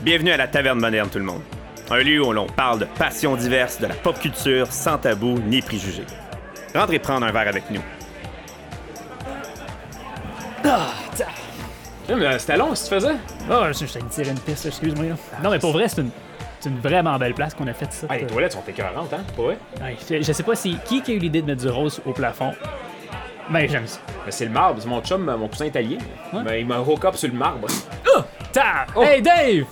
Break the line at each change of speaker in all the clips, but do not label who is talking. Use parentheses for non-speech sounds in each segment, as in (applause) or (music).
Bienvenue à la Taverne Moderne, tout le monde. Un lieu où l'on parle de passions diverses, de la pop culture, sans tabou ni préjugés. Rentrez prendre un verre avec nous.
Ouais, mais Ah, Euh, C'était long, ce que tu faisais.
Oh, je, je t'ai tiré une piste, excuse-moi. là. Non, mais pour vrai, c'est une, c'est une vraiment belle place qu'on a faite, ça.
Ah, les toilettes sont écœurantes, hein, pour vrai.
Ouais, je, je sais pas si qui qui a eu l'idée de mettre du rose au plafond, mais j'aime ça.
Mais Ben, c'est le marbre, c'est mon chum, mon cousin italien.
Ouais.
Mais il m'a hook up sur le marbre.
Oh! Ta! Hey, Dave!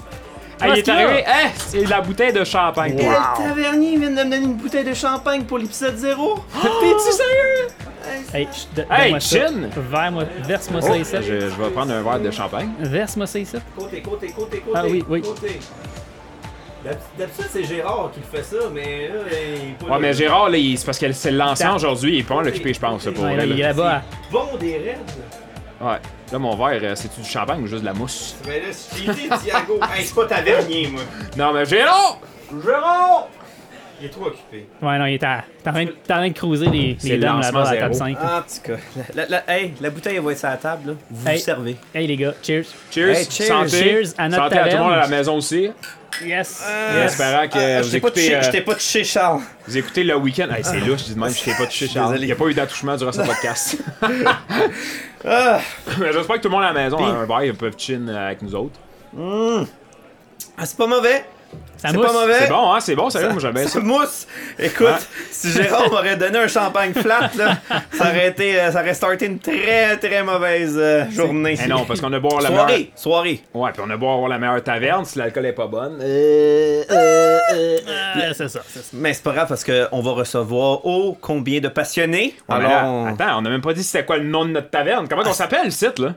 Ah, il est
Mascara!
arrivé, hein, c'est la bouteille de champagne.
Et le tavernier vient de me donner une bouteille de champagne pour l'épisode 0.
T'es-tu sérieux?
Ah! Hey, chut, de-
Hey,
donne-moi ça.
chin!
Vers-moi- Verse-moi
Oh,
ça
je,
ici.
je vais prendre un verre de champagne.
Verse-moi ça ici.
Côté, côté, côté, côté.
Ah oui, oui.
Côté. D'hab- D'habitude, c'est Gérard qui Oh, le fait ça, mais là, il est pas
Ouais,
là.
mais Gérard, là, il- c'est parce que c'est le lancement
Attends.
aujourd'hui, il est pas mal occupé, je pense, là, pour
Ouais, là,
vrai,
il est
là.
là-bas.
Bon des raids.
Ouais. Là, mon verre, euh, c'est-tu du champagne ou juste de la mousse?
Mais Ben là, c'est cheaté, (laughs) Thiago. hey, c'est pas tavernier, moi.
Non, mais Gérard!
Gérard! Il est trop occupé.
Ouais, non, il est à- t'es en train de- t'es en train de cruiser les,
C'est
les dames
lancement
là-bas à la
zéro.
table 5.
En tout cas, la, la- hey, la bouteille, elle va être sur la table. là. Vous
Hey.
vous servez.
Hey, les gars, cheers.
Cheers!
Hey, cheers.
Santé!
Cheers à notre
Santé à tout le monde à la
taverne.
maison aussi.
Yes!
En espérant que
Ah, je
vous,
t'ai pas
écoutez,
touché,
euh,
je t'ai pas touché, Charles.
vous écoutez le week-end. Hey, c'est louche, je dis de même, je t'ai pas touché, Charles. Il
Ah. Désolé.
n'y a pas eu d'attouchement
(laughs)
durant ce podcast.
Ah.
(laughs) Mais J'espère que tout le monde à la maison a un verre, ils peuvent chin euh, avec nous autres.
Ah, c'est pas mauvais. Ah,
Ça
C'est
mousse.
pas mauvais.
C'est bon, hein? C'est bon, sérieux, moi j'aime bien ça.
Euh, Ça mousse! Écoute, si Gérard m'aurait donné un champagne flat, là, ça aurait été, euh, ça aurait starté une très très mauvaise euh, journée.
Eh non, parce qu'on a boire la meilleure.
soirée, soirée.
Ouais, puis on a beau avoir la meilleure taverne si l'alcool est pas bonne. Euh,
Ah, c'est ça, c'est ça.
Mais c'est pas grave parce qu'on va recevoir oh combien de passionnés.
ouais, Ah, mais
Alors,
là,
on-
attends, on a même pas dit c'était quoi le nom de notre taverne. Comment on s'appelle le site, là?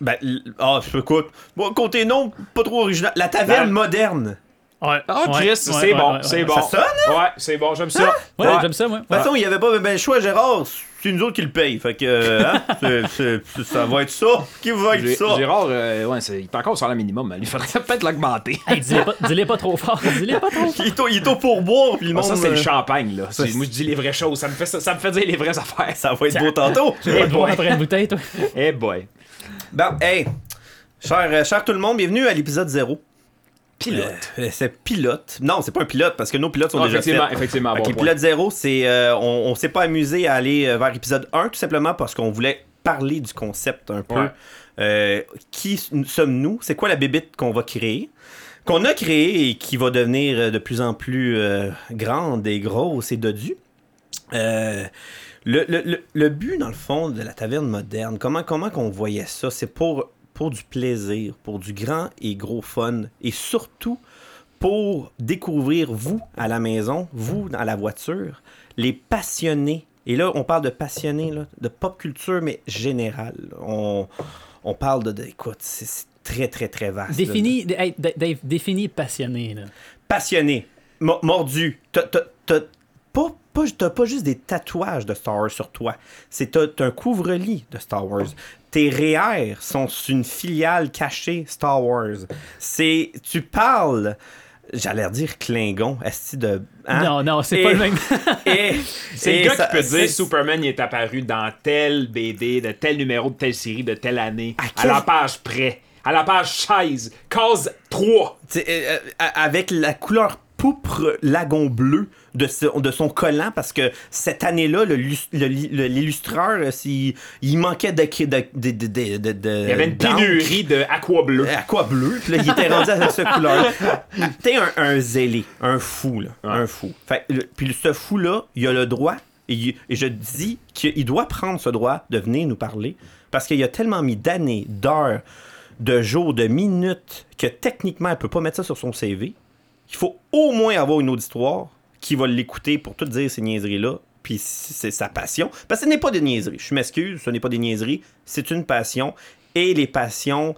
ben, l- ah, je écoute, bon, côté nom, pas trop original. La taverne
La-
moderne.
Ouais,
Ah,
ouais,
Chris,
ouais,
c'est
ouais,
bon,
ouais,
c'est
ouais.
bon.
Ça sonne, hein?
Ouais, c'est bon, j'aime ça.
Ouais, j'aime ça, moi.
De toute façon, il n'y avait pas ben, ben le choix, Gérard. C'est nous autres qui le paye. Fait que,
(laughs)
euh, hein, c'est- c'est- c'est- ça va être ça. Qui va être
Gé-
ça?
Gérard, euh, ouais, c'est- il est encore sur le minimum, mais il faudrait (laughs) peut-être l'augmenter.
Hey, dis-les pas, dis-les pas trop fort, dis-les pas trop fort.
Il est au- il est au pourboire, puis le
Ah,
monde.
ça, c'est le
euh,
champagne, là. C'est- Moi, je dis les vraies choses. Ça me fait, ça, ça me fait dire les vraies affaires.
Ça va être beau tantôt.
Eh
Pas
boy.
après une bouteille, toi.
Eh boy.
Bon, hey, cher, euh, cher tout le monde, bienvenue à l'épisode 0.
Pilote.
Euh, (laughs) c'est pilote. Non, c'est pas un pilote parce que nos pilotes sont
Ah,
déjà
effectivement,
faits.
effectivement.
Fait
bon
que
point.
pilote 0, c'est euh, on, on s'est pas amusé à aller euh, vers épisode 1 tout simplement parce qu'on voulait parler du concept un peu.
Ouais.
Euh, qui s- sommes-nous C'est quoi la bébite qu'on va créer qu'on a créée et qui va devenir euh, de plus en plus euh, grande et grosse et dodue. Euh, le, le- le- le but, dans le fond, de la taverne moderne, comment comment qu'on voyait ça, c'est pour, pour du plaisir, pour du grand et gros fun, et surtout pour découvrir vous à la maison, vous dans la voiture, les passionnés. Et là, on parle
(laughs)
de passionnés, là, de pop culture, mais général. On, on parle de, de- écoute, c'est c'est très, très, très vaste. là.
Définis, hey, D- Dave, définis passionné, là.
Passionné, mo- mordu, t'as t'as- t'as pas, pas, t'as pas juste des tatouages de Star Wars sur toi, c'est t'as- t'as un couvre-lit de Star Wars. Tes REER sont une filiale cachée Star Wars. C'est, tu parles, j'allais dire Klingon, est de... hein?
Non, non, c'est
Et-
pas le même.
Et-
Eh, C'est
et
le gars
ça-
qui peut dire
c'est-
Superman il est apparu dans tel BD, de tel numéro, de telle série, de telle année, à,
quel-
la page près, à la page 16, case 3.
Tu sais, euh, euh, a- avec la couleur pourpre lagon bleu de, ce- de son collant parce que cette année-là, le lus- le li- le- l'illustreur, euh, s'il- il manquait de, cré- de, de, de, de- de- de-
Il y avait une
d'encre.
pénurie de aqua bleu.
Euh, À quoi bleu? Puis là, il était rendu à cette couleur. T'es un, un zélé, un fou, là. Un fou. Fait, que le- puis ce fou-là, il a le droit, et, il- et je dis qu'il doit prendre ce droit de venir nous parler parce qu'il a tellement mis d'années, d'heures, de jours, de minutes que techniquement, il peut pas mettre ça sur son CV. Il faut au moins avoir une auditoire qui va l'écouter pour tout dire ces niaiseries-là. Puis c'est sa passion. Parce que ce n'est pas des niaiseries. Je m'excuse, ce n'est pas des niaiseries. C'est une passion. Et les passions,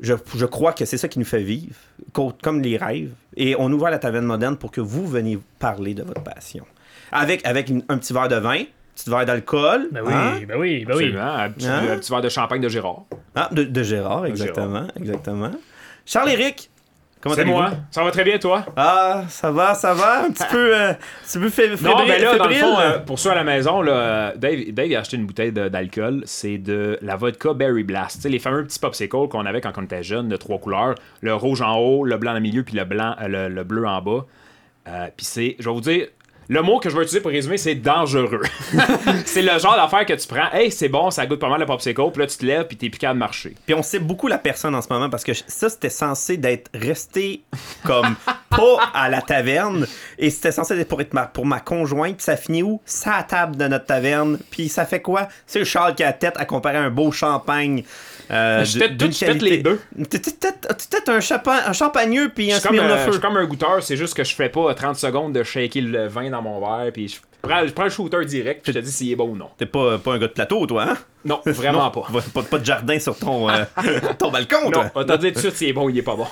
je, je crois que c'est ça qui nous fait vivre, co- comme les rêves. Et on ouvre la taverne moderne pour que vous veniez parler de votre passion. Avec, avec une- un petit verre de vin, un petit verre d'alcool.
Ben oui,
hein?
ben oui, ben oui.
Absolument. Un, petit,
Hein?
un petit verre de champagne de Gérard.
Ah, de, de Gérard, exactement. exactement. Charles-Éric, Comment
C'est
allez-vous?
moi. Ça va très bien, toi?
Ah, ça va, ça
(laughs)
va. Un petit peu, euh, un petit peu fé-
Non,
fébrile-
mais là, dans le
fébrile.
fond, euh, pour ceux à la maison, là, euh, Dave, Dave a acheté une bouteille de- d'alcool. C'est de la vodka Berry Blast. Tu sais, les fameux petits popsicles qu'on avait quand on était jeune, de trois couleurs. Le rouge en haut, le blanc en milieu, puis le, blanc, euh, le, le bleu en bas. Euh, puis c'est, je vais vous dire, le mot que je vais utiliser pour résumer, c'est dangereux. (laughs) c'est le genre d'affaire que tu prends. Hey, c'est bon, ça goûte pas mal le popsicle. Puis là, tu te lèves, puis t'es piqué à de marcher.
Puis on sait beaucoup la personne en ce moment parce que ça, c'était censé d'être resté comme pas à la taverne et c'était censé être pour, être ma, pour ma conjointe. Puis ça finit où? Ça à table de notre taverne. Puis ça fait quoi? C'est le Charles qui a la tête à comparer un beau champagne. Euh,
Je
d-
tête tout,
d'une
je tête
qualité-
les deux.
Tu tu têtes tu têtes un, chapa- un champagneux puis
Je
un
suis comme, euh,
Smirnoff.
je suis comme un goûteur, c'est juste que je fais pas 30 secondes de shaker le vin dans mon verre, puis je prends, je prends le shooter direct, puis je te dis s'il est bon ou non.
T'es pas, pas un gars de plateau, toi, hein?
Non, vraiment
(laughs) Non,
pas.
Pas, pas de jardin sur ton, euh, (laughs) ton balcon,
Non,
toi.
on va te dire tout de suite s'il est bon ou il est pas bon.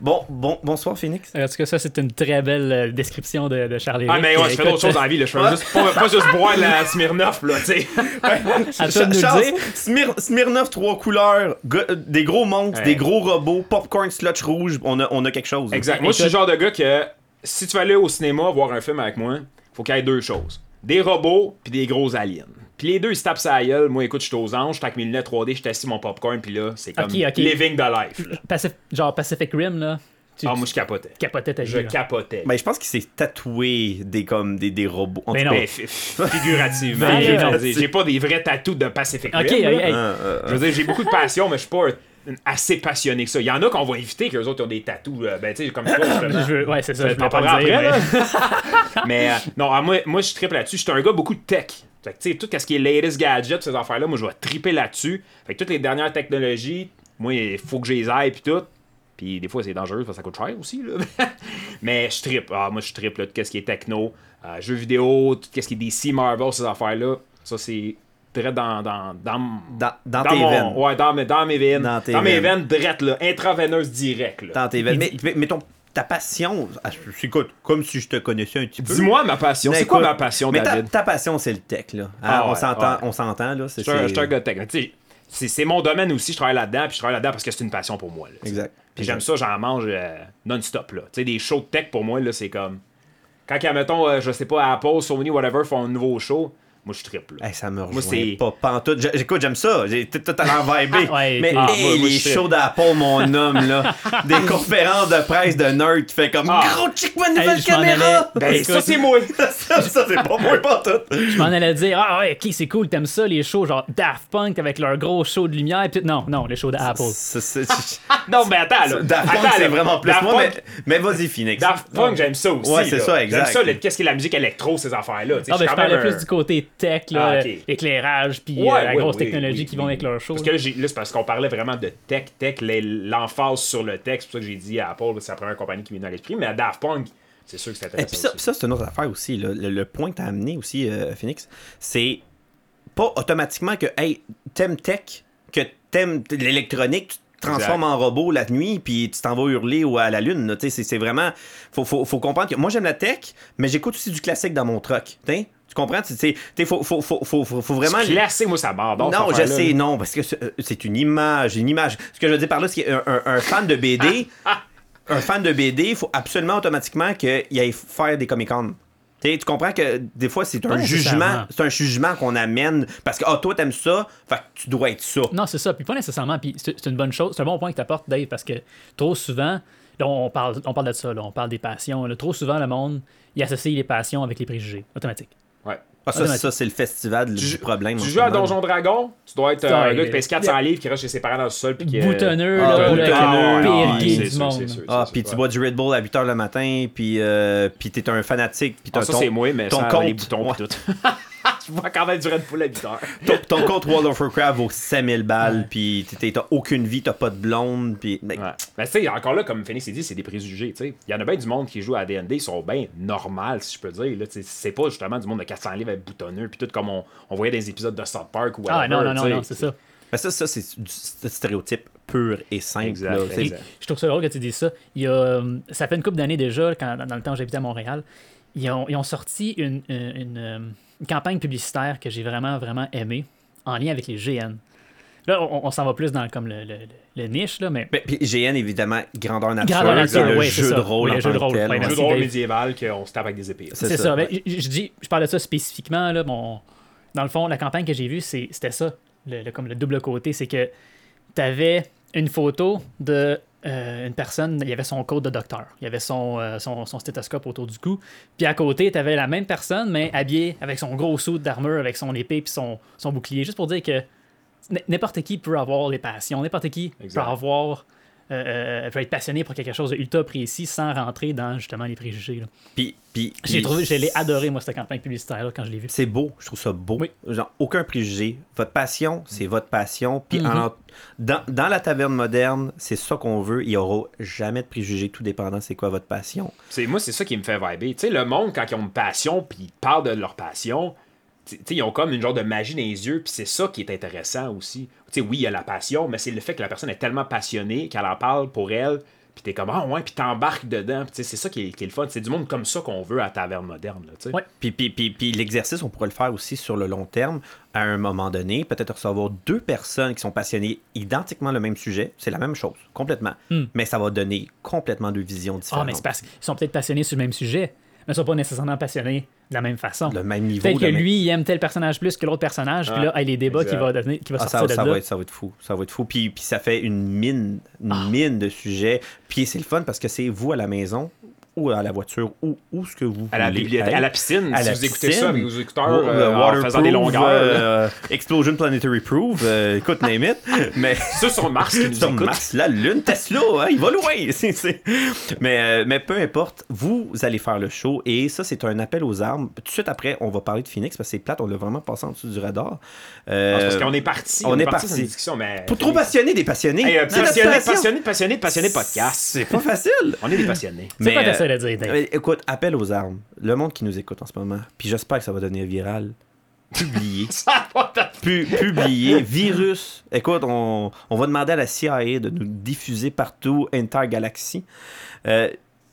Bon, bon, bonsoir, Phoenix.
En tout cas, ça, c'est une très belle euh, description de, de Charles
Ah, mais
Éric.
ouais, je fais d'autres
Écoute,
choses dans la vie, là. Je fais juste, pas, pas juste boire de
(laughs)
la Smirnoff, là, tu sais.
À toi de nous
Charles,
dire.
Smir- Smirnoff, trois couleurs, go- euh, des gros monstres,
Ouais.
des gros robots, popcorn, slotch rouge, on a, on a quelque chose.
Exact. Moi, je suis le genre de gars que si tu vas aller au cinéma voir un film avec moi, faut qu'il y ait deux choses des robots puis des gros aliens. Puis les deux, ils se tapent sa gueule. Moi, écoute, je suis aux anges, je suis avec mes lunettes 3D, je t'assis mon popcorn, puis là, c'est comme
Ok, ok.
living the life. là.
Pacif- genre Pacific Rim, là. Tu,
Ah,
tu
moi, je capotais.
capotais ta vie.
Je
là.
capotais.
Ben, (laughs) je pense qu'il s'est tatoué des, comme, des, des robots. En
Mais
tout
non.
cas,
Ben, fi- fi-
(laughs)
figurativement.
Ben,
je veux
non.
dire, j'ai pas des vrais tatous de Pacific Rim.
Ok,
là.
hey, hey.
euh, euh,
Je veux dire, j'ai beaucoup de passion, mais je suis pas un- un- assez passionné que ça. Il y en a qu'on va éviter, que les autres ils ont des tatous. euh, Ben, tu sais,
(coughs)
comme toi, justement.
Je veux- ouais, c'est ça.
Je
Je
t'en
voulais Ben, pas
parlerai
le dire.
après,
mais-
là. mais euh, non, ah, moi, moi je tripe là-dessus. Je suis un gars beaucoup de tech. Fait que, tu sais, tout ce qui est latest gadget, ces affaires-là, moi, je vais triper là-dessus. Fait que toutes les dernières technologies, moi, il faut que je les aille, puis tout. Puis des fois, c'est dangereux, parce que ça coûte cher aussi, là. (laughs) mais je tripe. Ah, moi, je tripe, là, tout ce qui est techno, euh, jeux vidéo, tout ce qui est DC, Marvel, ces affaires-là. Ça, c'est très dans, dans, dans,
dans, dans
dans
tes
mon-
veines.
Ouais, dans, mes- dans mes veines.
Dans
Dans,
tes
mes veines
veines.
drettes, là. Intraveineuse directe, là.
Dans tes veines. Mais, mais- mais ton- ta passion, ah, je- écoute, comme si je te connaissais un petit peu.
Dis-moi ma passion.
Mais
C'est quoi
écoute,
ma passion,
mais ta-
David?
Ta, passion, c'est le tech, là. Hein,
Ah
on
ouais,
s'entend,
ouais.
on s'entend, là. C'est
Je suis un- je suis un
c'est-
gars de tech. Mais tu sais, C'est c'est mon domaine aussi. Je travaille là-dedans, puis je travaille là-dedans parce que c'est une passion pour moi. là, tu sais.
Exact.
Puis j'aime ça, j'en mange euh, non-stop, là. Tu sais, des shows de tech, pour moi, là, c'est comme... Quand, qu'à, mettons, euh, je sais pas, Apple, Sony, whatever, font un nouveau show, moi, je triple. là.
Hey, ça me
Moi, c'est-
rejoint pas pantoute. J'ai- J'écoute, j'aime ça. J'ai tout, tout à
(laughs)
l'envers B.
Ouais,
mais
t'es-
Ah,
hey,
moi, moi,
les
je suis-
shows d'Apple,
(laughs)
mon homme, là. Des conférences de presse de nerd qui fait comme
Ah.
Gros check ma nouvelle
Hey, je m'en
(laughs) caméra!
Ben, ça, c'est moi!
ça, ça, c'est pas moi pantoute.
(laughs)
Je m'en allais dire, ah ouais, ok, c'est cool, t'aimes ça, les shows genre Daft Punk avec leur gros show de lumière. Et puis, non, non, les shows d'Apple.
Ça, c'est- c'est- (laughs)
non, mais attends, là.
Daft Punk,
Attends,
c'est
là.
vraiment plus
Daft
moi,
Punk,
mais, mais vas-y, Phoenix.
Daft Punk, j'aime ça aussi.
Ouais, c'est
là.
ça, exact.
J'aime ça, le- qu'est-ce qui est la musique électro, ces affaires-là. tu sais,
Ah, ben,
suis
je
quand
parlais
même
plus
un-
du côté tech, là,
Ah, ok.
éclairage, puis
Ouais,
euh, la
ouais,
grosse
oui,
technologie
oui,
qui
oui.
vont avec leur show.
Parce que là, j'ai- là, c'est parce qu'on parlait vraiment de tech, tech, les- l'emphase sur le tech. C'est pour ça que j'ai dit à Apple, c'est la première compagnie qui m'est dans l'esprit. Mais à Daft Punk, c'est sûr que c'est
Et
intéressant.
puis ça,
aussi.
ça, c'est une autre affaire aussi. là. Le, le point que t'as amené aussi, euh, Phoenix, c'est pas automatiquement que, hey, t'aimes tech, que t'aimes t- l'électronique, tu te transformes en robot la nuit, puis tu t'en vas hurler ou à la lune. là. Tu sais, C'est c'est vraiment. Faut, faut, faut comprendre que moi, j'aime la tech, mais j'écoute aussi du classique dans mon truck. Tu sais? Tu comprends? Tu sais, tu sais, faut, faut, faut, faut, faut- faut vraiment.
C'est classé, moi, ça m'adore.
Non,
cette
je
affaire-là.
sais, non, parce que c'est euh, c'est une image, une image. Ce que je veux dire par là, c'est qu'un un- un fan
(laughs)
de BD, un fan de BD, il faut absolument automatiquement qu'il aille faire des Comic-Con. Tu sais, tu comprends que des fois, c'est
Pas
un
nécessairement.
jugement c'est un jugement qu'on amène parce que, ah, toi, t'aimes ça, fait que tu dois être ça.
Non, c'est ça. Puis pas nécessairement. Puis c'est c'est une bonne chose. C'est un bon point que tu apportes, Dave, parce que trop souvent, là, on parle, on parle de ça, là, on parle des passions. là. Trop souvent, le monde, il associe les passions avec les préjugés. Automatique.
Ouais.
Ah, ça,
Automatique.
ça, c'est le festival
Tu,
du
joues-
problème. en
tu
ce
joues à
moment.
Donjon Dragon, tu dois être euh,
Ouais,
un gars
mais-
qui pèse 400 livres, qui reste chez ses parents dans le sol. Puis qui, euh,
Boutonneux,
là,
ah,
le-
boutonneux,
le
ah,
pire
ouais,
gay
c'est
du
sûr,
monde.
c'est sûr,
Ah,
c'est
puis
sûr,
tu
ouais.
bois du Red Bull à 8 h le matin, puis euh, puis t'es un fanatique, puis t'as
Ah, ça,
ton-
c'est moi, mais
ton
sans
compte.
les boutons
Ouais.
pis tout. (laughs) Je vois quand même du Red Bull à 8 heures.
ton,
(laughs)
ton compte World of Warcraft vaut 5000 balles, puis t'es- t'es- t'as aucune vie, t'as pas de blonde, puis. mais-
Ouais. Ben, tu sais, encore là, comme Phoenix a dit, c'est des préjugés, tu sais. Il y en a bien du monde qui joue à D&D, ils sont bien normal, si je peux dire. Là, tu sais, c'est pas justement du monde de 400 livres avec boutonneux, puis tout comme on, on voyait dans les épisodes de South Park ou
Ah
whatever,
non, non,
Ben, tu
non,
sais.
non, c'est ça.
Mais ça, ça c'est du st- stéréotype pur et simple.
Exact,
là.
exact.
C'est-
Je trouve ça drôle que tu dises ça. Il y a, euh, ça fait une couple d'années déjà, quand, dans, dans le temps où j'habitais à Montréal, ils ont, ils ont sorti une, euh, une- une, euh, une campagne publicitaire que j'ai vraiment, vraiment aimée, en lien avec les GN. Là, on, on s'en va plus dans comme le, le- le- le niche, là, mais
Ben, puis GN, évidemment, grandeur nature,
Grandeur nature,
le
ouais,
jeu
c'est
de
ça.
rôle
Oui,
en
le jeu de
tant que
rôle,
tel,
ouais,
ouais.
Un jeu de
Merci,
rôle
Dave.
médiéval qu'on se tape avec des épées. là.
C'est
C'est
ça,
ça.
ouais.
Ben, je, je dis, je parle de ça spécifiquement. Là, mon- Dans le fond, la campagne que j'ai vue, c'est- c'était ça. Le, le- comme le double côté, c'est que tu avais une photo de euh, une personne, il y avait son code de docteur, il y avait son, euh, son, son stéthoscope autour du cou. Puis à côté, tu avais la même personne, mais habillée avec son gros saut d'armure, avec son épée puis son, son bouclier, juste pour dire que n- n'importe qui peut avoir les passions, n'importe qui
Exact.
peut avoir. euh, euh, peut être passionné pour quelque chose de ultra précis sans rentrer dans justement les préjugés. là.
Puis, puis-
J'ai
puis-
trouvé, je l'ai adoré, moi, cette campagne publicitaire-là, quand je l'ai vue. Ah,
C'est beau, je trouve ça beau.
Oui.
Genre, aucun préjugé. Votre passion, c'est votre passion. Puis
Mhm.
en- dans, dans la taverne moderne, c'est ça qu'on veut. Il n'y aura jamais de préjugés, tout dépendant c'est quoi votre passion.
C'est- moi, c'est ça qui me fait vibrer. Tu sais, le monde, quand ils ont une passion, puis ils parlent de leur passion, tu tu sais, ils ont comme une genre de magie dans les yeux, puis c'est ça qui est intéressant aussi. Tu sais, oui, il y a la passion, mais c'est le fait que la personne est tellement passionnée qu'elle en parle pour elle, puis t'es comme, ah ouais, puis t'embarques dedans. Puis tu sais, c'est ça qui est, qui est le fun. C'est du monde comme ça qu'on veut à la taverne moderne, là, tu sais.
Ouais.
Puis, puis, puis, puis l'exercice, on pourrait le faire aussi sur le long terme. À un moment donné, peut-être recevoir deux personnes qui sont passionnées identiquement le même sujet. C'est la même chose, complètement. Mais ça va donner complètement deux visions
Hmm. Ah,
différentes.
mais c'est parce qu'ils sont peut-être passionnés sur le même sujet, mais ils sont pas nécessairement passionnés de la même façon.
Le même niveau.
Peut-être que
le même-
lui, il aime tel personnage plus que l'autre personnage, puis là, hey, les débats qui
exact.
va, devenir, qui va
Ah, ça,
sortir de
ça
là.
va être, ça va être fou. Ça va être fou. Puis, puis ça fait une mine, une
Ah.
mine de sujets. Puis c'est le fun parce que c'est vous à la maison ou à la voiture ou où ce que vous
À la
voulez
bibliothèque,
aller.
à la piscine,
À
si
la
vous écoutez
piscine,
ça avec vos écouteurs,
wa-
euh, en
waterproof,
faisant des longueurs. là.
euh, (laughs) Explosion Planetary Proof, euh, écoute, name
(laughs)
it. Mais
Ceux sur Mars qui nous
sur
écoutent.
Mars, la Lune, Tesla, hein, il va loin. (laughs) C'est- c'est- Mais, euh, mais peu importe, vous allez faire le show et ça, c'est un appel aux armes. Tout de suite après, on va parler de Phoenix parce que c'est plate, on l'a vraiment passé en dessous du radar. Euh,
Ah, c'est parce qu'on est parti.
on est
sur
parti.
une discussion, mais.
Pour trop passionné des passionnés.
Hey, euh,
C'est notre
passionné,
passion.
passionné, passionné, passionné podcast.
C'est pas facile.
On est des passionnés.
C'est quoi
euh,
t'essaies de dire, Dave?
mais écoute, appel aux armes. Le monde qui nous écoute en ce moment, puis j'espère que ça va devenir viral. Publié.
(laughs) Ça va t'en-
Pu- publié. Virus. Écoute, on, on va demander à la CIA de nous diffuser partout, intergalaxie. Euh,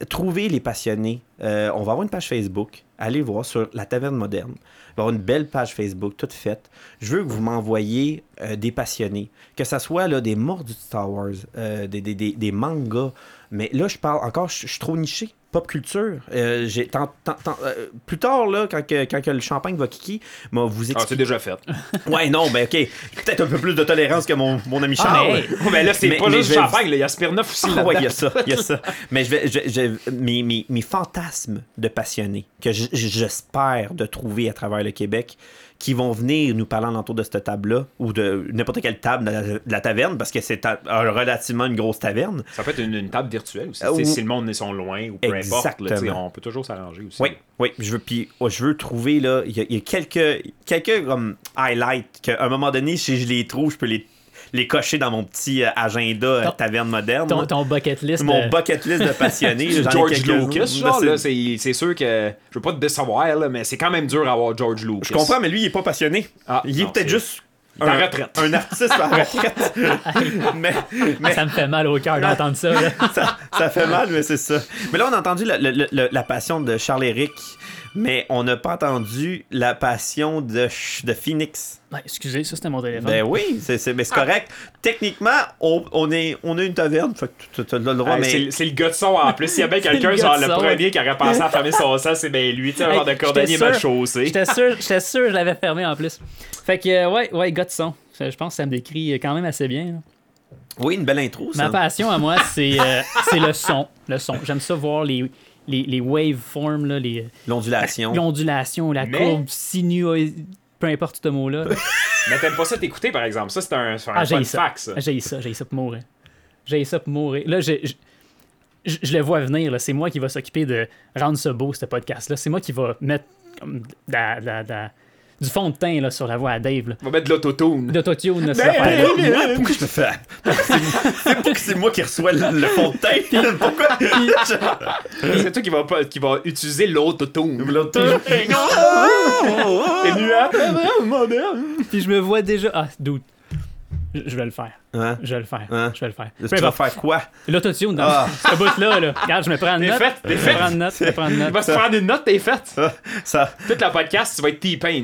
trouvez les passionnés. Euh, on va avoir une page Facebook. Allez voir sur la taverne moderne. Il va y avoir une belle page Facebook toute faite. Je veux que vous m'envoyiez euh, des passionnés. Que ça soit là, des morts du Star Wars, euh, des, des, des- des mangas. Mais là, je parle encore, je je suis trop niché. Pop culture. Euh, j'ai- tant- tant- tant- euh, plus tard, là, quand, que- quand que le champagne va kiki, moi, vous
Ah, c'est
expliquer.
déjà fait.
ouais, non, ben ok. Peut-être un peu plus de tolérance que mon, mon ami Charles.
mais hey,
Oh, mais là, c'est
Mais-
pas
mais
juste du
je vais-
champagne, là, il y a Smirnoff aussi.
Ah
là-dedans.
(laughs) ouais, il y a ça, il y a ça. Mais je vais, je, je- mes, mes, mes fantasmes de passionnés que j- j'espère de trouver à travers le Québec qui vont venir nous parler l'entour de cette table-là ou de n'importe quelle table de la, de la taverne parce que c'est ta- euh, relativement une grosse taverne.
Ça peut être une, une table virtuelle aussi.
Ah,
tu sais,
ou-
Si le monde est sont loin ou peu importe, là, tu sais,
Exactement.
on peut toujours s'arranger aussi.
Oui, oui, je veux, puis, oh, je veux trouver, là, il y, a- il y a quelques, quelques comme, highlights qu'à un moment donné, si je les trouve, je peux les, les cocher dans mon petit euh, agenda euh,
Ton-
taverne moderne.
ton,
là.
ton bucket list.
mon
euh,
bucket list
(laughs)
de passionnés. j'en ai
George
quelques-uns.
Lucas, genre,
C'est-
là, c'est c'est sûr que. Je veux pas te décevoir, là, mais c'est quand même dur à avoir George Lucas.
Je comprends, mais lui, il est pas passionné.
Ah,
il est
non,
peut-être
c'est-
juste
Il est en retraite.
un artiste (laughs) en retraite. (laughs) mais
(laughs)
mais
Ça me fait mal au cœur d'entendre ça. là.
ça, ça fait mal, mais c'est ça. Mais là, on a entendu la, la- la- la passion de Charles Eric, mais on n'a pas entendu la passion de, Ch- de Phoenix.
Ouais, Ben, excusez, ça, c'était mon téléphone.
Ben oui, c'est c'est- mais c'est correct. Techniquement, on, on est, on a une taverne, fait que tu as le droit,
Hey,
mais...
c'est le- C'est le gars de son en plus. S'il y a bien
C'est le
quelqu'un,
gars
genre
de
le
son.
premier qui aurait pensé à
(laughs)
fermer son sang, c'est bien lui. Tu sais, un
Hey,
genre de
j'étais
cordonnier
sûr-
mal chaussé.
J'étais sûr, j'étais sûr que je l'avais fermé en plus. Fait que, euh, ouais, ouais, gars de son. Je pense que ça me décrit quand même assez bien. là.
Oui, une belle intro, ça.
Ma passion à moi, c'est euh, c'est le son. Le son. J'aime ça voir les, les, les waveforms, là, les,
L'ondulation.
l'ondulation, la
Mais-
courbe sinueuse, peu importe ce mot-là.
Mais t'aimes pas ça t'écouter, par exemple. Ça, c'est un, c'est un
Ah,
fun
j'ai ça.
fact, ça.
Ah, J'ai ça, j'ai ça pour mourir. J'ai ça pour mourir. Là, j'ai- j'- j- je le vois venir. là. C'est moi qui va s'occuper de rendre ce beau, ce podcast-là. C'est moi qui va mettre comme, de la- de la- de la- du fond de teint là, sur la voix à Dave. là.
On va mettre de l'autotune.
D'autotune, là, cette
Pourquoi-
affaire-là.
moi, pourquoi je me fais. C'est- C'est pas que c'est moi qui reçois le, le fond de teint. Pourquoi?
C'est toi qui va, pas- qui va utiliser l'autotune.
L'autre-
Les nuages. moderne.
Puis je me vois déjà. Ah, dude. Je je vais le faire.
Hein?
Je vais le faire.
Hein?
Je vais le faire.
Tu
Peu
vas
importe.
faire quoi?
L'autotune dans
Ah.
(laughs) ce bout-là. Là. Regarde, je me prends une
T'es
note.
faite, t'es
je me
faite.
prends une note. Je me prends une
Il va
note.
se prendre une note, t'es faite.
Ah, Ça,
Toute la podcast, tu vas être T-Pain.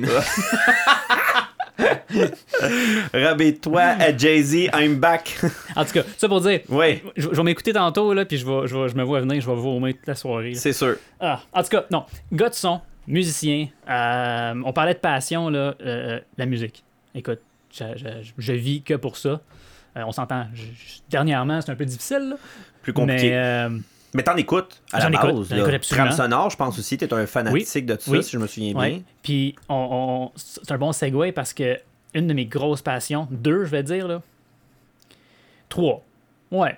Rabais-toi à Jay-Z, I'm back. (laughs)
En tout cas, ça pour dire,
oui,
je, je vais m'écouter tantôt, là, puis je, vais, je, vais- je me vois venir, je vais vomir toute la soirée. là.
c'est sûr.
Ah, en tout cas, non. Gars de son, musicien, euh, on parlait de passion, là, euh, la musique. Écoute, je, je- je vis que pour ça. Euh, on s'entend. je- je- Dernièrement, c'est un peu difficile, là,
Plus compliqué.
mais... euh,
Mais t'en écoutes à la
J'en écoute,
base.
j'en
là.
écoute absolument.
Trame sonore, je pense aussi. T'es un fanatique de tout
oui.
ça, si je me
Eh
souviens
Ouais.
bien.
Puis on, on- c'est un bon segue parce que une de mes grosses passions, deux, je vais dire là, trois. Ouais.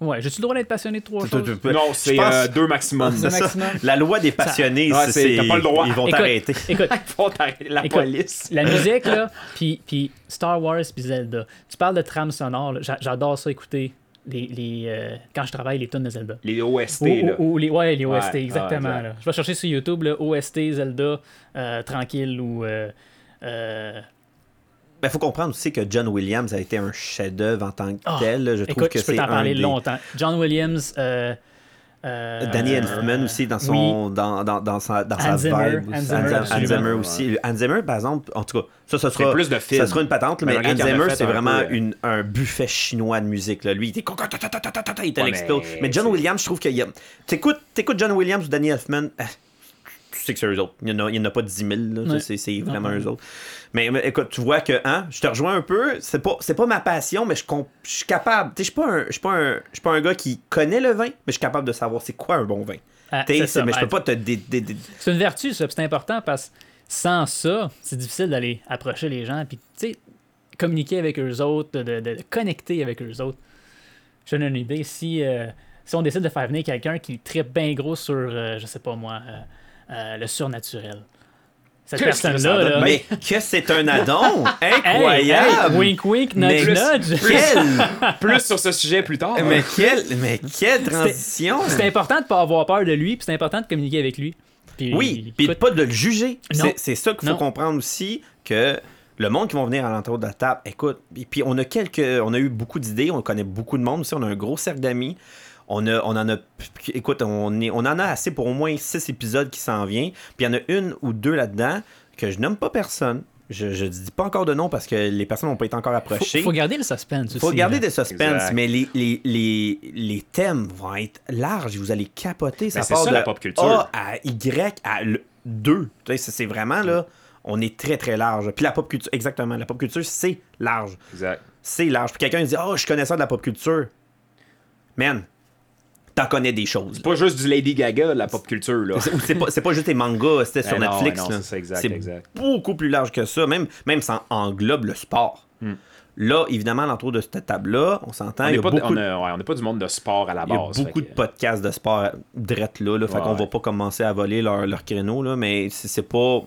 Ouais, j'ai-tu le droit d'être passionné de trois
Tu-
choses?
tu- tu-
Non,
je
c'est
pense-
euh, deux maximum.
C'est ça.
maximum.
La loi des passionnés,
Ouais, c'est-
c'est-
t'as pas le droit.
Ils vont
Écoute,
t'arrêter.
(laughs)
Écoute,
Faut arrêter la
Écoute.
police.
la musique, là, puis, puis Star Wars, puis Zelda. Tu parles de trame sonore, là, j'a- j'adore ça écouter les, les, euh, quand je travaille les tunes de Zelda.
Les OST,
Ou,
là.
ou- ou les, ouais, les
Ouais,
OST,
ouais,
exactement.
exact.
là. Je vais chercher sur YouTube là, OST, Zelda, euh, Tranquille ou... euh, euh,
Il Ben, faut comprendre aussi que John Williams a été un chef-d'œuvre en tant que
Ah,
tel. là. Je trouve
Écoute,
que
je peux
c'est
t'en
un
parler
des...
longtemps. John Williams, euh, euh,
Danny
euh,
Elfman aussi dans son dans, dans, dans sa dans sa
Hans Zimmer,
vibe
Hans
Hans-
Zimmer,
Hans
absolument.
Zimmer aussi Hans Zimmer par exemple en tout cas ça ça sera
plus de films.
ça sera une patente
Mais
mais,
regarde, il
Hans
en a
Zimmer
fait
c'est
un
vraiment
peu, hein.
une, un buffet chinois de musique là. lui il était con- con- ta- ta- ta- ta- ta- ta- ta- il te
Ouais,
l'explose
mais
mais, John
c'est-
Williams je trouve qu'il y a t'écoutes t'écoutes John Williams ou Danny Elfman ah, tu sais que c'est eux autres il y en a, il y en a pas 10 000 là. Ça,
Ouais.
c'est c'est vraiment
Ouais.
eux autres mais, mais écoute tu vois que hein, je te rejoins un peu c'est pas c'est pas ma passion mais je comp- je suis capable tu sais je suis pas un je suis pas un je suis pas un gars qui connaît le vin mais je suis capable de savoir c'est quoi un bon vin
Ah,
T'es-
c'est ça,
mais je
ben,
peux pas te. dé- dé- dé-
C'est une vertu, ça, puis c'est important parce que sans ça, c'est difficile d'aller approcher les gens puis, tu sais, communiquer avec eux autres, de, de- de connecter avec eux autres. Je donne une idée. Si, euh, si on décide de faire venir quelqu'un qui tripe bien gros sur, euh, je sais pas moi, euh, euh, le surnaturel, cette
Qu'est-ce que ça
personne-là,
donne?
là,
Mais que c'est un addon!
Euh, (laughs) hey,
Incroyable!
hey, wink wink,
Mais-
nudge nudge.
Quelle,
Plus sur ce sujet plus tard.
Eh, mais, quelle, mais quelle transition!
C'est important de pas avoir peur de lui, puis c'est important de communiquer avec lui. Puis,
Oui, puis
écoute,
pas de le juger.
Non.
C'est- C'est ça qu'il faut
Non.
comprendre aussi que le monde qui vont venir à l'entour de la table, écoute, et puis on a quelques, on a eu beaucoup d'idées, on connaît beaucoup de monde aussi, on a un gros cercle d'amis. On, a, on en a, écoute, on, est, on en a assez pour au moins six épisodes qui s'en viennent. Puis il y en a une ou deux là-dedans que je nomme pas personne. Je, je dis pas encore de nom parce que les personnes n'ont pas été encore
faut,
approchées.
faut garder le suspense
Faut
aussi,
garder
là.
des suspens,
Exact.
mais les, les, les, les thèmes vont être larges. Vous allez capoter. Ça
Ben, c'est
part
ça,
de
la pop culture.
A à Y à le 2. Tu sais, C'est c'est vraiment là, on est très très large. Puis la pop culture, exactement. La pop culture, c'est large.
Exact.
C'est large. Puis quelqu'un dit Oh, je connais ça de la pop culture. Man, t'en connais des choses.
Pas juste du Lady Gaga, la pop culture, là.
C'est- ou C'est pas, c'est pas juste des mangas, c'était sur
Eh non,
Netflix.
eh non,
là.
c'est ça, exact,
C'est
exact.
beaucoup plus large que ça, même, même ça englobe le sport. Là, évidemment, à l'entour de cette table-là, on s'entend,
Hmm. On
il y
n'est
a
pas, de-
beaucoup,
on a- ouais, on n'est pas du monde de sport à la
il y a
base.
beaucoup
fait
de
que-
podcasts de sport drette là, là fait
Ouais,
qu'on va
ouais.
pas commencer à voler leur, leur créneau, là, mais c'est c'est pas...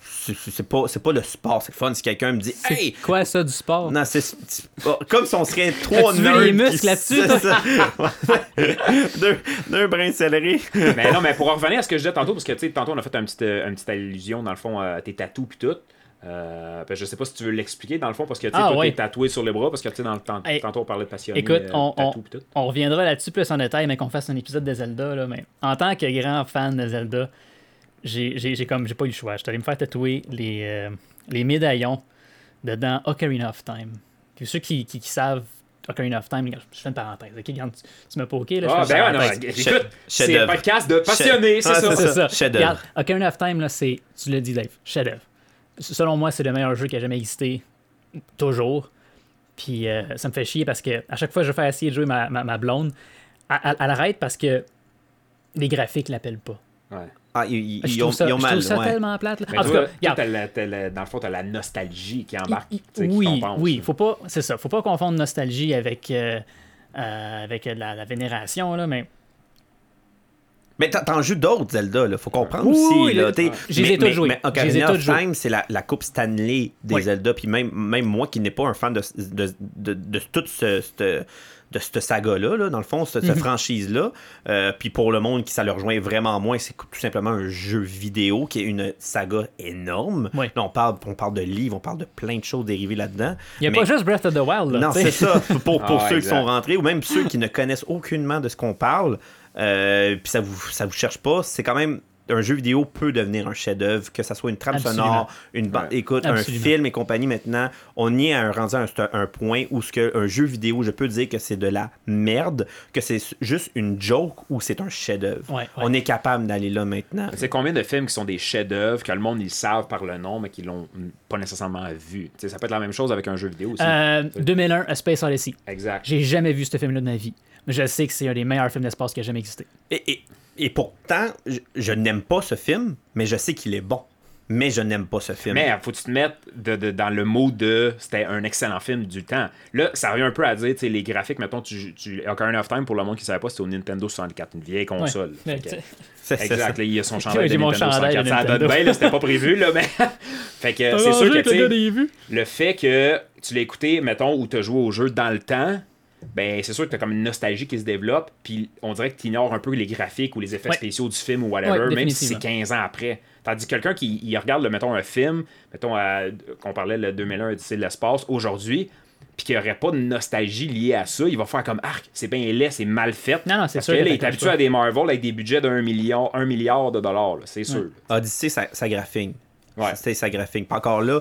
C'est c'est pas, c'est pas le sport, c'est le fun. Si quelqu'un me dit «
C'est
Hey,
quoi ça du sport?
non, c'est. c'est- oh, Comme si
(laughs)
on serait trois
As-tu vu
nerds
les
qui-
muscles là-dessus,
c'est
toi?
ça. (laughs) deux, deux brins de céleri.
mais non, mais pour en revenir à ce que je disais tantôt, parce que tu sais, tantôt on a fait un petit, euh, une petite allusion dans le fond à tes tatous puis tout. Euh, ben, je sais pas si tu veux l'expliquer dans le fond parce que tu sais,
Ah,
toi,
ouais.
t'es tatoué sur les bras parce que tu sais, dans le temps,
Hey,
tantôt on parlait de passionné.
Écoute,
euh,
on, on-
tatou puis tout.
on reviendra là-dessus plus en détail, mais qu'on fasse un épisode de Zelda. Là, mais en tant que grand fan de Zelda, j'ai j'ai- j'ai comme j'ai pas eu le choix. Je suis allé me faire tatouer les, euh, les médaillons dedans Ocarina of Time. Puis ceux qui, qui, qui savent Ocarina of Time, je fais une parenthèse. ok, regarde, tu, tu m'as poké. Là, je
Ah,
fais une
ben ouais, non,
parenthèse.
mais
Chef-
écoute, c'est un
chef-d'œuvre.
podcast de passionnés, c'est
Ah,
ça.
c'est
c'est ça.
chef-d'œuvre.
Regarde, Ocarina of Time, là, c'est, tu l'as dit, Dave, chef-d'œuvre. S- Selon moi, c'est le meilleur jeu qui a jamais existé, toujours. Puis euh, ça me fait chier parce que à chaque fois que je fais essayer de jouer ma, ma, ma blonde, elle, elle- elle arrête parce que les graphiques l'appellent pas.
Ouais.
Ah, ils, ils-
Je
ils
trouve
ont,
ça,
ils ont
je
mal.
trouve ça
ouais.
tellement plate. là.
Mais
En tout
toi,
cas,
toi,
regarde,
t'as la- t'as la- dans le fond, t'as la nostalgie qui embarque.
il-
tu sais, qui
oui,
compense.
oui, faut pas, c'est ça, faut pas confondre nostalgie avec euh, euh, avec de la, la vénération là, mais
Mais t'en- t'en joues d'autres, Zelda, là. Faut comprendre
Oui,
aussi.
oui,
là,
le-
t'sais.
je les ai
Mais-
tous
mais-
joués.
Mais
Je les ai
Ocarina
tous
of
joués.
Time, c'est la, la coupe Stanley des
Oui.
Zelda. Puis même, même moi qui n'ai pas un fan de, de, de, de toute ce- cette- de cette saga-là, là, dans le fond, cette,
Mhm.
cette franchise-là. euh, puis pour le monde qui ça le rejoint vraiment moins, c'est tout simplement un jeu vidéo qui est une saga énorme.
Oui.
Là, on parle, on parle de livres, on parle de plein de choses dérivées là-dedans.
il y a
Mais-
pas juste Breath of the Wild. Là,
non,
tu sais.
c'est ça. (laughs) Pour, pour
Ah,
ceux
exact.
qui sont rentrés ou même ceux qui ne connaissent aucunement de ce qu'on parle, euh, puis ça vous, ça vous cherche pas, c'est quand même un jeu vidéo peut devenir un chef-d'œuvre, que ça soit une trame
Absolument.
sonore, une bande, écoute,
Absolument.
un film et compagnie. Maintenant, on y est à un, rendu à un, sta- un point où ce que un jeu vidéo, je peux dire que c'est de la merde, que c'est s- juste une joke ou c'est un chef-d'œuvre.
Ouais, ouais.
On est capable d'aller là maintenant.
Tu sais, combien de films qui sont des chefs-d'œuvre que le monde, ils le savent par le nom, mais qu'ils l'ont mm, pas nécessairement vu. Tu sais, ça peut être la même chose avec un jeu vidéo aussi.
Euh, 2001, A Space Odyssey.
Exact.
J'ai jamais vu ce film-là de ma vie. Mais je sais que c'est un des meilleurs films d'espace qui a jamais existé.
Et, et- et pourtant, je, je n'aime pas ce film, mais je sais qu'il est bon. Mais je n'aime pas ce film.
Mais faut que tu te mettes de- de- dans le mot de c'était un excellent film du temps. Là, ça revient un peu à dire, tu sais, les graphiques, mettons, tu, tu Ocarina of Time, pour le monde qui ne savait pas, c'était au Nintendo 64, une vieille console.
Ouais.
Fait que-
Mais tu-
C'est- c'est
(laughs)
ça.
Exact, là, il y
(laughs)
a son chandail de
J'ai mon
Nintendo
chandail
64.
de
Ça donne
Nintendo.
bien, là, c'était pas prévu, là, mais. (laughs) fait que c'est sûr que, tu sais, le fait que tu l'as écouté, mettons, ou tu as joué au jeu dans le temps, ben c'est sûr que tu as comme une nostalgie qui se développe, puis on dirait que tu ignores un peu les graphiques ou les effets
Ouais.
spéciaux du film ou whatever,
Ouais,
même si c'est
définitivement.
15 ans après. Tandis que quelqu'un qui il regarde, là, mettons, un film, mettons, à- qu'on parlait le 2001 Odyssée de l'espace, aujourd'hui, puis qu'il n'y aurait pas de nostalgie liée à ça, il va faire comme arc, c'est bien laid, c'est mal fait.
Non, non, c'est
Parce
sûr
que
que
là, il est
t'accroches
habitué
pas.
à des Marvel avec des budgets d'un million, un milliard de dollars, là, c'est sûr.
Odyssey, ça, ça graphigne.
Ouais.
C'était sa graphique. Puis Encore là,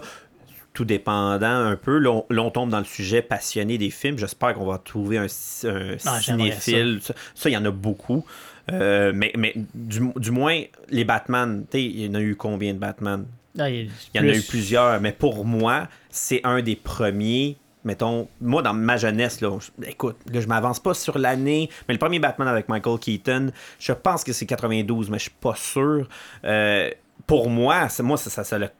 tout dépendant un peu, là, on, là, on tombe dans le sujet passionné des films. J'espère qu'on va trouver un, ci- un
Ah, j'aimerais
cinéphile. Ça, ça, il y en a beaucoup. Euh, mais mais du, du moins, les Batman, tu sais, il y en a eu combien de Batman
Ah, il,
il y en a eu plusieurs, mais pour moi, c'est un des premiers. Mettons, moi, dans ma jeunesse, là, je- écoute, là, je m'avance pas sur l'année, mais le premier Batman avec Michael Keaton, je pense que c'est 92, mais je suis pas sûr. Euh, pour moi, c'est- moi ça, ça, ça l'a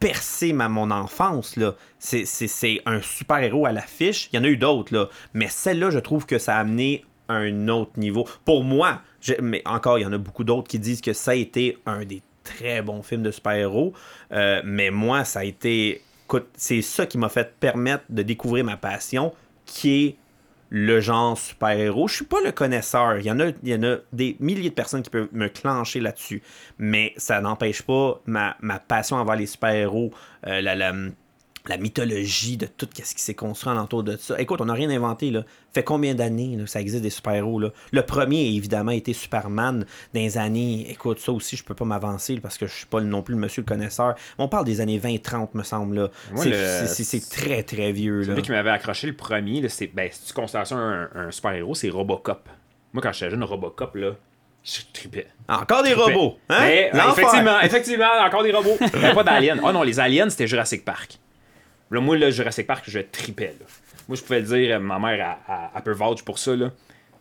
percé ma, mon enfance. là. C'est- C'est c'est un super-héros à l'affiche. Il y en a eu d'autres, là. mais celle-là, je trouve que ça a amené un autre niveau. Pour moi, j'ai- mais encore, il y en a beaucoup d'autres qui disent que ça a été un des très bons films de super-héros, euh, mais moi, ça a été... Écoute, c'est ça qui m'a fait permettre de découvrir ma passion, qui est le genre super-héros. Je suis pas le connaisseur. Il y, en a, il y en a des milliers de personnes qui peuvent me clencher là-dessus. Mais ça n'empêche pas ma, ma passion envers les super-héros, euh, la, la, la mythologie de tout ce qui s'est construit alentour de ça. Écoute, on n'a rien inventé. Là. fait combien d'années là, que ça existe des super-héros? là? Le premier, évidemment, était Superman dans les années... Écoute, ça aussi, je peux pas m'avancer là, parce que je suis pas non plus le monsieur le connaisseur. Mais on parle des années 20-30, me semble. là.
Moi,
C'est
le-
c'est- c'est- c'est très, très vieux. là.
Celui qui m'avait accroché le premier, là, c'est, ben, si tu considères ça un, un super-héros, c'est Robocop. Moi, quand j'étais jeune, Robocop, là, je tripais.
Encore des robots! Hein?
Mais, ouais,
L'enfer!
effectivement, effectivement, encore des robots. Il y avait pas d'aliens. Oh non, les aliens, c'était Jurassic Park. Là, moi, le Jurassic Park, je tripais. là. Moi, je pouvais le dire, ma mère, elle, elle- elle peut vouch pour ça. Là.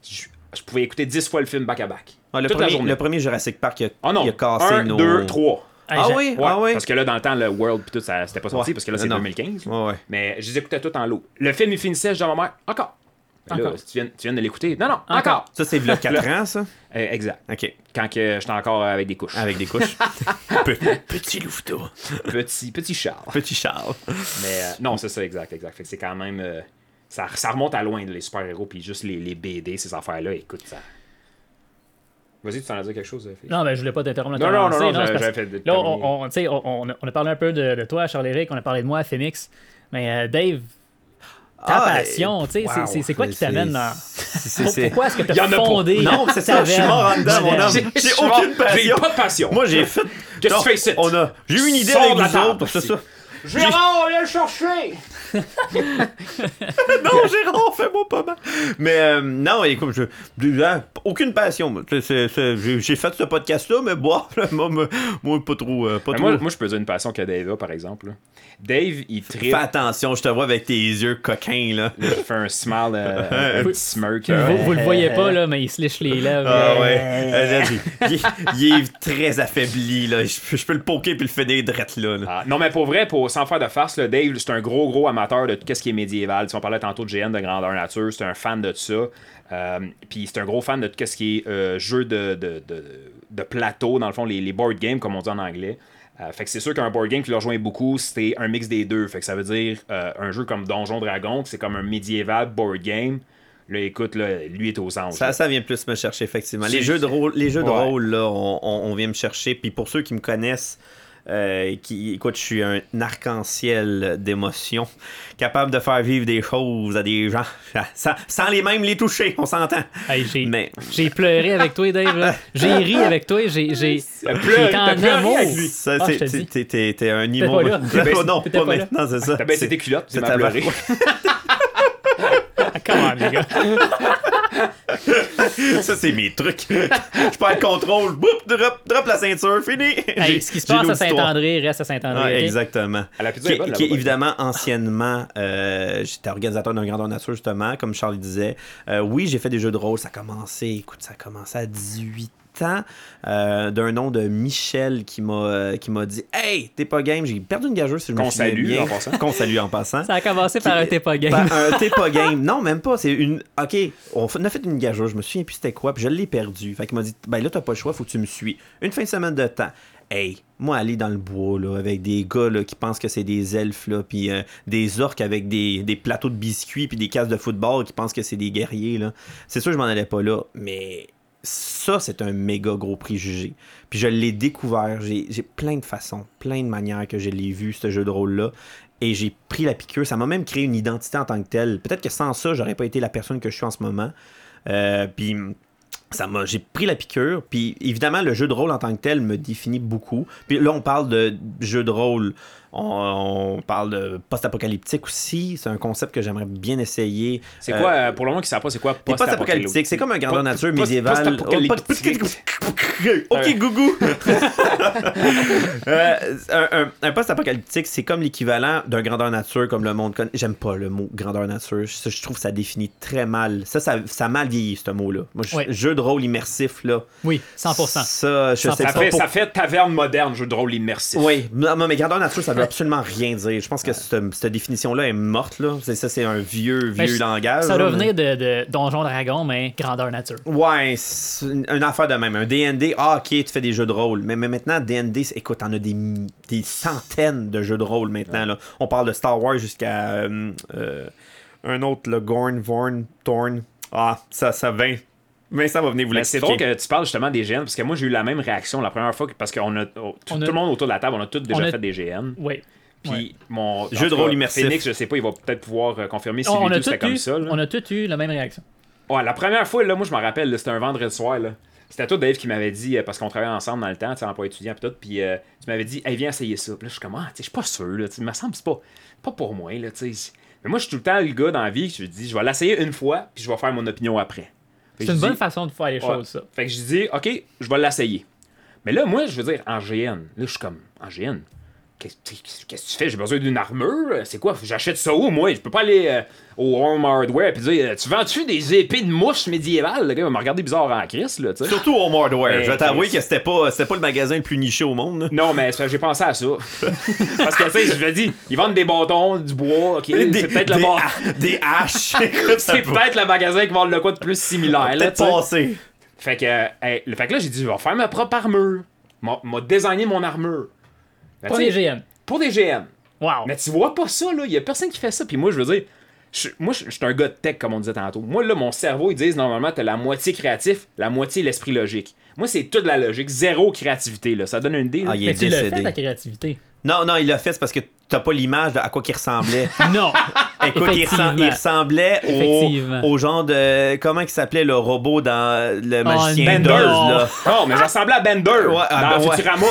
Je, je pouvais écouter 10 fois le film back-à-back.
Ah, le,
Toute la
premier,
journée.
le premier Jurassic Park, il a,
Oh non,
il a cassé
1,
nos...
2, 3.
Ah oui,
Ouais,
ah oui.
Parce que là, dans le temps, le World, pis tout, ça, c'était pas sorti,
Ouais.
parce que là, c'est
Non.
2015.
Ouais, ouais.
Mais je les écoutais tout en lot. Le film, il finissait, je dis à ma mère, encore. Mais Là,
Encore.
si tu viens, tu viens de l'écouter. Non, non, encore.
Ça,
(laughs)
c'est le 4 ans, ça?
Euh, exact.
OK.
Quand que j'étais encore avec des couches.
Avec des couches.
(laughs)
Pe- petit louveteau.
Petit, petit char.
Petit Charles.
(laughs) Mais euh, non, c'est ça, exact, exact. Fait que c'est quand même. euh, ça, ça remonte à loin, les super-héros, puis juste les, les BD, ces affaires-là. Écoute, ça. Vas-y, tu t'en as dit quelque chose, euh, Félix?
Non, ben, je voulais pas t'interrompre.
Non, non, non, non,
c'est
j'avais-
parce
j'avais
que-
fait de-
Là, on, on, tu sais, on, on a- on a parlé un peu de, de toi, Charles-Éric, on a parlé de moi, Phoenix. Mais euh, Dave, ta passion, tu sais, c'est- c'est- Ah, ben, c'est quoi qui t'amène dans- pourquoi est-ce que
Y
t'as
en a pas.
fondé
Non, mais c'est ça, je suis
taverne?
mort en dedans, mon homme.
Taverne.
J'ai
J'ai
aucune
J'ai
passion.
pas de passion.
Moi, j'ai fait...
Just
Non,
face it.
On a... J'ai eu une idée
Sors
avec
de la
vous
table,
autres, c'est
ici.
ça. (laughs)
Gérard, on l'a cherché!
non, Jérôme, fais-moi pas mal. Mais euh, non, écoute, je, je- hein, aucune passion. moi. C'est- c'est- c'est- J'ai j'ai fait ce podcast-là, mais bof, là, (laughs) moi, moi, moi, pas trop. euh, pas
Ben,
trop.
moi, moi, je peux dire une passion que Dave a, par exemple. là. Dave, il
Fais
tripe.
attention, je te vois avec tes yeux coquins, là.
Il fait un smile,
(laughs)
euh, un petit smirk. euh,
Vous, vous le voyez pas, là, mais il se liche les lèvres.
Ah ouais. Euh, là, il- il, il est très affaibli, là. Je, peux- je peux le poker puis le finir drette, là. là.
Ah, non, mais pour vrai, pour, sans faire de farce, là, Dave, c'est un gros, gros amateur de tout ce qui est médiéval. Tu sais, on parlait tantôt de GN de grandeur nature, c'est un fan de tout ça. Euh, Puis c'est un gros fan de tout ce qui est euh, jeu de, de, de, de plateau, dans le fond, les, les board games, comme on dit en anglais. Euh, fait que c'est sûr qu'un board game qui le rejoint beaucoup, c'était un mix des deux. Fait que ça veut dire euh, un jeu comme Donjon Dragon, que c'est comme un médiéval board game. Là, écoute, là, lui est aux anges.
Ça,
là.
ça vient plus me chercher, effectivement. Les
C'est-
jeux de rôle, les jeux de
Ouais.
rôle là, on, on- on vient me chercher. Puis pour ceux qui me connaissent, euh, qui, écoute, je suis un arc-en-ciel d'émotions, capable de faire vivre des choses à des gens (laughs) sans, sans les mêmes les toucher, on s'entend.
Hey, j'ai,
Mais-
j'ai pleuré avec toi, Dave. là.
(laughs)
J'ai ri avec toi. J'ai, j'ai,
T'as
j'ai
pleuré-
été
t'as
en
pleuré
amour.
avec lui.
Ça,
Ah,
c'est-
je te le
t'es-
dis.
t'es- t'es- t'es un niveau.
pas là. T'es
baissé-
(laughs) non,
t'étais
pas
pas là.
maintenant, c'est ça.
T'as baissé
C'est-
tes culottes, tu
c'est
m'as
avant.
pleuré.
Ah, come on, les gars.
Ça, c'est mes trucs. (laughs) Je perds le contrôle. Boop, drop, drop la ceinture, fini.
(laughs)
(laughs)
Hey,
J'ai-
ce qui se
j'ai
passe à
l'auditoire.
Saint-André reste à Saint-André.
Ouais,
ok?
exactement.
À la pizza,
qui,
elle est bonne,
qui est
là-bas.
évidemment anciennement, euh, j'étais organisateur d'un grandeur nature justement, comme Charlie disait. Euh, oui, j'ai fait des jeux de rôle. Ça a commencé, écoute, ça a commencé à 18 ans, euh, d'un nom de Michel qui m'a euh, qui m'a dit Hey, t'es pas game, j'ai perdu une gageuse si je me
Qu'on
souviens
salue,
bien.
en passant.
(laughs) Qu'on salue en passant.
Ça a commencé par un
Qui-
t'es pas game.
Par Ben, un t'es pas game. Non, même pas. C'est une. Ok, on f- on a fait une gageure, je me souviens plus c'était quoi, puis je l'ai perdu. Fait qu'il m'a dit, ben là, t'as pas le choix, faut que tu me suis. Une fin de semaine de temps. Hey, moi, aller dans le bois, là, avec des gars, là, qui pensent que c'est des elfes, là, puis euh, des orques avec des, des plateaux de biscuits, puis des cases de football, qui pensent que c'est des guerriers, là. C'est sûr, je m'en allais pas là, mais ça, c'est un méga gros préjugé. Puis je l'ai découvert. J'ai j'ai plein de façons, plein de manières que je l'ai vu, ce jeu de rôle-là. Et j'ai pris la piqûre. Ça m'a même créé une identité en tant que telle. Peut-être que sans ça, j'aurais pas été la personne que je suis en ce moment. Euh, puis ça m'a j'ai pris la piqûre puis évidemment le jeu de rôle en tant que tel me définit beaucoup puis là on parle de jeu de rôle on, on parle de post-apocalyptique aussi c'est un concept que j'aimerait bien essayer
C'est
Euh,
quoi, euh, pour le moment qui ne savent pas, c'est quoi
c'est post-apocalyptique, c'est comme un grandeur
Post-
nature
post-
médiéval.
oh, post-apocalyptique. Ouais.
Ok, gougou. (laughs) Euh, un un- un post-apocalyptique, c'est comme l'équivalent d'un grandeur nature comme le monde connaît. J'aime pas le mot grandeur nature. Je, je trouve que ça définit très mal. Ça, ça, ça a mal vieilli, ce mot-là. Moi, je-
Ouais.
jeu de rôle immersif, là.
(laughs) Oui, 100%.
Ça, je sais
Ça
pas.
fait,
pour-
ça fait taverne moderne, jeu de rôle immersif.
oui, non, non, mais grandeur nature, ça veut absolument rien dire. Je pense que cette, cette définition-là est morte, là. C'est- Ça, c'est un vieux,
Ben,
vieux
je-
langage.
Ça
là,
doit
mais-
venir de, de Donjon Dragon, mais grandeur nature.
Ouais, c'est une une affaire de même. Un DND, ah ok, tu fais des jeux de rôle. Mais, mais maintenant, DND, c'est- écoute, t'en as des, mi- des centaines de jeux de rôle maintenant. Là. On parle de Star Wars jusqu'à euh, euh, un autre, le Gorn, Vorn, Thorn. Ah, ça, ça vient. Vincent va venir vous
Mais Ben, c'est
l'expliquer.
drôle que tu parles justement des GN, parce que moi j'ai eu la même réaction la première fois, que- parce qu'on a, oh, tout,
On a-
tout le monde autour de la table, on a tous déjà
on a-
fait des GN.
Oui.
Puis mon.
Jeu
en
de
tout
rôle
cas,
immersif.
Phoenix, je sais pas, il va peut-être pouvoir euh, confirmer si
On,
lui
a
tout
tous
c'était
eu,
comme ça. là.
on a tous eu la même réaction.
Ouais, la première fois, là, moi, je me rappelle, là, c'était un vendredi soir. Là. C'était toi, Dave, qui m'avait dit, euh, parce qu'on travaillait ensemble dans le temps, tu sais, emploi étudiant, puis tout, puis euh, tu m'avais dit, hey, viens essayer ça. Puis là, je suis comme, ah, tu sais, je suis pas sûr, là, tu sais, il me semble que c'est pas, pas pour moi, là, tu sais. Mais moi, je suis tout le temps le gars dans la vie, je me dis, je vais l'essayer une fois, puis je vais faire mon opinion après.
C'est
Fait que
une
je
bonne
dis-
façon de faire les
Ouais.
choses, ça.
Fait que je dis, OK, je vais l'essayer. Mais là, moi, je veux dire, en GN, là, je suis comme, en GN, qu'est-ce qu'est-ce que tu fais? J'ai besoin d'une armure? C'est quoi? J'achète ça où, moi? Je peux pas aller euh, au Home Hardware et dire, euh, tu vends-tu des épées de mouche médiévales? Le gars il va me regarder bizarre en Chris, là, tu sais.
Surtout au Hardware.
Mais-
Je vais t'avouer que c'était pas, c'était pas le magasin le plus niché au monde. là.
Non, mais c'est parce que j'ai pensé à ça.
(laughs)
Parce que, tu sais, je me dis, ils vendent des bâtons, du bois, ok,
Des-
c'est peut-être le
des
bon-
(laughs) ha- Des
(laughs)
haches. Écoute, ça
C'est
peut-
peut-être le magasin qui vend le quoi de plus similaire. là,
Ah, peut-être
tu sais.
passé.
Fait que, euh, hey, le fait que là, j'ai dit, je vais faire ma propre armure. M'a m'a designé mon armure. Ben,
Pas
tu
les
sais,
GM.
Pour des GM.
Wow.
Mais tu vois pas ça, là. Il y a personne qui fait ça. Puis moi, je veux dire, je- moi, je je suis un gars de tech, comme on disait tantôt. Moi, là, mon cerveau, ils disent normalement, t'as la moitié créatif, la moitié l'esprit logique. Moi, c'est toute la logique. Zéro créativité, là. Ça donne une idée. là.
Ah, il
Mais
est
tu l'as fait,
décédé.
ta créativité.
Non, non, il l'a fait c'est parce que t'as pas l'image de à quoi
(laughs)
qu'il ressemblait.
(laughs) Non.
Écoute, il, ressemb- il
Effectivement.
ressemblait
Effectivement.
au, au genre de. Comment il s'appelait le robot dans Le Magicien
une
d'Oz,
Bender.
là?
Non, mais je ressemblais à Bender
ah,
dans
ben ouais.
Futurama.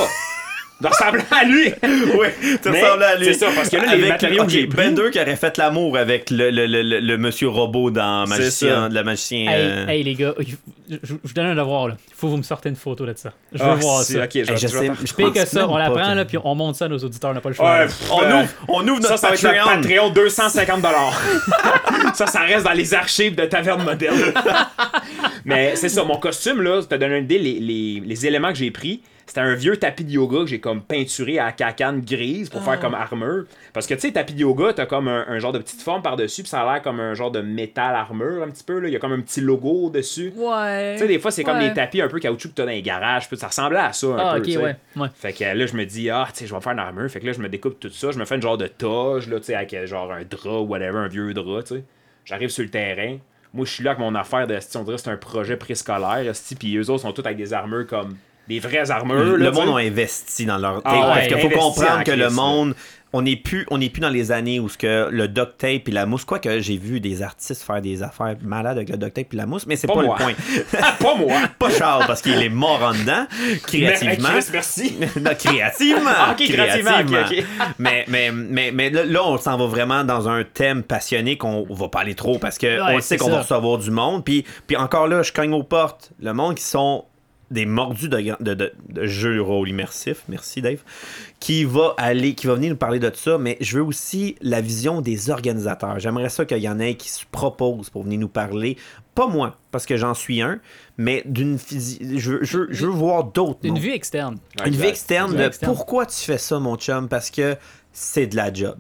Je ressemblais à
(laughs)
lui.
(laughs) Oui, tu
Mais
ressemblais à lui.
c'est ça, parce que là, les
Avec-
matériaux
ok,
que j'ai pris-
Bender qui aurait fait l'amour avec le, le, le, le, le monsieur robot dans
C'est
Magicien,
ça.
de la Magicien. euh,
Hey, hey, les gars, il faut- je, je vous donne un devoir. là. Il faut que vous me sortez une photo de ça. Je veux
Ah,
voir
si,
ça.
ok, je vais-
hey, je
je vais
sais,
faire-
je
Pire
pense
que ça,
même
on la
pas
prend
que-
là, puis on monte ça à nos auditeurs, on n'a pas le choix.
Ouais,
là.
pff,
On
euh,
ouvre, on ouvre
Ça,
notre
ça va être le
Patreon.
Patreon 250$. (laughs) ça, ça reste dans les archives de Taverne Moderne. (laughs) Mais c'est ça, mon costume, là, ça te donne une idée, les, les- les éléments que j'ai pris, c'était un vieux tapis de yoga que j'ai comme peinturé à cacane grise pour
Ah.
faire comme armure. Parce que, tu sais, tapis de yoga, t'as comme un, un genre de petite forme par-dessus, puis ça a l'air comme un genre de métal armure un petit peu, là. Il y a comme un petit logo dessus.
Ouais.
Tu sais, des fois, c'est comme
Ouais.
des tapis un peu caoutchouc que t'as dans les garages, puis ça ressemblait à ça un
Ah,
peu,
ok,
tu sais.
ouais. ouais.
Fait que euh, là, je me dis, ah, tu sais, je vais me faire une armure. Fait que là, je me découpe tout ça. Je me fais une genre de toge, là, tu sais, avec euh, genre un drap ou whatever, un vieux drap, tu sais. J'arrive sur le terrain. Moi, je suis là avec mon affaire de, si on dirait, c'est un projet préscolaire, esti, puis eux autres sont tous avec des armures comme des vraies armures.
Le,
là, tu
monde
sais.
a investi dans leur tape.
Ah
parce
ouais,
qu'il faut
investi en
comprendre que le
Christ,
monde. On n'est plus, on n'est plus dans les années où ce que le duct tape et la mousse. Quoi que j'ai vu des artistes faire des affaires malades avec le duct tape et la mousse, mais c'est
Pas
pas,
moi.
le point. (laughs)
Ah, pas moi!
pas Charles, parce qu'il est mort en dedans, créativement.
Chris, merci!
(laughs) Non, créativement.
Ah, ok, créativement, ok, (laughs)
mais, mais, mais, mais là, là, on s'en va vraiment dans un thème passionné qu'on va parler trop parce que
Ouais,
on sait
c'est
qu'on va
ça.
recevoir du monde. Puis, puis encore là, je cogne aux portes. Le monde qui sont des mordus de, de, de, de jeux de rôle immersifs, merci Dave, qui va aller, qui va venir nous parler de ça, mais je veux aussi la vision des organisateurs. J'aimerais ça qu'il y en ait qui se proposent pour venir nous parler, pas moi, parce que j'en suis un, mais d'une physi- je, veux- je, veux- je veux voir d'autres.
Une
mondes.
vue externe.
Ouais,
Une vie
exact.
externe
Une vie
de
externe.
pourquoi tu fais ça, mon chum, parce que c'est de la job.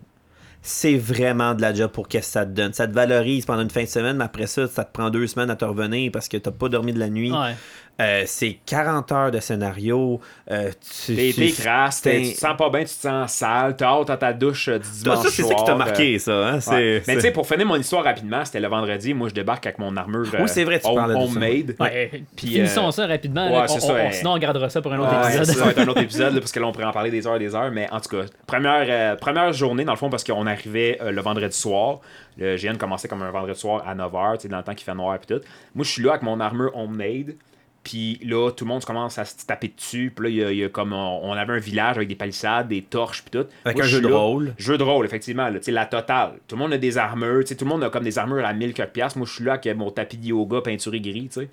C'est vraiment de la job pour qu'est-ce que ça te donne. Ça te valorise pendant une fin de semaine, mais après ça, ça te prend deux semaines à te revenir parce que t'as pas dormi de la nuit.
Ouais.
Euh, c'est 40 heures de scénario. Euh, tu,
T'es
tu-
t'es crasse, t'es-
t'es-
tu te sens pas bien, tu te sens sale, t'as hâte à ta douche euh, du
Ah,
dimanche
ça, c'est ça qui t'a
soir, euh,
marqué, ça. hein?
Ouais.
C'est-
Mais tu
c'est-
sais, pour finir mon histoire rapidement, c'était le vendredi. Moi, je débarque avec mon armure euh,
Oui, c'est vrai, tu
home-
parlais de ça.
homemade.
Ouais, euh,
Puis,
Finissons
euh,
ça rapidement.
ouais,
là,
c'est
on-
ça,
on-
ouais.
sinon, on gardera ça pour un autre
Ouais,
épisode.
Ah, Ça va être un autre épisode là, parce que là, on pourrait en parler des heures et des heures. Mais en tout cas, première, euh, première journée, dans le fond, parce qu'on arrivait euh, le vendredi soir. Le GN commençait comme un vendredi soir à 9h, dans le temps qu'il fait noir et tout. Moi, je suis là avec mon armure homemade. Puis là, tout le monde commence à se taper dessus. Puis là, il y a- il y, a comme on, on avait un village avec des palissades, des torches, puis tout.
Avec
Moi,
un
je
jeu
suis
de
là.
rôle.
Jeu de rôle, effectivement. Là, tu sais, la totale. Tout le monde a des armures. tu sais, Tout le monde a comme des armures à 1000 quelques piastres. Moi, je suis là avec mon tapis de yoga peinturé gris. tu sais.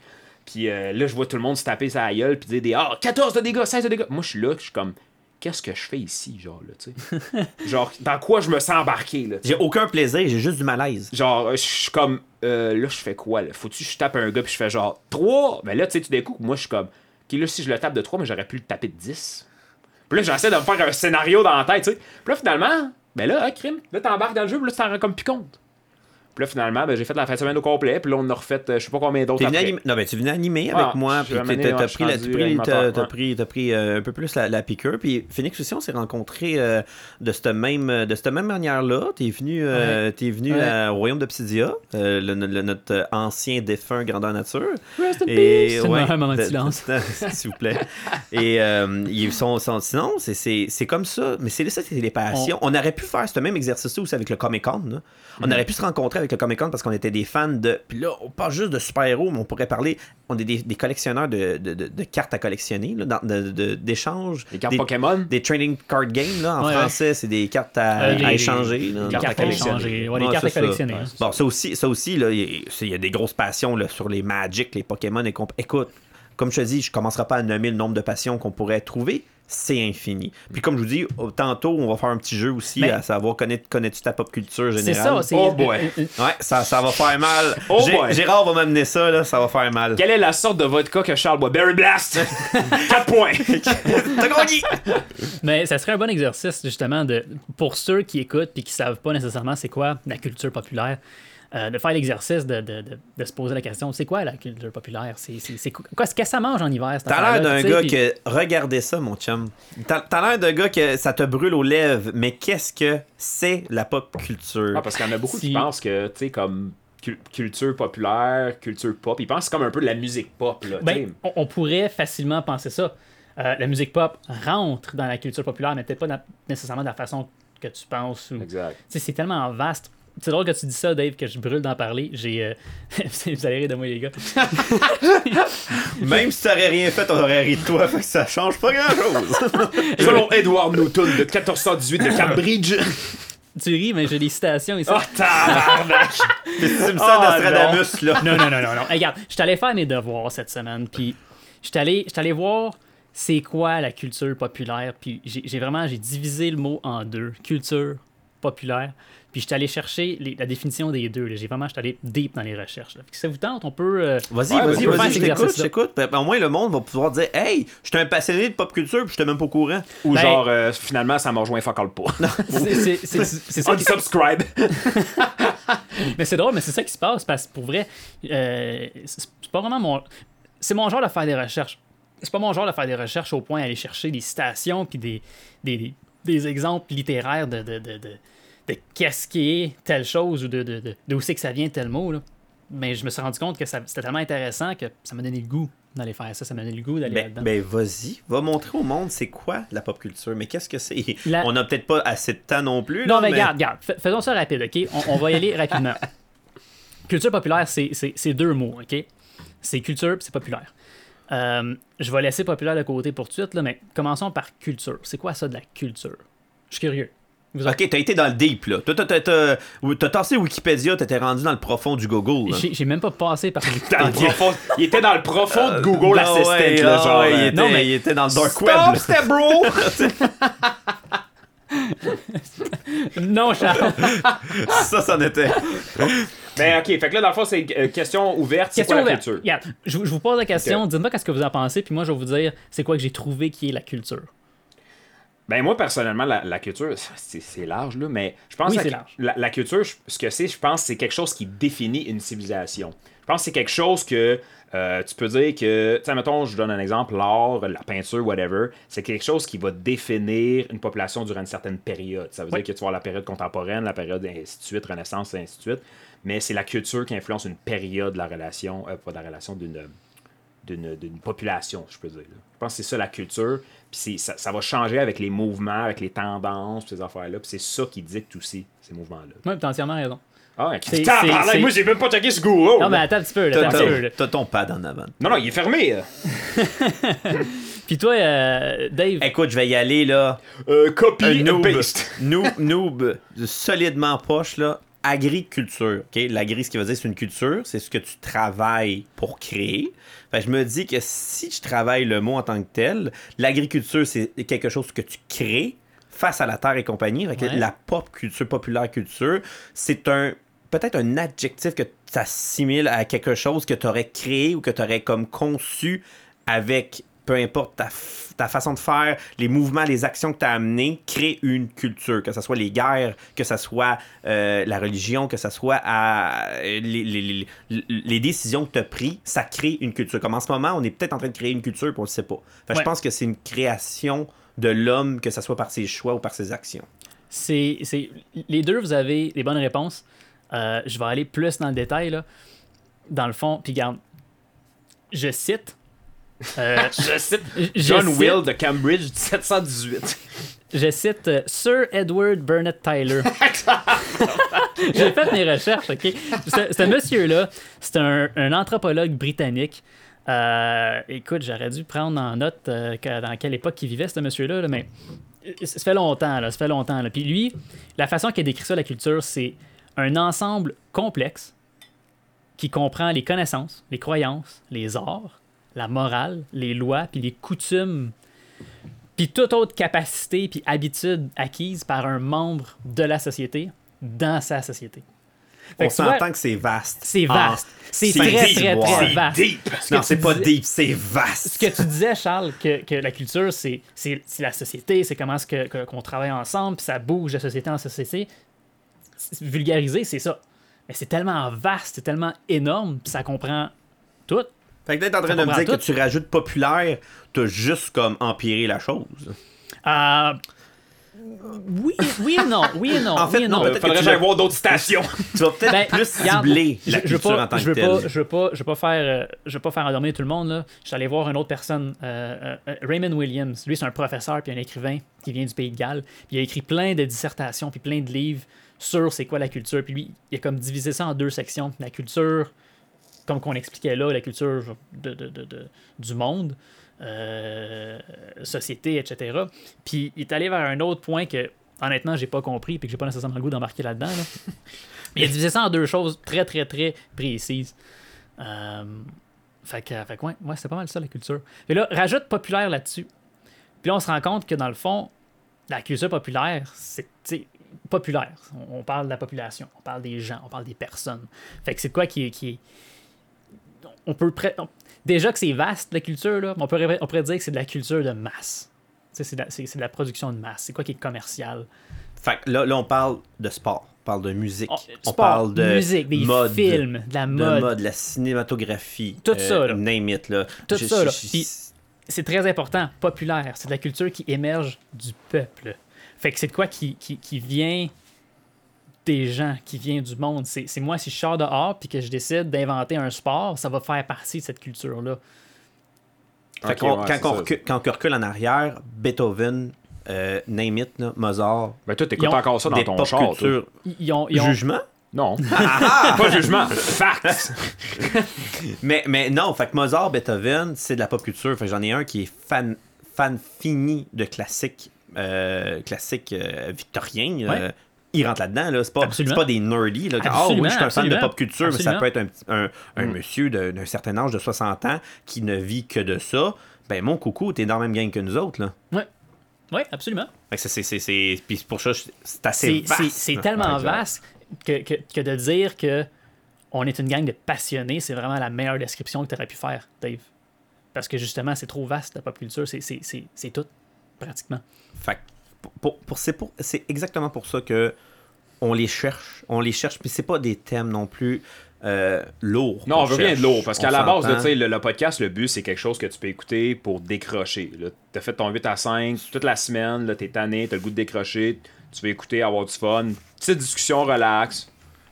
Puis euh, là, je vois tout le monde se taper sa gueule. Puis dire des Ah, 14 de dégâts, 16 de dégâts. Moi, je suis là. Je suis comme Qu'est-ce que je fais ici, genre, là, tu
(laughs)
sais? genre, dans quoi je me sens embarqué, là? tu sais?
J'ai aucun plaisir, j'ai juste du malaise.
Genre, je suis comme, euh, là, je fais quoi, là? Faut-tu que je tape un gars, puis je fais genre 3? Mais là, tu sais, tout d'un coup, moi, je suis comme, OK, là, si je le tape de 3, mais j'aurais pu le taper de 10. Puis là, j'essaie de me faire un scénario dans la tête, tu sais. Puis là, finalement, ben là, hein, crime, là, t'embarques dans le jeu, puis là, tu t'en rends comme plus compte. Puis là, finalement, ben, j'ai fait la fin de semaine au complet, puis là, on en a refait, euh, je sais pas combien d'autres
T'es venu
après.
animer- Non, mais tu venais animer
Ouais,
avec moi,
je
puis
suis
t'as-
amené,
t'as
ouais,
t'as
je
pris,
suis
la- tu
rendu
pris-
animateur,
t'as- t'as
ouais.
pris, t'as pris, euh, un peu plus la, la piqûre. Puis Phoenix aussi, on s'est rencontrés euh, de cette même, euh, de cette même manière-là. T'es venu, euh, t'es venu
Ouais.
à- au royaume d'Obsidia, euh, le- le- notre euh, ancien défunt grandeur nature.
(laughs) Rest in peace. C'est un moment de
t-
silence.
t- (laughs) S'il vous plaît. Et euh, ils sont, sont- sinon, c'est- c'est c'est comme ça. Mais c'est ça, c'est les passions. On aurait pu faire ce même exercice aussi avec le Comic Con. On
Mm-hmm.
aurait pu se rencontrer avec le Comic Con parce qu'on était des fans de. Puis là, on parle juste de super-héros, mais on pourrait parler. On est des, des collectionneurs de, de- de- de cartes à collectionner, là, dans- de- de- d'échanges.
Les cartes
des,
Pokémon.
des trading card games, là, en
Ouais, ouais.
français, c'est des cartes à,
Euh, les-
à échanger. là,
les
dans
cartes
ta
à
collection.
échanger. Ouais, les cartes
c'est
à
ça.
collectionner,
Ouais.
hein.
Bon, ça aussi, ça aussi là, il y a- il y a des grosses passions là, sur les Magic, les Pokémon et compagnie. Écoute, comme je te dis, je ne commencerai pas à nommer le nombre de passions qu'on pourrait trouver. C'est infini. Puis comme je vous dis, oh, tantôt, on va faire un petit jeu aussi
Mais-
à savoir connaître, connais-tu ta pop culture
C'est ça.
générale.
c'est-
Oh boy.
euh, euh,
Ouais, ça, ça va faire mal.
Oh
Gé-
boy.
Gérard va m'amener ça, là, ça va faire mal.
Quelle est la sorte de vodka que Charles boit? Berry
(laughs)
Blast! 4 points!
T'as grogné!
Mais ça serait un bon exercice, justement, de, pour ceux qui écoutent et qui savent pas nécessairement c'est quoi la culture populaire, euh, de faire l'exercice de, de- de- de se poser la question c'est quoi la culture populaire C'est c'est- c'est quoi Qu'est-ce que ça mange en hiver cette
(laughs) T'as l'air
affaire-là, tu
d'un
sais,
gars
puis-
que. Regardez ça, mon chum. T'as t'as l'air d'un gars que ça te brûle aux lèvres, mais qu'est-ce que c'est la pop culture?
Ah, parce qu'il y en a beaucoup
Si.
qui pensent que, tu sais, comme cul- culture populaire, culture pop, ils pensent comme un peu de la musique pop, là, tu sais.
Ben, on, on pourrait facilement penser ça. Euh, la musique pop rentre dans la culture populaire, mais peut-être pas na- nécessairement de la façon que tu penses. Ou... Tu
Exact.
sais, C'est tellement vaste. C'est drôle que tu dis ça, Dave, que je brûle d'en parler. J'ai, euh, (laughs) Vous allez rire de moi, les gars.
Même si t'aurais rien fait, on aurait ri de toi, fait que ça change pas grand-chose.
Selon Edward Newton de 1418 de (laughs) Cambridge.
Tu ris, mais j'ai des citations ici.
Ah, tabarnak!
tu me sens
Ah,
Nostradamus, là.
Non, non, non, non, non. Hey, regarde, je suis allé faire mes devoirs cette semaine, puis je suis allé, je suis allé voir c'est quoi la culture populaire, puis j'ai j'ai vraiment j'ai divisé le mot en deux, culture populaire, puis je suis allé chercher les- la définition des deux. là. J'ai vraiment, je suis allé deep dans les recherches. là. Fait que Si ça vous tente, on peut. euh,
Vas-y,
Ouais, on
vas-y,
peut faire
cet
vas-y, je t'écoute,
exercice-là.
je t'écoute. Ben, Au moins, le monde va pouvoir dire Hey, je suis un passionné de pop culture, puis je même pas au courant.
Ou
Ben-
genre, euh, finalement, ça m'a rejoint fuck all pas.
(laughs) c'est- c'est- c'est c'est ça qui-
Unsubscribe!
(laughs)
(laughs) Mais c'est drôle, mais c'est ça qui se passe parce que pour vrai, euh, c'est c'est pas vraiment mon. C'est mon genre de faire des recherches. C'est pas mon genre de faire des recherches au point d'aller chercher des citations puis des, des, des- des exemples littéraires de, de, de, de, de qu'est-ce qui est telle chose ou de, de, de- d'où c'est que ça vient tel mot. Là. Mais je me suis rendu compte que ça- c'était tellement intéressant que ça m'a donné le goût d'aller faire ça. Ça m'a donné le goût d'aller
Ben,
là-dedans.
ben, vas-y, va montrer au monde c'est quoi la pop culture, mais qu'est-ce que c'est?
La-
On n'a peut-être pas assez de temps non plus.
non,
là,
mais regarde, regarde. Fais- Faisons ça rapide, OK? On, on va y aller rapidement. Culture populaire, c'est- c'est c'est deux mots, OK? C'est culture, puis c'est populaire. Euh, je vais laisser populaire de côté pour tout de suite, là, mais commençons par culture. C'est quoi ça de la culture? Je suis curieux. Vous autres?
Ok, t'as été dans le deep, là. T'as- t'as- t'as- T'as t'as tassé Wikipédia, t'étais rendu dans le profond du Google. là.
J'ai j'ai même pas passé par...
Dans le profond- il était dans le profond de Google
Ah
Assistant,
ouais,
là,
ah
genre.
ouais, il
euh,
était,
Non, mais-
il était dans le dark
Stop,
web. là.
c'était bro!
non, Charles!
(laughs) ça, ça en était.
Mais Ben, ok, fait que là, dans le fond, c'est une euh, question ouverte. C'est
Question
quoi la
ouverte.
culture?
Regarde, je, vous- je vous pose la question, dites-moi qu'est-ce que vous en pensez, puis moi, je vais vous dire c'est quoi que j'ai trouvé qui est la culture.
Ben moi personnellement la, la culture ça, c'est c'est large là mais je pense
Oui,
que
c'est
la,
large.
la- la culture je- ce que c'est je pense que c'est quelque chose qui définit une civilisation. Je pense que c'est quelque chose que euh, tu peux dire que tu sais mettons je donne un exemple l'art, la peinture whatever, c'est quelque chose qui va définir une population durant une certaine période. Ça veut
Oui.
dire que tu vas avoir la période contemporaine, la période et ainsi de suite, renaissance et ainsi de suite, mais c'est la culture qui influence une période de la relation euh, pas de la relation d'une d'une, d'une population, je peux dire. là. Je pense que c'est ça la culture. Puis c'est- ça, ça va changer avec les mouvements, avec les tendances, puis ces affaires-là. Puis c'est ça qui dicte aussi ces mouvements-là.
Moi, t'as entièrement raison.
Ah, ok.
C'est-
Putain,
c'est-
parle,
c'est-
moi, j'ai même pas checké ce goût.
Non, mais attends un petit peu, là,
T'as
attends un petit peu, là.
t'as- t'as ton pad en avant.
non, non, il est fermé. euh. là.
Puis toi, euh, Dave,
Écoute, je vais y aller, là.
Euh, copy
Un
and
noob.
paste.
(laughs) noob, noob, solidement en poche, là. Agriculture. ok L'agri, ce qui veut dire, c'est une culture, c'est ce que tu travailles pour créer. Fait que je me dis que si je travaille le mot en tant que tel, l'agriculture, c'est quelque chose que tu crées face à la terre et compagnie. Fait que
Ouais.
La pop culture, populaire culture, c'est un peut-être un adjectif que tu assimiles à quelque chose que tu aurais créé ou que tu aurais comme conçu avec peu importe ta, f- ta façon de faire, les mouvements, les actions que tu as amenées, crée une culture, que ce soit les guerres, que ce soit euh, la religion, que ce soit à- euh, les, les- les- les décisions que tu as prises, ça crée une culture. Comme en ce moment, on est peut-être en train de créer une culture, puis on ne le sait pas. Fait que
Ouais.
Je pense que c'est une création de l'homme, que ce soit par ses choix ou par ses actions.
c'est, c'est- les deux, vous avez les bonnes réponses. Euh, je vais aller plus dans le détail, là. Dans le fond, puis garde. Je cite. euh,
(laughs) Je cite
je- je
John
cite-
Will de Cambridge 1718.
Je cite euh, Sir Edward Burnett
(laughs)
Tyler. J'ai fait mes recherches, OK? Ce, ce monsieur-là, c'est un, un anthropologue britannique. Euh, écoute, j'aurais dû prendre en note euh, que- dans quelle époque il vivait, ce monsieur-là, là, mais euh, ça fait longtemps, là, ça fait longtemps. là. Puis lui, la façon qu'il a décrit ça, la culture, c'est un ensemble complexe qui comprend les connaissances, les croyances, les arts, la morale, les lois, puis les coutumes puis toute autre capacité puis habitude acquise par un membre de la société dans sa société. Fait
On
que tu vois,
s'entend que c'est vaste.
c'est vaste.
Ah,
c'est
c'est
très,
deep,
très, très
ouais.
vaste.
Ah, Deep.
que
non, c'est
tu
pas
disais-
deep, c'est vaste.
Ce que tu disais, Charles, que, que la culture, c'est c'est- c'est la société, c'est comment est-ce que- que- qu'on travaille ensemble, puis ça bouge de société en société. C'est- Vulgariser, c'est ça. Mais c'est tellement vaste, c'est tellement énorme, puis ça comprend tout.
Fait que là, t'es en train
Ça
de me
comprend
dire que
tout.
tu rajoutes populaire, t'as juste comme empiré la chose.
Euh, oui, oui et non, oui et non,
En fait,
oui et
non,
non.
peut-être
Faudrait que
que tu
j'aille
le-
voir d'autres stations.
Tu vas peut-être
Ben,
plus
regarde,
cibler
je,
la
je veux
culture
pas,
en tant
je
que
veux
telle.
Pas, je veux pas, je veux pas faire, euh, je veux pas faire endormir tout le monde là. Je suis allé voir une autre personne, euh, euh, euh, Raymond Williams. Lui, c'est un professeur puis un écrivain qui vient du Pays de Galles. Puis il a écrit plein de dissertations puis plein de livres sur c'est quoi la culture. Puis lui, il a comme divisé ça en deux sections. La culture, comme qu'on expliquait là, la culture de, de- de- de- du monde, euh, société, etc. Puis il est allé vers un autre point que honnêtement, j'ai pas compris puis que j'ai pas nécessairement le goût d'embarquer là-dedans. là. Il a divisé ça en deux choses très, très, très précises. Euh, fait que, fait que ouais, ouais, c'est pas mal ça, la culture. Et là, rajoute populaire là-dessus. Puis là, on se rend compte que dans le fond, la culture populaire, c'est tu sais, populaire. On, on parle de la population, on parle des gens, on parle des personnes. Fait que c'est quoi qui est. Qui est... On peut. pré- on- Déjà que c'est vaste, la culture, là, mais on, pourrait, on pourrait dire que c'est de la culture de masse. Tu sais, C'est de, la- c'est- c'est de la production de masse. C'est quoi qui est commercial?
Fait que là, là, on parle de sport, on parle de musique,
Oh,
on
sport,
parle de
musique, des
mode,
films, de la
de
mode.
la cinématographie, euh,
Tout ça, là.
name it, là.
Tout
Je-
ça,
je-
là.
je-
Puis- c'est très important, populaire. C'est de la culture qui émerge du peuple. Fait que c'est de quoi qui, qui, qui vient des gens, qui vient du monde. C'est c'est moi, si je sors dehors puis que je décide d'inventer un sport, ça va faire partie de cette culture-là.
(laughs) Fait
Ok,
qu'on-
ouais,
quand,
c'est
on
ça.
recule, quand on recule en arrière, Beethoven, euh, name it, là, Mozart,
Ben, toi,
Ils
t'écoutes
ont
encore ça dans
des
ton
pop
char. toi.
culture,
Ils ils ont. ils ont-
jugement. (laughs)
Non. Ah, pas jugement. Facts.
Mais, mais non, fait que Mozart, Beethoven, c'est de la pop culture. Fait que j'en ai un qui est fan, fan fini de classique, euh, classique euh, victorien.
Ouais.
euh, il rentre là-dedans, là. C'est pas,
Absolument.
c'est pas des nerdy, là. que, Ah
Absolument,
oui, je suis un fan de
absolument.
pop culture, mais
Absolument. Mm.
ça peut être un, petit- un, un monsieur de- d'un certain âge de 60 ans qui ne vit que de ça. Ben, mon coucou, t'es dans la même gang que nous autres, là.
Ouais. Ouais, absolument.
Fait que c'est- c'est- c'est- c'est- Puis pour ça, je- c'est assez
C'est-
vaste.
C'est c'est tellement
exact.
vaste que, que, que de dire que on est une gang de passionnés, c'est vraiment la meilleure description que tu aurais pu faire, Dave. Parce que justement, c'est trop vaste, la pop culture, c'est- c'est c'est- c'est tout, pratiquement.
Fait que pour, pour- pour- c'est pour- c'est exactement pour ça que on les cherche, on les cherche, puis c'est pas des thèmes non plus euh, lourds.
Non, on
qu'on
veut rien
cherche.
de lourd. Parce
On
qu'à la base, là,
s'entend.
tu sais, le, le podcast, le but, c'est quelque chose que tu peux écouter pour décrocher. Là, t'as fait ton 8 à 5 toute la semaine, là, t'es tanné, t'as le goût de décrocher, tu veux écouter, avoir du fun. Petite discussion relax,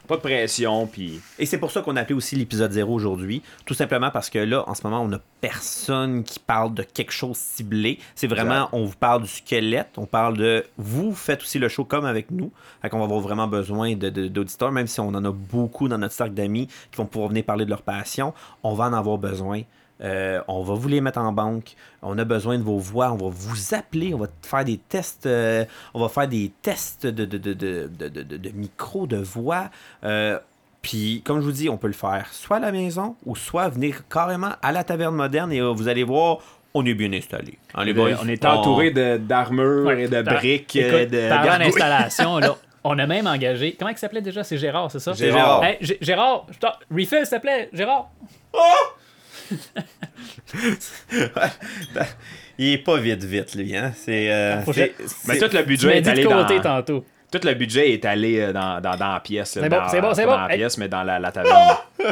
pas de pression, puis
Et c'est pour ça qu'on a appelé aussi l'épisode 0 aujourd'hui, tout simplement parce que là, en ce moment, on a personne qui parle de quelque chose ciblé. C'est vraiment,
Exact.
on vous parle du squelette, on parle de vous faites aussi le show comme avec nous, fait qu'on va avoir vraiment besoin de- de- d'auditeurs, même si on en a beaucoup dans notre cercle d'amis qui vont pouvoir venir parler de leur passion, on va en avoir besoin. Euh, on va vous les mettre en banque. On a besoin de vos voix. On va vous appeler. On va faire des tests. euh, on va faire des tests de, de, de, de, de, de- de- de micro, de voix. Euh, puis, comme je vous dis, on peut le faire soit à la maison ou soit venir carrément à la taverne moderne et euh, vous allez voir, on est bien installé. Hein, les boys?
Eh on est entouré de- d'armures et de
Par-
briques.
Écoute,
euh, de
parlant
gargouilles.
d'installation,
(laughs)
là, on a même engagé. Comment il s'appelait déjà C'est Gérard, c'est ça
C'est Gérard.
Hey, G- Gérard, putain, refill, s'il te plaît, Gérard.
Il est pas vite, vite, lui. Hein? C'est. euh,
Faut
c'est-
que-
c'est-
Mais tout le
Tu m'as
budget
dit
est allé
de côté
dans.
tantôt.
Tout le budget est allé euh, dans, dans, dans la pièce. là,
C'est bon,
dans-
c'est bon, c'est
pas
bon.
Dans la
Hey.
pièce, mais dans la, la taverne.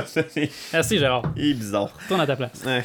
c'est-
Merci, Gérard.
il est bizarre.
Tourne à ta place.
Ouais.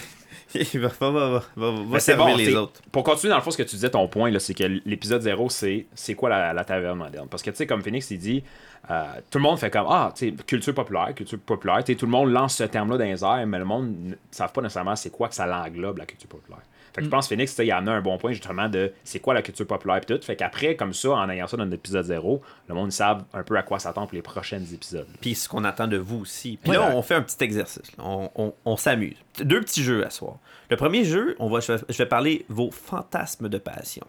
(laughs) Il va, va, va, va, va- va
Mais c'est
servir
bon,
les
t'sais,
autres.
Pour continuer, dans le fond, ce que tu disais, ton point, là, c'est que l'épisode 0, c'est c'est quoi la, la taverne moderne? Parce que, tu sais, comme Phoenix, il dit, euh, tout le monde fait comme, ah, tu sais, culture populaire, culture populaire. Tu sais, tout le monde lance ce terme-là dans les airs, mais le monde ne savent pas nécessairement c'est quoi que ça l'englobe, la culture populaire. Fait que je pense, Phoenix, tu sais, il a amené un bon point, justement, de c'est quoi la culture populaire, puis tout. Fait qu'après, comme ça, en ayant ça dans l'épisode 0, le monde savent un peu à quoi s'attendre pour les prochains épisodes.
Puis ce qu'on attend de vous aussi. Puis
Ouais.
là, on fait un petit exercice. là. On, on- on s'amuse. Deux petits jeux à soir. Le premier jeu, on va, je, vais, je vais parler vos fantasmes de passion.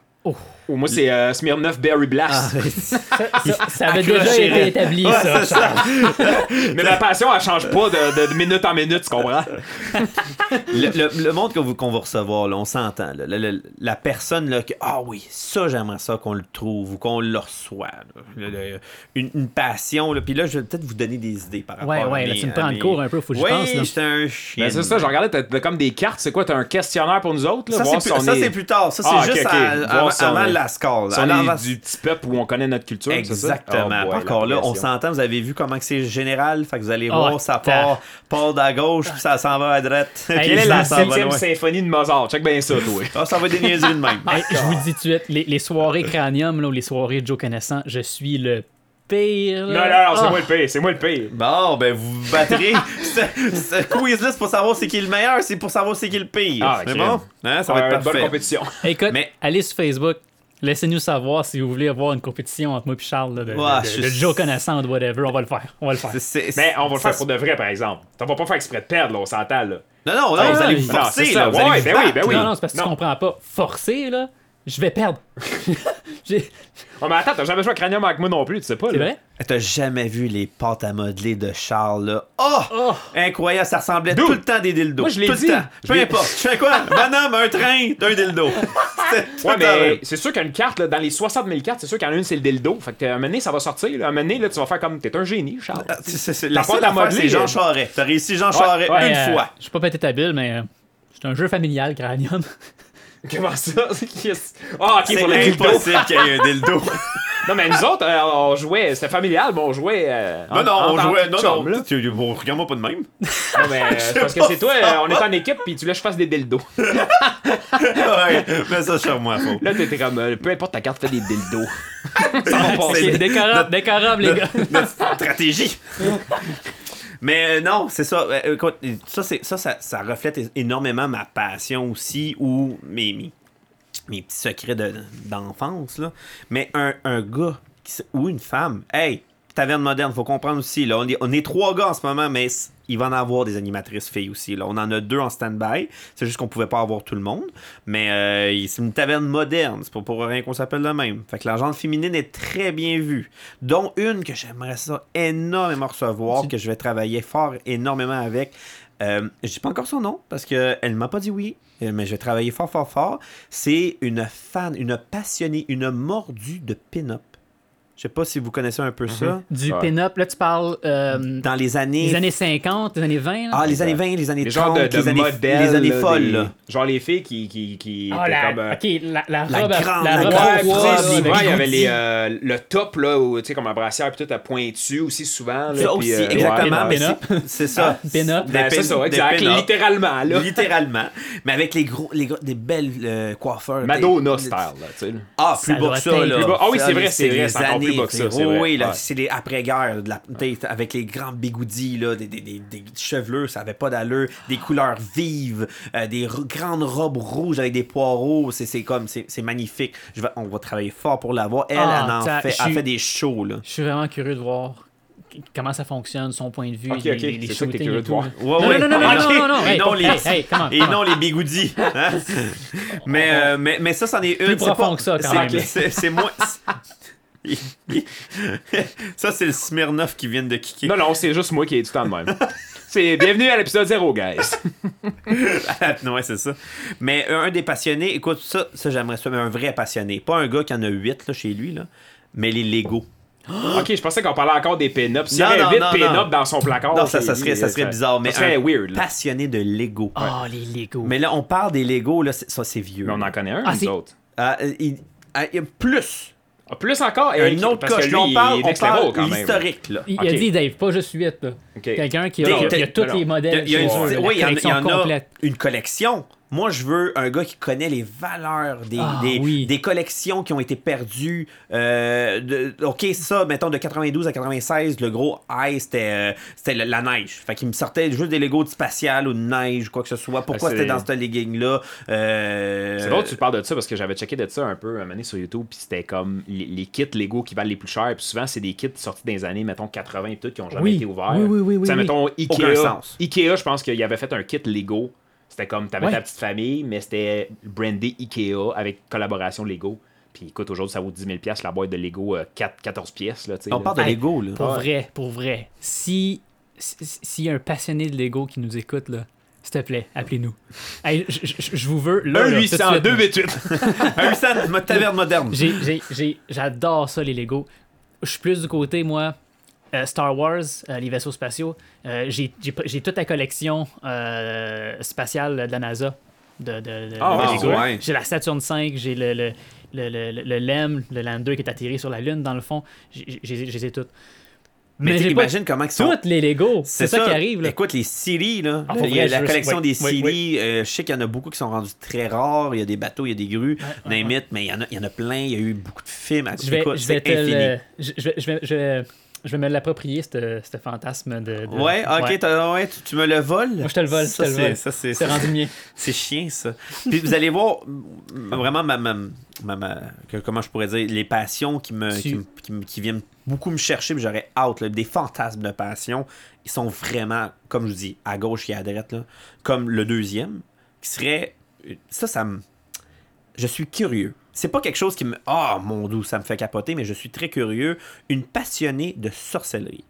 Ou moi, c'est euh, Smirnoff Berry Blast.
Ça, ça- ça avait
Accroché,
déjà été
là.
établi,
Ouais,
ça.
c'est ça.
mais ma passion, elle change pas de, de- de minute en minute, tu comprends?
le, le- le monde que vous- qu'on va recevoir, là, on s'entend. là. Le- le- la personne là, que, ah oui, ça, j'aimerais ça qu'on le trouve ou qu'on le reçoit. là. Le- le- une, une passion. Là. Puis là, je vais peut-être vous donner des idées par rapport
Ouais,
à
ouais, là,
mes-
tu me
à
prends de
mes-
court un peu, faut que j'y
Oui,
pense, là.
j'étais un chien.
Ben c'est ça, je regardais, t'as- t'as comme des cartes, c'est quoi, t'as un questionnaire pour nous autres, là,
Ça,
voir
c'est
si on
plus, ça,
est-
c'est plus tard. Ça, c'est
Ah, ok,
juste
ok.
à-
Voir
avant,
si on
avant
est-
la score. là.
si on
Alors,
est
avant-
du petit peuple où on connaît notre culture, c'est ça?
Exactement.
Oh boy,
Encore là,
la
on
pression.
s'entend, vous avez vu comment que c'est général, fait que vous allez
Oh,
voir, ça
attends.
part, part de la gauche, puis ça s'en va à droite.
Hey,
(laughs) puis
Quelle est la
ça s'en va
septième
loin.
symphonie de Mozart? Check bien ça,
(laughs)
toi.
Ah, ça va déniaiser de même.
Hey, je vous le dis tout de suite, les, les soirées cranium là, ou les soirées Joe Connaissant, je suis le pire.
non,
là.
non, non, c'est
Ah,
moi le pire, c'est moi le pire.
Bon, ben vous vous battrez.
(laughs)
ce ce quiz-là, c'est pour savoir c'est qui le meilleur, c'est pour savoir c'est qui le pire.
Ah,
c'est
ok.
bon? Hein, ça va
Ouais,
être
une Euh, bonne
parfait.
compétition. (laughs)
Écoute,
Mais-
allez sur Facebook. Laissez-nous savoir si vous voulez avoir une compétition entre moi et Charles là, de, de-
Ouais,
de-
je-
de Joe connaissant ou whatever. On va le faire. On va le faire.
C'est- c'est-
Mais on va le
ça-
faire pour de vrai, par exemple. T'en vas pas faire exprès de perdre, là, on s'entend, là.
Non, non, non,
Ah,
vous allez
oui.
vous
Non,
forcer,
c'est
là.
ça.
Vous allez
Ouais,
vous
ben
battre.
oui, ben oui.
Non, non, c'est parce que
Non.
tu comprends pas. Forcer, là, je vais perdre. (laughs) J'ai-
Oh, mais attends, t'as jamais joué à Cranium avec moi non plus, tu sais pas,
c'est
là.
vrai?
T'as jamais vu les pâtes à modeler de Charles, là? Oh!
Oh!
Incroyable, ça ressemblait
Dude!
tout le temps à des dildos.
Moi, je l'ai
Tout le
dit.
temps.
Je
Peu
l'ai-
importe. Je
(laughs)
fais quoi? Bonhomme, un train, un dildo. C'était tout
Ouais,
le temps là.
mais c'est sûr qu'une carte, là, dans les 60 000 cartes, c'est sûr qu'il y en a une, c'est le dildo. Fait que, à un moment donné, ça va sortir. Là. À un moment donné, là, tu vas faire comme. T'es un génie, Charles.
Ah, c'est- c'est- c'est- La
T'as pas
seule
ta
affaire,
modelée,
c'est Jean
euh,
Charest. T'as réussi Jean Charest
ouais,
une
Euh,
fois.
Je suis pas pététable, mais euh, c'est un jeu familial, cranium.
Comment ça? (laughs) Yes. Ah, ok,
C'est
pour le dildo.
impossible qu'il y ait un dildo.
(laughs) Non, mais nous autres, euh, on jouait, c'était familial, mais on jouait. euh, en-
Non, non,
en
on
tant
jouait.
que
Non,
chum,
(laughs)
là.
non. tu- bon, Regarde-moi pas de même.
Non, mais euh, c'est parce que c'est toi, euh, on est en équipe, puis tu voulais que je fasse des dildos.
(laughs) Ouais, mais ça, sur moi, faux.
Là, t'étais comme, euh, peu importe ta carte, fais des
(laughs)
dildos. ça va
(laughs) C'est
passer.
décorable, décorable, les gars.
Notre stratégie. (laughs) Mais euh, non, c'est ça. Euh, écoute, ça, c'est, ça, ça, ça reflète é- énormément ma passion aussi ou mes, mes, mes petits secrets de, d'enfance. Là. Mais un, un gars qui se- ou une femme, hey, taverne moderne, faut comprendre aussi. Là, on, est, on est trois gars en ce moment, mais c- il va en avoir des animatrices filles aussi. Là. On en a deux en stand-by. C'est juste qu'on pouvait pas avoir tout le monde. Mais euh, il- c'est une taverne moderne. C'est pas pour rien qu'on s'appelle le même. Fait que la genre féminine est très bien vue. Dont une que j'aimerais ça énormément recevoir, que je vais travailler fort énormément avec. Euh, je dis pas encore son nom parce qu'elle ne m'a pas dit oui, euh, mais je vais travailler fort, fort, fort. C'est une fan, une passionnée, une mordue de pin-up. Je sais pas si vous connaissez un peu ça.
Du
Ouais.
pin-up, là, tu parles euh,
Dans les années.
des années 50, des années 20. là.
Ah, les années 20, les années
Les genres
30,
de, de
les, années,
modèles.
les années
là,
folles.
des-
là.
Genre les filles qui. qui, qui
Ah,
étaient
la,
comme, euh,
ok, la, la
la
robe, à-
grande-
la
la
robe
grosse
à
Ouais,
pois,
robe,
puis, tu
là,
sais,
les
avec-
souvent, il y avait
bigoudis.
les, euh, le top, là, où, tu sais, comme la brassière, puis tout, à pointu aussi, souvent. Là, puis,
Ça aussi,
euh,
exactement.
ouais,
mais
pin-up.
c'est-
(laughs)
c'est ça.
Ah, pin-up.
Des
Ben, c'est
pin-
ça,
des
exact,
pin-up.
littéralement, là.
Littéralement. Mais avec les gros, les gros- des belles euh, coiffeurs. des-
Madonna
des-
style, là, tu sais. là.
Ah, plus
Ça
bas
doit
que
être
ça, là.
plus
bas. Ah oui,
Ça,
c'est vrai,
là,
c'est vrai,
des
c'est encore plus
années,
bas que ça,
frérot.
c'est vrai.
Oui, là,
Ouais.
c'est les après-guerre, de la- des- avec les grands bigoudis, là, des, des, des, des chevelures, ça avait pas d'allure, des couleurs vives, euh, des r- grandes robes rouges avec des poireaux, c'est, c'est comme, c'est, c'est magnifique. Je vais- on va travailler fort pour l'avoir. Elle,
Ah,
elle en
t'as-
fait,
je
elle
suis-
fait des shows, là.
Je suis vraiment curieux de voir qu- comment ça fonctionne, son point de vue,
Ok,
les,
ok,
les, les
c'est ça que t'es
shootings
curieux
et
de
tout,
voir.
là.
Oh,
Ouais,
non,
ouais.
non, non, non,
Ok.
non, non, non,
Et
hey,
non,
pas-
les,
hey, hey, come on,
et
come on.
non les bigoudis. hein. mais, euh, mais, mais ça, c'en est une.
Plus
c'est
profond
pas-
que ça, quand
c'est-
même.
C'est, c'est moins. (laughs) ça, c'est le Smirnoff qui vient de kicker.
Non, non, c'est juste moi qui ai du temps de même. (laughs) C'est bienvenue à l'épisode 0,
(laughs)
guys.
Non, (laughs) ouais, c'est ça. Mais euh, un des passionnés, écoute, ça, ça j'aimerais ça, mais un vrai passionné. Pas un gars qui en a 8 là, chez lui, là, mais les Lego.
ok, je pensais qu'on parlait encore des pin-ups. S'il y
Non,
avait
non,
8
non,
pin-ups
non.
dans son placard.
non, ça,
c'est-
ça serait, ça serait bizarre, mais
Ça serait
un Ah,
weird. là.
passionné de Lego.
Ah, les Lego.
Mais là, on parle des Lego, là, c'est- ça, c'est vieux.
Mais on en connaît un,
Ah,
nous
c'est-
autres.
Ah, euh, il- ah, il y a plus,
Ah, Plus encore,
un autre
parce
coche.
que
Là,
lui,
on parle,
il est
on
next level
parle
quand même.
l'historique, là.
Il
ok.
a dit Dave, pas juste 8. là.
Ok.
Quelqu'un qui a,
Non,
qui a-
t'es-
qui a
t'es-
tous
non,
les
non.
modèles.
Il y a, il y a
sur-
une,
sur-
oui, il y en a- il y
collection
en a
complète.
une collection. Moi, je veux un gars qui connaît les valeurs des,
Ah,
des,
oui.
des collections qui ont été perdues. Euh, de- OK, ça, mettons, de 92 à 96, le gros high, c'était euh, c'était la, la neige. Fait qu'il me sortait juste des Legos de spatial ou de neige ou quoi que ce soit. Pourquoi
Ah, c'est-
c'était dans ce legging-là? Euh,
C'est drôle que tu parles de ça parce que j'avais checké de ça un peu un moment donné sur YouTube, puis c'était comme les, les kits Lego qui valent les plus chers, puis souvent c'est des kits sortis dans les années, mettons 80 et tout, qui ont jamais
Oui.
été ouverts.
Oui, oui, oui, oui,
Tu sais,
oui.
mettons Ikea.
Aucun sens.
Ikea, je pense qu'il avait fait un kit Lego. C'était comme, t'avais
Ouais.
ta petite famille, mais c'était brandé Ikea avec collaboration Lego. Puis écoute, aujourd'hui, ça vaut 10 000 la boîte de Lego, euh, 4, 14 pièces. Là, tu sais,
On
là.
parle de
Hey,
Lego, là.
Pour vrai, pour vrai. Si si- s'il y a un passionné de Lego qui nous écoute, là, s'il te plaît, appelez-nous. Hey, je- je je- je vous veux. là, là, tout de suite, là.
1-800, 288.
(laughs) Un Sam, ma taverne moderne.
J'ai- j'ai- j'ai- J'adore ça, les Lego. Je suis plus du côté, moi, euh, Star Wars, euh, les vaisseaux spatiaux. Euh, J'ai j'ai pr- j'ai toute la collection euh, spatiale de la NASA. De, de- de-
Ah,
de
ah,
Lego.
ouais.
J'ai la Saturn 5, j'ai le, le, le, le, le- le LEM, le Lander qui est atterri sur la Lune, dans le fond. J'ai- J'ai j'ai toutes.
Mais,
j'ai
tu
pas
imagines comment ils sont...
toutes les Lego. C'est ça, qui arrive. Là.
Ah. Écoute, les séries, là.
Ah, pour
il y a
vrai,
la
je veux-
collection
ouais,
des
ouais,
séries. euh, je sais qu'il y en a beaucoup qui sont rendus très rares. Il y a des bateaux, il y a des grues, name it, mais il y, en a, il y en a plein. Il y a eu beaucoup de films.
Je vais,
Écoute,
je vais,
c'est
te le-
infini.
je, je vais, je, vais, je, vais, je vais me l'approprier, ce ce fantasme de. de-
Ouais, ok, t'as- ouais, tu, tu me le voles. Moi,
je te le vole, je
Ça,
te le
c'est-
vole.
ça, c'est-
C'est rendu mien.
C'est chiant, ça. Puis vous allez voir m- vraiment ma, ma- ma- ma- que- comment je pourrais dire, les passions qui me,
Tu-
qui, me- qui me- qui viennent beaucoup me chercher, puis j'aurais out, là, des fantasmes de passion. Ils sont vraiment, comme je vous dis, à gauche et à droite, là, comme le deuxième, qui serait. Ça, ça me. Je suis curieux. C'est pas quelque chose qui me. Ah, mon doux, ça me fait capoter, mais je suis très curieux. Une passionnée de sorcellerie.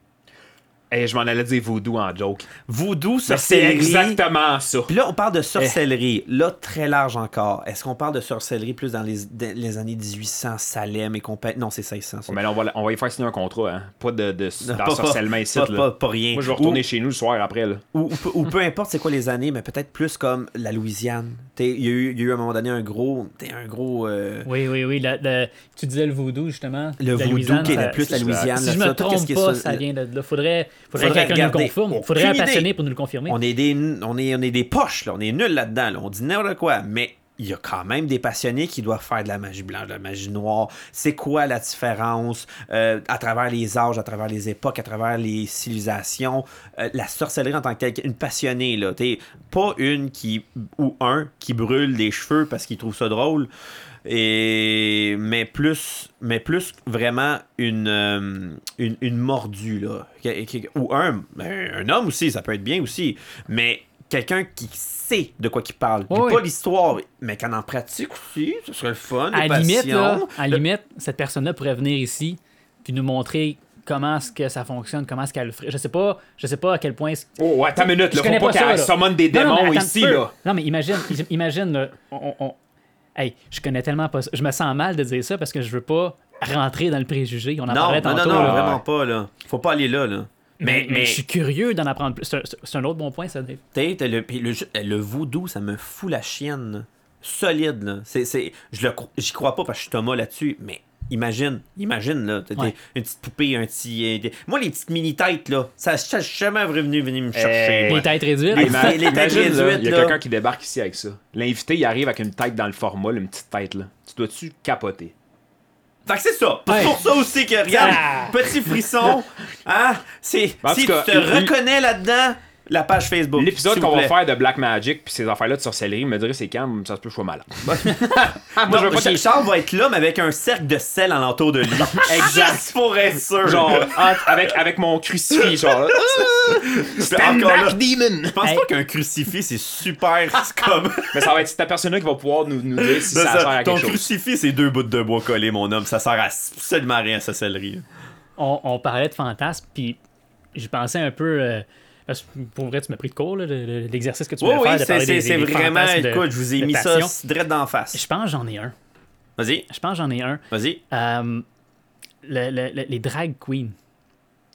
Hey, je m'en allais dire voodoo en joke.
Voodoo,
Mais C'est
sorcellerie.
exactement ça.
Puis là, on
Eh.
parle de sorcellerie. Là, très large encore. Est-ce qu'on parle de sorcellerie plus dans les, de- les années 1800, Salem et compagnie? Non, c'est 1600. ça.
Ouais, Mais là, on va, on va y faire signer un contrat, hein. Pas de, de,
Non,
dans sorcellement ici,
pas,
là.
pas- pas rien.
Moi, je vais retourner chez nous le soir après, là.
Ou, ou peu- ou peu importe c'est quoi les années, mais peut-être plus comme la Louisiane. T'sais, Il y, a eu- il y a eu à un moment donné un gros... t'sais, Un gros euh,
Oui, oui, oui. la- la- tu disais le voodou, justement.
le
La
voodoo
Louisiane,
qui est
ça-
le plus la
si je-
Louisiane.
Si
là,
je me
ça, tout
trompe
qu'est-ce qui est
pas,
ça,
ça
le-
vient de là. Faudrait, faudrait,
Faudrait
que quelqu'un nous
regarder.
confirme.
Aucune
Faudrait un passionné
idée.
pour nous le confirmer.
On est des, on est, on est des poches, là. On est nuls là-dedans, là. On dit n'importe quoi. Mais il y a quand même des passionnés qui doivent faire de la magie blanche, de la magie noire. C'est quoi la différence euh, à travers les âges, à travers les époques, à travers les civilisations? euh, la sorcellerie en tant que telle, une passionnée, là. T'es pas une qui ou un qui brûle des cheveux parce qu'il trouve ça drôle. Et mais plus, mais plus vraiment une, euh, une, une mordue là, Quel- quel- ou un, ben, un homme aussi, ça peut être bien aussi, mais quelqu'un qui sait de quoi qu'il parle, Puis
Oui.
pas l'histoire, mais qu'on en pratique aussi, ce serait le fun.
à
des
la limite,
passions.
là, à la limite, cette personne-là pourrait venir ici puis nous montrer comment est-ce que ça fonctionne, comment est-ce qu'elle le ferait. Je sais pas, je sais pas à quel point. est-ce-
Oh, attends une minute,
Je
là,
connais
faut pas,
pas ça,
qu'elle
là.
summon des
Non, non,
démons
mais attends
ici,
un peu.
là.
Non, mais imagine, im- imagine, là, on, on- on- Hey, je connais tellement pas ça. Je me sens mal de dire ça parce que je veux pas rentrer dans le préjugé. On en
Non,
parlait
non,
tantôt.
non, non,
là.
vraiment pas là. Faut pas aller là là.
Mais,
Mais, mais,
je suis curieux d'en apprendre plus. C'est un- C'est un autre bon point, ça, Dave.
T'sais, t'as le, puis le, ju- eh, le voodoo, ça me fout la chienne. là. Solide, là. C'est, c'est, je le, cro- j'y crois pas parce que je suis Thomas là-dessus, mais imagine, imagine, là. T'as
Ouais.
des- une petite poupée, un petit. euh, des- Moi, les petites mini-têtes, là, ça ça jamais venu venir me chercher.
Hey.
moi.
Les têtes réduites.
Les-
Ima-
les têtes
Imagine, là,
réduites,
il y a
là.
quelqu'un qui débarque ici avec ça. L'invité, il arrive avec une tête dans le format, là, une petite tête, là. Tu dois-tu capoter?
Fait que c'est ça. C'est
Hey.
pour ça aussi que, regarde, petit frisson. Hein? C'est,
Ah. En
si
tout cas,
tu te
l-
reconnais là-dedans, la page Facebook.
L'épisode
s'il vous
qu'on va
(laughs) plaît.
faire de Black Magic puis ces affaires-là de sorcellerie, me dirait c'est quand, mais ça se peut que je sois malade. Ah, moi,
Non,
je veux pas que-
Charles va être là, mais avec un cercle de sel en l'entour de lui.
(laughs)
Juste pour être sûr.
Genre, ah, avec, avec mon crucifix, genre. Stand
Encore là.
back, demon!
Je pense
Hey.
pas qu'un crucifix c'est super (laughs) c'est comme
Mais ça va être cette personne-là qui va pouvoir nous, nous dire si
Ben
ça,
ça,
sert à
ton
quelque chose.
crucifix c'est deux bouts de bois collés mon homme ça sert à absolument rien à sa sellerie.
on, on parlait de fantasmes, puis j'ai pensé un peu. euh, parce que pour vrai, tu m'as pris de court, là, le- le- l'exercice que tu
Oui
voulais
Oh oui
faire. de
c'est
parler
c'est-
des-
c'est
des
vraiment
fantasmes de-
écoute je vous ai
de
mis
passion.
ça direct d'en face.
Je pense que j'en ai un.
Vas-y
Je pense que j'en ai un.
vas-y.
Euh, le- le- le- les drag queens.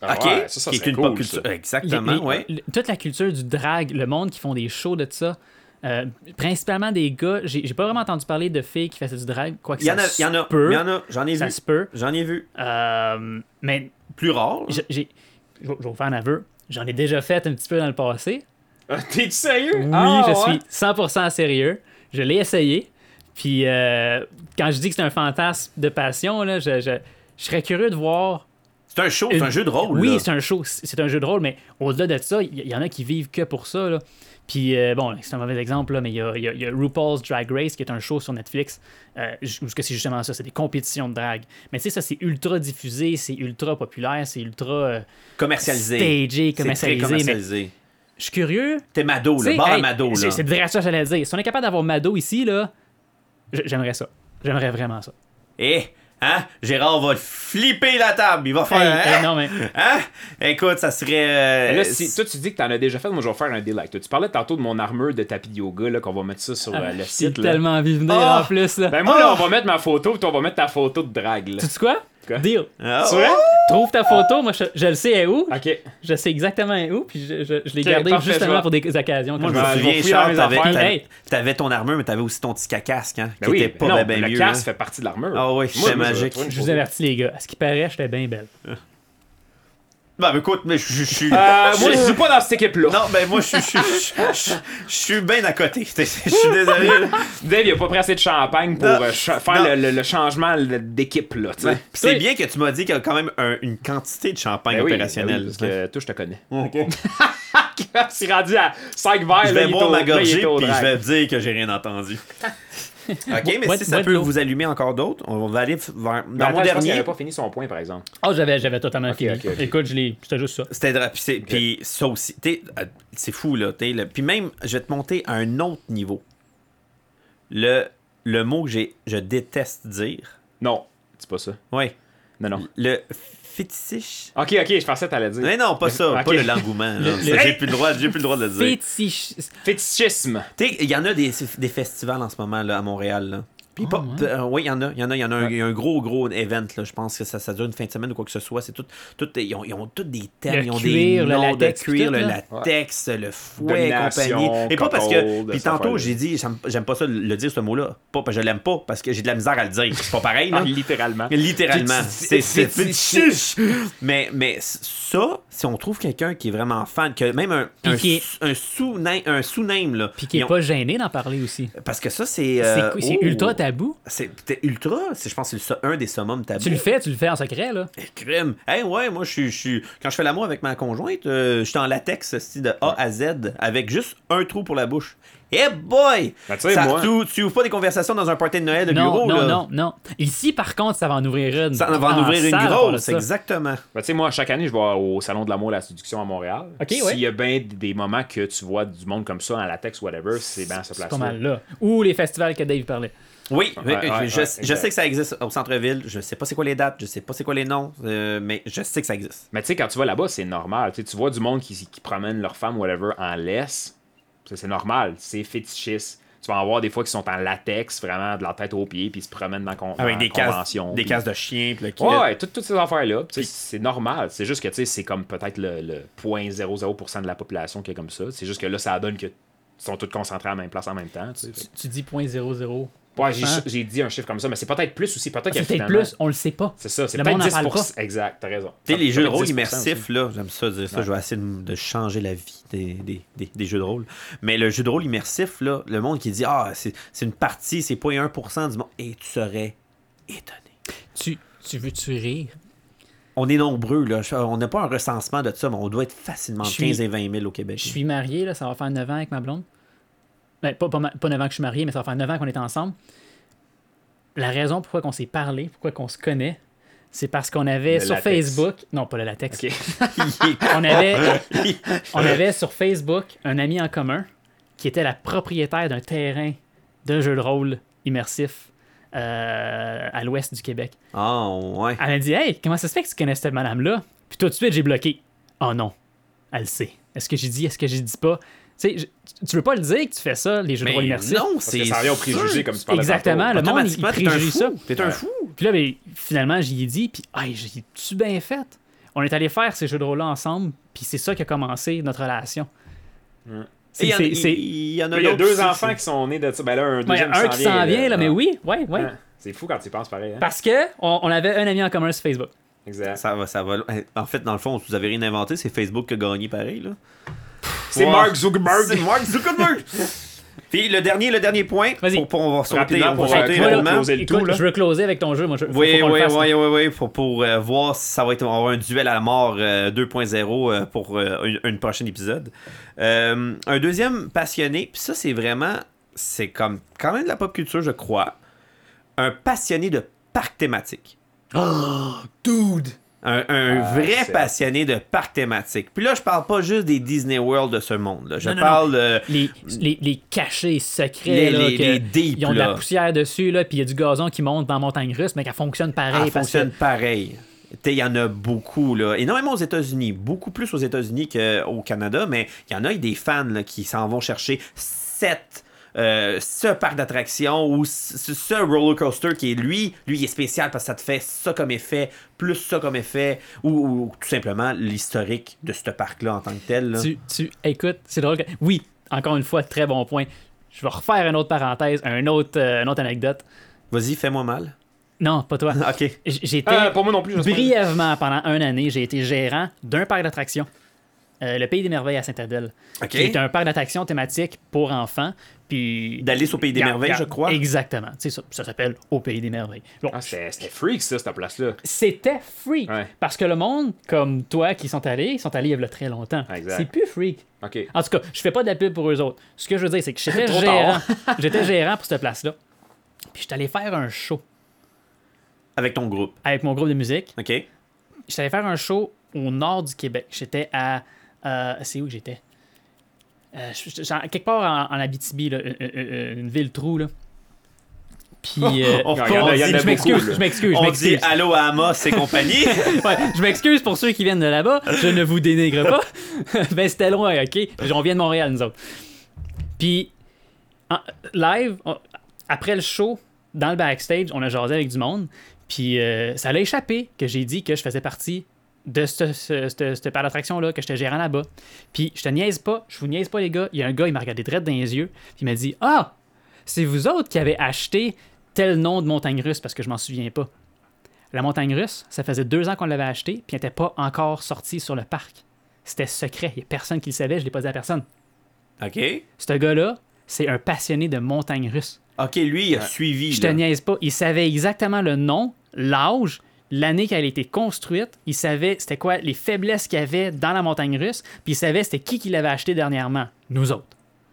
Ah
ok
ouais, ça, ça
qui est
serait
une
cool,
pop culture
ça.
Les-
exactement
les-
ouais.
le- toute la culture du drag, le monde qui font des shows de ça. euh, principalement des gars, j'ai j'ai pas vraiment entendu parler de filles qui faisaient du drag, quoi que
Il y en a
ça
il y en a
se peut.
il y en a j'en ai
ça
vu
se peut.
j'en ai vu
Euh, mais
plus rare.
je- j'ai. Je vais je vais vous faire un aveu. J'en ai déjà fait un petit peu dans le passé.
Ah, T'es-tu sérieux?
Oui,
Ah,
je
ouais.
suis 100% sérieux. Je l'ai essayé. Puis euh, quand je dis que c'est un fantasme de passion, là, je, je- je serais curieux de voir.
C'est un show c'est un jeu de rôle.
Oui,
là.
c'est un show, c'est c'est un jeu de rôle, mais au-delà de ça, il y, y en a qui vivent que pour ça. là. Puis euh, bon, c'est un mauvais exemple, là, mais il y a, il y a- il y a RuPaul's Drag Race qui est un show sur Netflix. Euh, ju- où ce que c'est justement ça, c'est des compétitions de drague. Mais tu sais, ça, c'est ultra diffusé, c'est ultra populaire, c'est ultra euh,
commercialisé.
stagé,
C'est très
commercialisé. Mais
commercialisé.
je suis curieux
T'es Mado là,
T'sais,
bar à
hey,
Mado là.
C'est c'est direct ça que j'allais dire. Si on est capable d'avoir Mado ici, là, j- j'aimerais ça. J'aimerais vraiment ça.
Eh, hein, Gérard va flipper la table, il va faire.
Hey,
hein?
hey, non, mais-
Hein? Écoute, ça serait. euh,
Mais Là, si, toi, tu dis que t'en as déjà fait, moi, je vais faire un deal avec toi. Tu parlais tantôt de mon armure de tapis de yoga, là, qu'on va mettre ça sur euh, le
J'ai
site, là.
Ah, tellement envie de venir
Ah!
en plus. Là.
Ben, moi, là, on va mettre ma photo, puis toi, on va mettre ta photo de drague, là.
tu sais quoi?
Quoi?
Deal.
Ah,
Tu vois?
Trouve ta photo, moi je, je le sais elle est où.
Ok.
Je sais exactement elle est où, puis je, je- je l'ai
Ok,
gardée
parfait, je
justement
vais-
pour des occasions.
Moi,
comme
je me
Ben,
ça.
je vais
souviens,
fouiller dans
Charles,
mes
t'avais,
affaires.
t'avais-
Hey.
t'avais ton armure, mais t'avais aussi ton petit casque, hein,
Ben
qui
oui,
était pas
non,
ben, ben
le
mieux.
casque
hein.
fait partie de l'armure.
Ah oui,
Moi,
c'était
moi, je-
magique.
toi, une
Je vous avertis, les gars. À ce qui paraît, j'étais bien belle.
Ben, écoute, mais je je- je suis.
Euh, moi,
je-
je suis pas dans cette équipe-là.
Non, ben moi, je je- je- je- je suis bien à côté. (laughs) Je suis désolé.
(laughs)
là.
Dave, il a pas pris assez de champagne pour
Non.
euh, cha- faire
Non.
le, le- le changement le- d'équipe, là, tu sais.
Puis C'est
Oui.
bien que tu m'as dit qu'il y a quand même un- une quantité de champagne
Ben oui, ben oui,
opérationnelle.
parce que euh, toi, je te connais. (laughs)
Ok.
C'est rendu à 5 verres,
Je
Ah, là,
vais
il est
boire
au-
ma
là, il
gorgée
est au
puis je
drag.
vais dire que j'ai rien
(laughs)
entendu. OK,
Bois-
mais si
bois
ça
de
peut
l'eau.
vous allumer encore d'autres, on va aller f- vers
Mais Ben,
dans
attends,
mon
je pense qu'il
dernier.
avait pas fini son point, par exemple.
Oh, j'avais j'avais totalement fini.
ok, ok.
Écoute, je l'ai. C'était juste ça.
C'était dra- puis c'est- puis ça aussi, t'es- euh, c'est fou là, t'es là. Puis même, je vais te monter à un autre niveau. Le le mot que j'ai, je déteste dire.
Non, c'est pas ça.
Ouais.
Non, non.
Le fétiche.
Ok, ok, je pensais que t'allais dire.
Mais non, pas ça,
Ok.
pas le l'engouement. là.
Le-
Ça,
le-
J'ai plus le droit, j'ai plus le droit de le dire.
Fétiche-
Fétichisme.
T'sais, il y en a des, des festivals en ce moment là, à Montréal. là. Puis
Ah,
pas-
ouais.
euh, oui, il y en a, il y en a, il y en a un, il y a un gros, gros event, là, je pense que ça, ça dure une fin de semaine ou quoi que ce soit. C'est tout, tout- ils, ont, ils ont tous des thèmes,
Le
ils ont
cuir, le
des noms
latex,
de cuir,
puis
le
tout, là.
latex, le fouet, et
Domination,
compagnie. Et pas parce que,
cuckold,
puis
cette affaire-là.
tantôt j'ai dit, j'aime j'aime pas ça le dire ce mot-là, pas parce que je l'aime pas, parce que j'ai de la misère à le dire, c'est pas pareil,
Ah.
là.
(laughs) littéralement.
Littéralement, c'est c'est
Fétiche.
fétiche. Mais mais ça, si on trouve quelqu'un qui est vraiment fan, que même un
Puis
un
qui est-
sou- un sous-name, un sous-name là,
Puis qui est
ils ont-
pas gêné d'en parler aussi.
parce que ça c'est
C'est
euh,
quoi- c'est
oh.
ultra tabou.
C'est c'était ultra, c'est- je pense que c'est le- un des summums tabous. Eh,
Tu le fais, tu le fais en secret, là.
Crime. Hey, ouais, moi, je suis- je suis. Quand je fais l'amour avec ma conjointe, euh, je suis en latex, style de A à Z, avec juste un trou pour la bouche. Hey boy!
Ben, tu sais,
Ça-
moi-
tu, tu ouvres pas des conversations dans un party de Noël de
non,
bureau,
non,
là.
non, non. Ici, par contre, ça va en ouvrir une.
Ça va en ouvrir une
salle, on parle de
grosse,
ça.
exactement.
Ben, tu sais, moi, chaque année, je vais au Salon de l'amour et la séduction à Montréal.
Ok,
S'il
ouais.
y a bien des moments que tu vois du monde comme ça en latex, whatever, c'est bien à ce
C'est
place-là.
pas mal là. Ou les festivals que Dave parlait.
Ouais,
Oui, je-
ouais,
je,
ouais,
je
exact.
sais que ça existe au centre-ville. Je sais pas c'est quoi les dates, je sais pas c'est quoi les noms, euh, mais je sais que ça existe.
Mais tu sais, quand tu vas là-bas, c'est normal. Tu sais, tu vois du monde qui, qui promène leur femme, whatever, en laisse. Ça, C'est normal. C'est fétichiste. Tu vas en voir des fois qui sont en latex, vraiment de la tête aux pieds, puis ils se promènent dans, con dans convention,
des
puis-
cases de chiens, puis le kit.
Ouais, ouais, toutes, toutes ces affaires-là. tu sais, C'est normal. C'est juste que tu sais, c'est comme peut-être le, le 0.00% de la population qui est comme ça. C'est juste que là, ça donne que ils sont tous concentrés à la même place en même temps. tu sais.
Tu, tu dis 0.00.
Ouais, j'ai,
Hein?
j'ai dit un chiffre comme ça, mais c'est peut-être plus aussi. Peut-être que
Ah, C'est peut-être
finalement-
plus, on le sait pas.
C'est ça, c'est
Le
peut-être
monde en parle
10%. Exact, t'as raison.
Tu sais, les
Ça
jeux de
peut être
rôle
10% aussi.
immersifs, là, j'aime ça dire ça. Je vais essayer de, de changer la vie des, des, des- des jeux de rôle. Mais le jeu de rôle immersif, là, le monde qui dit Ah, c'est c'est une partie, c'est pas 1% du monde. Et tu serais étonné.
Tu, tu veux-tu rire?
On est nombreux, là. Je- On n'a pas un recensement de ça, mais on doit être facilement
Je
entre
suis-
15 et 20 000 au Québec.
Je
(laughs)
suis marié, là, ça va faire 9 ans avec ma blonde. Ben, pas, pas, ma- pas 9 ans que je suis marié, mais ça va faire 9 ans qu'on est ensemble. La raison pourquoi on s'est parlé, pourquoi qu'on se connaît, c'est parce qu'on avait
Le
sur
latex.
Facebook... Non, pas le latex.
Ok.
On avait,
(laughs)
on avait sur Facebook un ami en commun qui était la propriétaire d'un terrain de jeu de rôle immersif euh, à l'ouest du Québec.
Ah, ouais.
Elle m'a dit Hey, comment ça se fait que tu connais cette madame-là Puis tout de suite, j'ai bloqué. Oh non, elle le sait. Est-ce que j'ai dit, est-ce que j'ai dit pas Tu sais, je- tu veux pas le dire que tu fais ça, les jeux de rôle
Mais
immersifs
non,
Parce que
c'est.
ça revient aux préjugés,
sûr. Ah,
comme tu parlais
Exactement,
tantôt.
le monde, il- il
Automatiquement, t'es un
préjuge ça.
fou. T'es un
Ouais.
fou.
Puis là, ben, finalement, j'y ai dit, puis hey, j'ai tu bien fait. On est allé faire ces jeux de rôle-là ensemble, puis c'est ça qui a commencé notre relation.
Et
C'est-
Il y en a-
c'est- c'est-
il y en a
Il y a
d'autres
deux
aussi,
enfants
c'est-
qui sont nés de ça. Ben là, un
Ouais,
deuxième
un qui s'en vient, là, mais
là.
oui, ouais, ouais.
Hein? C'est fou quand tu y penses pareil. hein?
Parce que on, on avait un ami en commun sur Facebook.
Exact.
Ça va, ça va. En fait, dans le fond, vous avez rien inventé, c'est Facebook qui a gagné pareil, là.
C'est
Ouais.
Mark Zuckerberg.
C'est Mark Zuckerberg. Puis le dernier, le dernier point.
Vas-y.
Pour, pour- on va sauter,
Rapidement,
on va
pour, euh,
sauter
Claude,
rapidement.
Claude, C'est le
Écoute,
tout, là.
je veux closer avec ton jeu, moi. Je, faut- faut
Oui, oui,
qu'on le
oui,
fasse.
oui, oui, pour, pour euh, voir si ça va être on va avoir un duel à la mort euh, 2.0 euh, pour euh, une, une prochaine épisode. Euh, un deuxième passionné, puis ça c'est vraiment, c'est comme quand même de la pop culture je crois, un passionné de parc thématique.
Oh,
Dude.
Un, un
Ah,
vrai
c'est-
passionné de parc thématique. Puis là je parle pas juste des Disney World de ce monde, là. je
Non, non,
parle euh,
Les, les, les cachets secrets,
Les-
là,
les-
que
les deep,
ils ont de la
là.
poussière dessus, là, puis il y a du gazon qui monte dans la montagne russe, mais qu'elle fonctionne pareil.
Elle
parce
fonctionne
que-
pareil. Tu sais, Il y en a beaucoup, là. énormément aux États-Unis, beaucoup plus aux États-Unis qu'au Canada, mais il y en a des fans là, qui s'en vont chercher sept. euh, ce parc d'attractions ou ce, ce roller coaster qui est lui, lui il est spécial parce que ça te fait ça comme effet, plus ça comme effet, ou, ou tout simplement l'historique de ce parc-là en tant que tel. là.
tu, tu écoute, c'est drôle. que- Oui, encore une fois, très bon point. Je vais refaire une autre parenthèse, un autre, euh, une autre anecdote.
Vas-y, fais-moi mal. (laughs)
Non, pas toi.
ok.
J- J'étais
Euh, pour moi non plus, j'espère.
brièvement pendant une année, j'ai été gérant d'un parc d'attractions, euh, le Pays des Merveilles à Saint-Adèle.
Ok.
qui est un parc d'attractions thématique pour enfants. Puis
D'Alice au Pays des
Gar-
Merveilles,
gar-
je crois.
Exactement. Tu sais, ça, ça s'appelle Au Pays des Merveilles. Bon,
Ah, c'était c'était freak, ça, cette place-là.
c'était freak.
Ouais.
Parce que le monde, comme toi qui sont allés, ils sont allés il y a là très longtemps.
Exact.
C'est plus freak.
OK.
En tout cas, je fais pas d'appel pour eux autres. Ce que je veux dire, c'est que j'étais
Trop
gérant. (laughs) j'étais gérant pour cette place-là. Puis j'étais allé faire un show
Avec ton groupe.
avec mon groupe de musique.
Ok.
J'étais allé faire un show au nord du Québec. J'étais à. euh, c'est où que j'étais Euh, je- je- j'en- Quelque part en, en Abitibi, là, une, une- une ville trou. Là. Puis.
(laughs)
euh,
On-
Il y en a- il y en a
je m'excuse,
beaucoup, là.
je m'excuse, je
On dit
m'excuse.
allô à Amos
(laughs)
et compagnie.
Ouais, je m'excuse pour ceux qui viennent de là-bas. Je ne vous dénigre pas. (laughs) ben, c'était loin, OK? On vient de Montréal, nous autres. Puis, en- live, on- après le show, dans le backstage, on a jasé avec du monde. Puis euh, ça l'a échappé que j'ai dit que je faisais partie de ce, ce, ce- ce parc d'attraction-là, que j'étais gérant là-bas. Puis je te niaise pas, je vous niaise pas, les gars. Il y a un gars, il m'a regardé direct dans les yeux. Puis il m'a dit Ah, c'est vous autres qui avez acheté tel nom de montagne russe parce que je m'en souviens pas. La montagne russe, ça faisait deux ans qu'on l'avait acheté, puis elle n'était pas encore sortie sur le parc. C'était secret. Il n'y a personne qui le savait, je ne l'ai pas dit à personne.
OK.
Ce gars-là, c'est un passionné de montagne russe.
OK, lui, il a suivi.
Je te
là.
niaise pas. Il savait exactement le nom, l'âge, l'année qu'elle a été construite. Il savait c'était quoi les faiblesses qu'il y avait dans la montagne russe. Puis il savait c'était qui qui l'avait acheté dernièrement. Nous autres.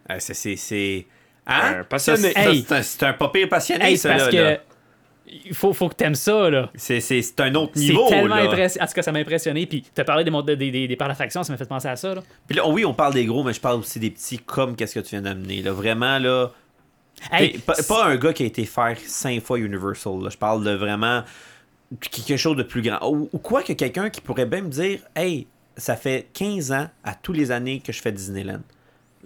Ah, c'est- c'est- c'est. Hein?
Un passionné.
Ça, c'est-
Hey.
c'est un- C'est un pas pire passionné,
Hey, c'est
ça,
parce
là,
que.
là.
Il faut, faut que t'aimes ça, là.
C'est- C'est c'est un autre
C'est
niveau.
tellement
là.
impressionnant. En tout cas, ça m'a impressionné. Puis t'as parlé des, mon- des, des, des parcs d'attraction, ça m'a fait penser à ça, là.
Puis là, oh oui, on parle des gros, mais je parle aussi des petits, comme qu'est-ce que tu viens d'amener. Là. Vraiment, là.
Hey,
t'es- pas, pas un gars qui a été faire cinq fois Universal. là. Je parle de vraiment quelque chose de plus grand. Ou, ou quoi que quelqu'un qui pourrait bien me dire Hey, ça fait 15 ans à tous les années que je fais Disneyland.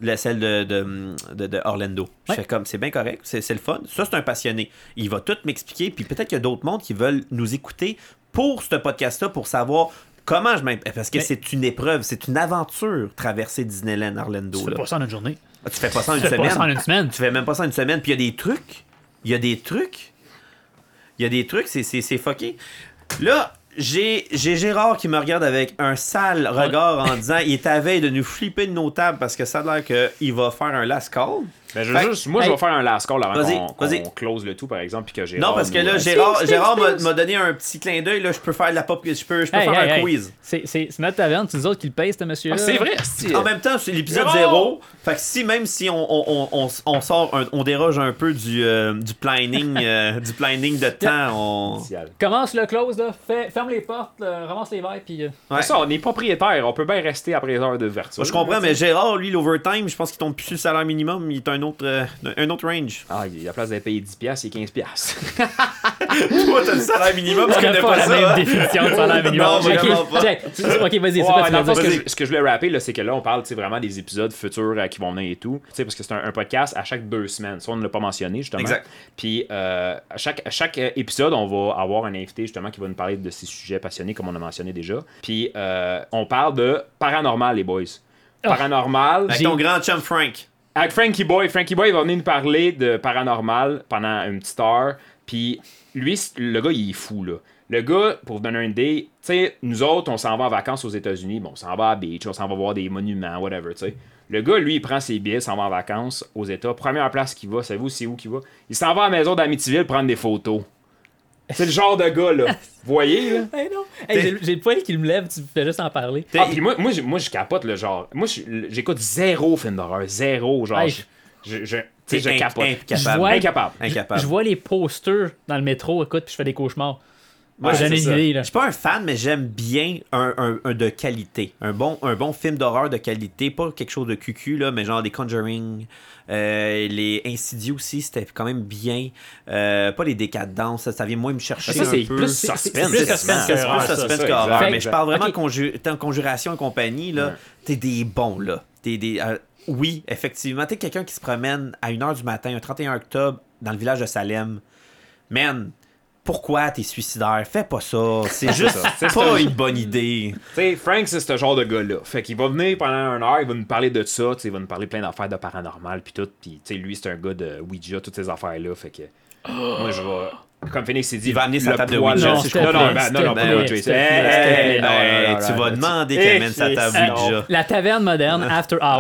La, celle de, de, de- de Orlando. Je
Ouais.
fais comme, c'est bien correct, c'est c'est le fun. Ça, c'est un passionné. Il va tout m'expliquer, puis peut-être qu'il y a d'autres mondes qui veulent nous écouter pour ce podcast-là, pour savoir comment je m'imp- Parce que
Mais-
c'est une épreuve, c'est une aventure, traverser Disneyland Orlando.
tu fais
là.
pas ça en une journée.
Ah, Tu fais pas ça en une
Tu fais pas
semaine.
ça en une semaine.
Tu fais même pas ça en une semaine. Puis il y a des trucs. Il y a des trucs. Il y a des trucs, c'est, c'est, c'est fucké. Là, j'ai, j'ai Gérard qui me regarde avec un sale regard en disant il est à veille de nous flipper de nos tables parce que ça a l'air qu'il va faire un last call.
Ben, je
Fait-
veux juste, moi, je
Hey.
vais faire un last call avant
Vas-y,
qu'on
vas-y.
qu'on close le tout, par exemple, puis que j'ai.
Oh,
Non, parce que là, Gérard, Gérard m'a, m'a donné un petit clin d'œil. Là, je peux faire de la pop. Je peux, je peux
Hey,
faire
hey,
un
hey.
quiz. Ah,
C'est- C'est c'est notre taverne, c'est nous autres qui le payent, ce monsieur-là.
c'est vrai, c'est-
En même temps, c'est l'épisode
Gérard!
0. Fait que si même si on, on, on, on- on sort, un- on déroge un peu du, euh, du planning, euh, du
(laughs)
planning de temps, on.
Commence le close, là. Fais- ferme les portes, là, ramasse les verres, puis. euh,
Ouais.
Ça, on est propriétaire, on peut bien rester après les heures de vertu.
Moi, je comprends, mais Gérard, lui, l'overtime, je pense qu'il tombe plus sur le salaire minimum. Il est un autre, euh, un autre range.
Ah, il y a la place d'aller payer 10$, c'est 15$.
(laughs) Toi, t'as le salaire minimum, tu
Comme
connais
pas
pas
la
ça.
même
hein?
définition de salaire minimum.
Non,
Ok,
vraiment pas.
check. Tu- tu- Ok, vas-y, c'est
Ouais,
pas
dans le fond, ce,
tu
que
vas
je, ce que je voulais rappeler, là, c'est que là, on parle tu sais, vraiment des épisodes futurs euh, qui vont venir et tout. Tu sais, parce que c'est un, un podcast à chaque deux semaines. Ça, on ne l'a pas mentionné, justement.
Exact.
Puis, euh, à chaque, à chaque euh, épisode, on va avoir un invité, justement, qui va nous parler de ces sujets passionnés, comme on a mentionné déjà. Puis, euh, on parle de paranormal, les boys.
Oh.
Paranormal.
Ben,
Avec ton grand chum Frank.
Avec Frankie Boy, Frankie Boy il va venir nous parler de paranormal pendant une petite heure. Puis lui, c- le gars, il est fou, là. Le gars, pour vous donner une idée, tu sais, nous autres, on s'en va en vacances aux États-Unis. Bon, on s'en va à la beach, on s'en va voir des monuments, whatever, tu sais. Le gars, lui, il prend ses billets, s'en va en vacances aux États. Première place qu'il va, savez-vous c'est où qu'il va? Il s'en va à la maison d'Amityville prendre des photos. C'est le genre de gars, là. Vous voyez, là?
Hey, non. Hey, j'ai- j'ai le poil qui me lève, tu fais juste en parler.
Ah, puis moi, moi, je- moi, je capote, le genre. Moi, je- j'écoute zéro film d'horreur, zéro, genre.
Hey.
je- Je, je, tu sais,
T'es
je
inc-
capote.
incapable.
Ouais.
Incapable.
Incapable.
Je vois les posters dans le métro, écoute, puis je fais des cauchemars.
Ouais,
J'ai une
c'est ça.
idée, là.
Je suis pas un fan, mais j'aime bien un, un- un de qualité. Un bon, un bon film d'horreur de qualité. Pas quelque chose de cucu, là, mais genre des Conjuring. euh, les Insidieux aussi, c'était quand même bien. Euh, pas les décadences, ça, ça vient moins me chercher.
Ça,
un
c'est
peu.
plus
C'est- c'est
suspense.
plus
quasiment.
suspense que
Ouais,
C'est
horreur,
plus
ça,
suspense
ça,
qu'horreur,
exact,
mais je
exact.
parle vraiment
Ok.
conju- t'es en conjuration et compagnie, là,
Ouais.
t'es des bons, là. T'es des... euh, oui, effectivement, t'es quelqu'un qui se promène à 1h du matin, un 31 octobre, dans le village de Salem. Man, pourquoi t'es suicidaire? Fais pas ça. C'est juste
ça. (laughs) C'est- c'est
pas
un-
une bonne idée.
Tu sais, Frank, c'est ce genre de gars-là. Fait qu'il va venir pendant une heure, il va nous parler de ça, tu sais, il va nous parler plein d'affaires de paranormal, puis tout. Puis, tu sais, lui, c'est un gars de Ouija, toutes ces affaires-là. Fait que. Moi, je vais. Comme Phoenix s'est dit,
Il va amener sa
le
table de
poil-
Ouija,
Non,
si je
non,
comprends.
non, ben, non, non,
S'il te
pas
plaît,
de Ouija.
s'il te
Hey,
plaît,
hey, hey,
non,
hey,
hey,
non,
tu
non,
vas
non,
demander
Eh,
qu'elle mène sa
c'est-
table
c'est-
Ouija.
La taverne
(laughs)
moderne, After Hours.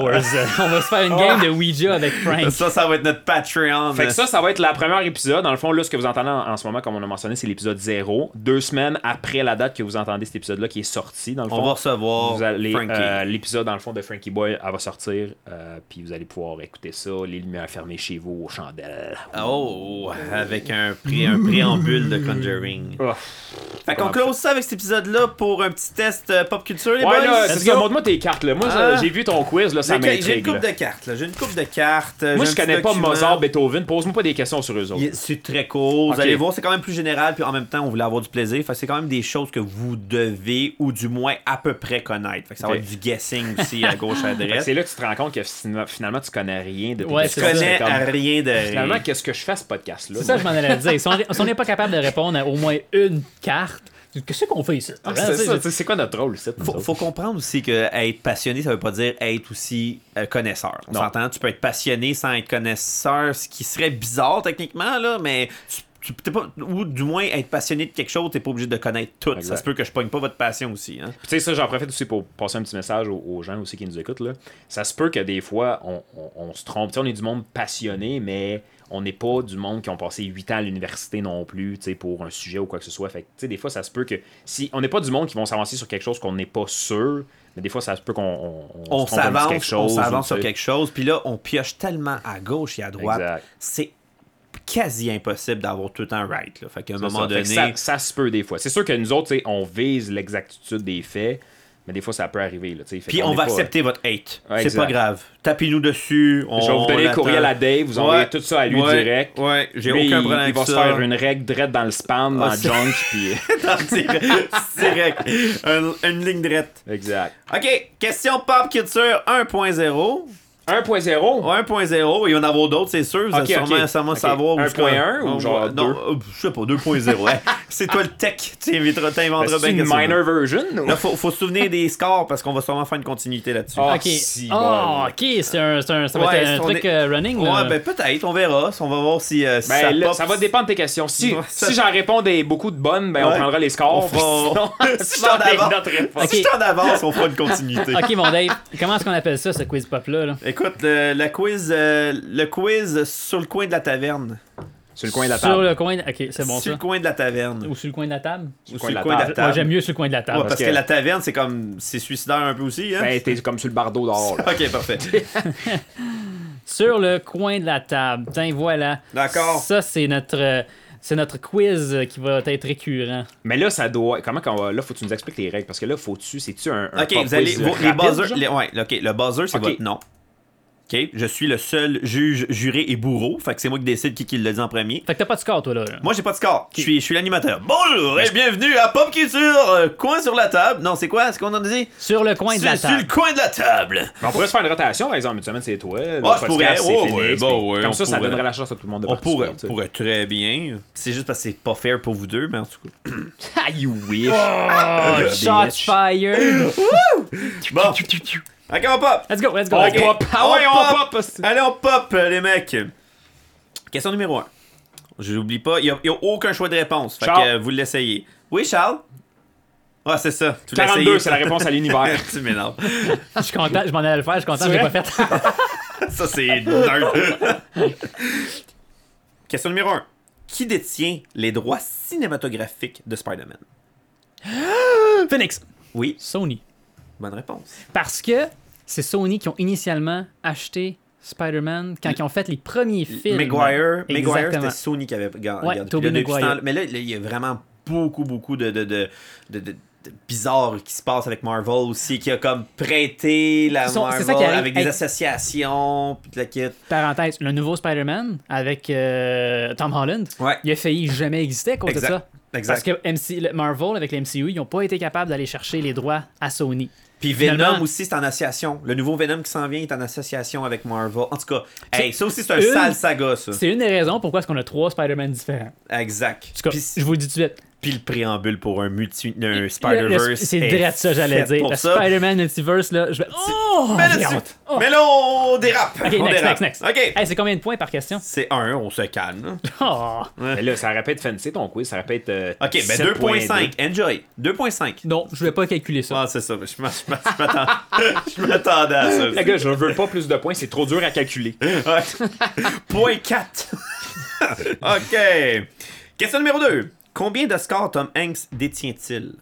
On va se faire une game de Ouija avec Frank.
Ça, ça va être notre Patreon.
Fait que ça, ça va être la première épisode. Dans le fond, là, ce que vous entendez en, en ce moment, comme on a mentionné, c'est l'épisode 0. Deux semaines après la date que vous entendez cet épisode-là qui est sorti, dans le fond.
On va recevoir
vous allez,
Frankie.
euh, l'épisode, dans le fond, de Frankie Boy, elle va sortir. euh, puis vous allez pouvoir écouter ça, les lumières fermées chez vous, aux chandelles.
Oh, avec un prix, un prix préambule de Conjuring.
Oh.
Fait qu'on
Ouais,
close ça avec cet épisode-là pour un petit test euh, pop culture,
Eh ben,
les
Ouais,
boys.
là,
Let's
c'est ça.
go.
Montre-moi tes cartes, là. Moi, ça,
Ah.
j'ai vu ton quiz, là, ça
J'ai- J'ai
m'intrigue.
une coupe
là.
de cartes, là. J'ai une coupe de cartes. euh,
Moi, je connais pas Mozart, Beethoven. Pose-moi pas des questions sur eux autres.
C'est très cool.
Ok.
Vous allez voir, c'est quand même plus général, puis en même temps, on voulait avoir du plaisir. Fait que c'est quand même des choses que vous devez, ou du moins à peu près connaître. Fait que ça
Ok.
va être du guessing aussi à gauche
(laughs)
à
Fait que
droite.
C'est là que tu te rends compte que fin- finalement, tu connais rien de tes
Ouais,
Je
questions.
c'est ça.
connais
C'est comme,
à rien de.
Finalement, qu'est-ce que je fais à ce podcast-là?
C'est ça, je m'en allais dire. Si on si on n'est pas capable de répondre à au moins une carte, qu'est-ce qu'on fait ici?
Ah,
Hein, tu
c'est
sais,
ça, tu sais, c'est quoi notre rôle, c'est
Faut, faut comprendre aussi que être passionné, ça veut pas dire être aussi euh, connaisseur. On
Non.
s'entend, tu peux être passionné sans être connaisseur, ce qui serait bizarre techniquement, là, mais tu, tu- t'es pas, ou du moins être passionné de quelque chose, t'es pas obligé de connaître tout.
Exact.
Ça se peut que je pogne pas votre passion aussi. Hein.
Puis tu sais, ça, j'en profite aussi pour passer un petit message aux, aux gens aussi qui nous écoutent. Là. Ça se peut que des fois, on, on- on se trompe. Tu sais, on est du monde passionné, mais on n'est pas du monde qui ont passé 8 ans à l'université non plus, tu sais, pour un sujet ou quoi que ce soit. Fait que, tu sais, des fois, ça se peut que... si On n'est pas du monde qui vont s'avancer sur quelque chose qu'on n'est pas sûr, mais des fois, ça se peut qu'on on, on
On
se trompe un petit
s'avance, on s'avance
ou,
sur
tu sais.
quelque chose, puis là, on pioche tellement à gauche et à droite,
Exact.
c'est quasi impossible d'avoir tout le temps right. Là. Fait qu'à un
C'est
moment
ça. Fait
donné,
que Ça, ça se peut des fois. C'est sûr que nous autres, tu sais, on vise l'exactitude des faits, mais des fois, ça peut arriver. Là, tu sais. Fait
puis
qu'on
on
est
va
pas-
accepter votre hate.
Ouais,
c'est pas
exact.
grave. Tapez-nous dessus. On,
Je vais vous donner le
l'attend.
courriel à Dave, vous envoyez
Ouais.
tout ça à lui
Ouais.
direct.
Ouais, j'ai
Lui,
aucun
il-
problème
il,
avec
va se
ça.
faire
(laughs)
une règle drette dans le spam, dans
Ah,
le
c'est- (laughs)
junk, puis... euh,
direct. Un- une ligne droite.
exact.
OK, question pop culture 1.0.
1.0?
1.0, il y en a d'autres, c'est sûr. Vous
Ok,
allez sûrement,
ok.
sûrement
Ok.
savoir. où
1.1
je-
ou genre
Non, euh, je sais pas, 2.0.
(laughs)
Hey, hein. c'est toi le tech. Tu inviteras- t'inventeras
Ben, C'est
bien
une
que ça.
minor version? ou-
Là, faut, faut se souvenir des scores parce qu'on va sûrement faire une continuité là-dessus.
Ah,
Ok.
si,
Ah,
bon.
ok, c'est un, c'est un- ça va
Ouais,
être un
si on
truc
est-
euh, running. là.
ouais, ben peut-être, on verra. On va voir si, euh,
(laughs)
si
Ben,
ça
là,
pop.
ça va dépendre de tes questions. Si,
Ouais, ça-
si j'en réponds des, beaucoup de bonnes, ben, on
Ouais.
prendra les scores.
On (laughs) fera-
(laughs) puis sinon-
Si
sinon, (laughs)
j'en
des
avance-
notes réponses.
Si je t'en avance, on fera une
(laughs)
continuité.
Ok, mon Dave, comment est-ce qu'on appelle ça, ce quiz pop-là? là?
Écoute, le, le quiz, euh, le quiz sur le coin de la taverne.
Sur le coin de la
Sur
table.
le coin. de- Ok, c'est bon
sur
ça.
le coin de la taverne.
Ou sur le coin de la table?
Ou
coin de la table.
Moi, j'aime mieux sur le coin de la
Ouais,
table.
parce que...
que-
la taverne, c'est comme. C'est suicidaire un peu aussi, hein?
Ben, t'es comme sur le bardeau dehors. là.
(laughs) Ok, parfait.
Sur le coin de la table. Tiens, voilà.
D'accord.
Ça, c'est notre. euh, C'est notre quiz euh, qui va être récurrent.
Mais là, ça doit. Comment qu'on va. Là, faut que tu nous expliques les règles. Parce que là, faut-tu. C'est-tu un. (laughs) un
Ok,
pop
vous allez.
quiz euh,
vos- les
rapide,
buzzers.
genre?
les- ouais, ok, le buzzer, c'est
Ok.
votre nom. Ok, je suis le seul juge, juré et bourreau. Fait que c'est moi qui décide qui, qui le dit en premier.
Fait que t'as pas de score, toi, là. là.
Moi, j'ai pas de score. Je suis, je suis l'animateur. Bonjour
Ben,
et bienvenue à Pop Culture, euh, coin sur la table. Non, c'est quoi ce qu'on en dit?
Sur le coin de
Sur-
la
sur le
table.
coin de la table.
Mais on pourrait se faire une rotation, par exemple. Une semaine, c'est toi. l'autre
Ah, je
podcast,
pourrais.
c'est
Oh,
Félix,
ouais, bon,
puis
ouais,
Comme
on
ça, ça
pourrait.
donnerait la chance à tout le monde de
On
participer,
pourrait,
tu sais.
pourrait très bien. C'est juste parce que c'est pas fair pour vous deux, mais en tout cas.
Ah, you wish.
Oh, shot fire.
Bon. Ok, on pop.
Let's go, let's go.
On
let's go.
pop. Ah ouais, on pop.
Allez, on pop, les mecs. Question numéro 1. Je l'oublie pas, il n'y a, aucun choix de réponse. Fait
Charles.
que euh, vous l'essayez. Oui, Charles? Ah, c'est ça. Tu l'essayes.
42, c'est
(laughs)
la réponse à l'univers. (laughs)
tu m'énerves.
Je suis content, je m'en allais le faire, je suis content,
C'est
j'ai pas
vrai?
fait. (laughs)
Ça, c'est nerd. Question numéro 1. Qui détient les droits cinématographiques de Spider-Man?
Phoenix.
Oui,
Sony.
bonne réponse.
Parce que c'est Sony qui ont initialement acheté Spider-Man quand ils ont fait les premiers films.
Maguire, Maguire
Exactement.
c'était Sony qui avait gardé.
Ouais,
gardé.
Tobey
Puis là, depuis ce
Maguire.
temps-là- mais là, là, il y a vraiment beaucoup, beaucoup de, de, de, de- de- de bizarres qui se passe avec Marvel aussi, qui a comme prêté la
Ils sont- c'est
Marvel
ça qui arrive.
avec des
Hey.
associations, puis de la kit.
Parenthèse, le nouveau Spider-Man avec euh, Tom Holland,
Ouais.
il a failli jamais exister à cause
Exact.
de ça.
Exact.
Parce que MC, le Marvel avec le MCU, ils n'ont pas été capables d'aller chercher les droits à Sony.
Puis Venom
Finalement-
aussi, c'est en association. Le nouveau Venom qui s'en vient est en association avec Marvel. En tout cas, hey, ça aussi, c'est un
une-
sale saga, ça.
C'est une des raisons pourquoi est-ce qu'on a trois Spider-Man différents.
Exact.
En tout cas,
Puis-
je vous le dis tout de suite.
Puis le préambule pour un, multi, un
le- le-
Spider-Verse.
C'est
est
direct ça, j'allais
fait
dire.
pour
Le
ça.
Spider-Man Multiverse, là, je vais. Oh!
Mais là,
j'ai
tu-
honte. Oh.
mais là, on dérape.
Ok,
on
next,
dérape.
next, next.
OK.
Hey, c'est combien de points par
(laughs)
question?
C'est un, on se calme.
Oh!
Mais là, ça répète fancy ton quiz. Ça répète. euh,
Ok, ben 2.5, enjoy. 2.5.
Non, je vais pas calculer ça.
Ah, c'est ça, je m'a- je m'a- je m'attends- (laughs) je m'attendais à
(laughs)
ça.
Les gars, je veux pas plus de points, c'est trop dur à calculer.
Ouais. Point 4. (laughs) ok. Question numéro 2. Combien de scores Tom Hanks détient-il?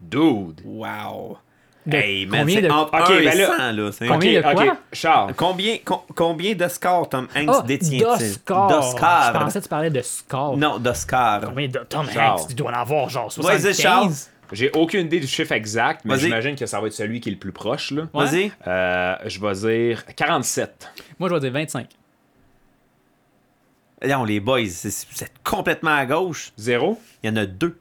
Dude.
Wow.
de
Hey, man,
combien
c'est
de...
entre
Ok,
1 et
ben là-
100, là. c'est-
Combien-
Ok,
de quoi?
ok, Charles.
Combien, com- combien de scores Tom Hanks
Ah,
détient-il?
d'Oscar.
D'Oscar.
Je pensais que tu parlais de score.
Non, d'Oscar.
Combien de... Tom
Charles.
Hanks, tu dois en avoir genre
Vas-y,
75.
Charles.
J'ai aucune idée du chiffre exact, mais
Vas-y.
j'imagine que ça va être celui qui est le plus proche. Là.
Ouais.
Vas-y.
Euh, je vais dire 47.
Moi, je vais dire 25.
Non, les boys, c'est- vous êtes complètement à gauche.
Zéro?
Il y en a deux.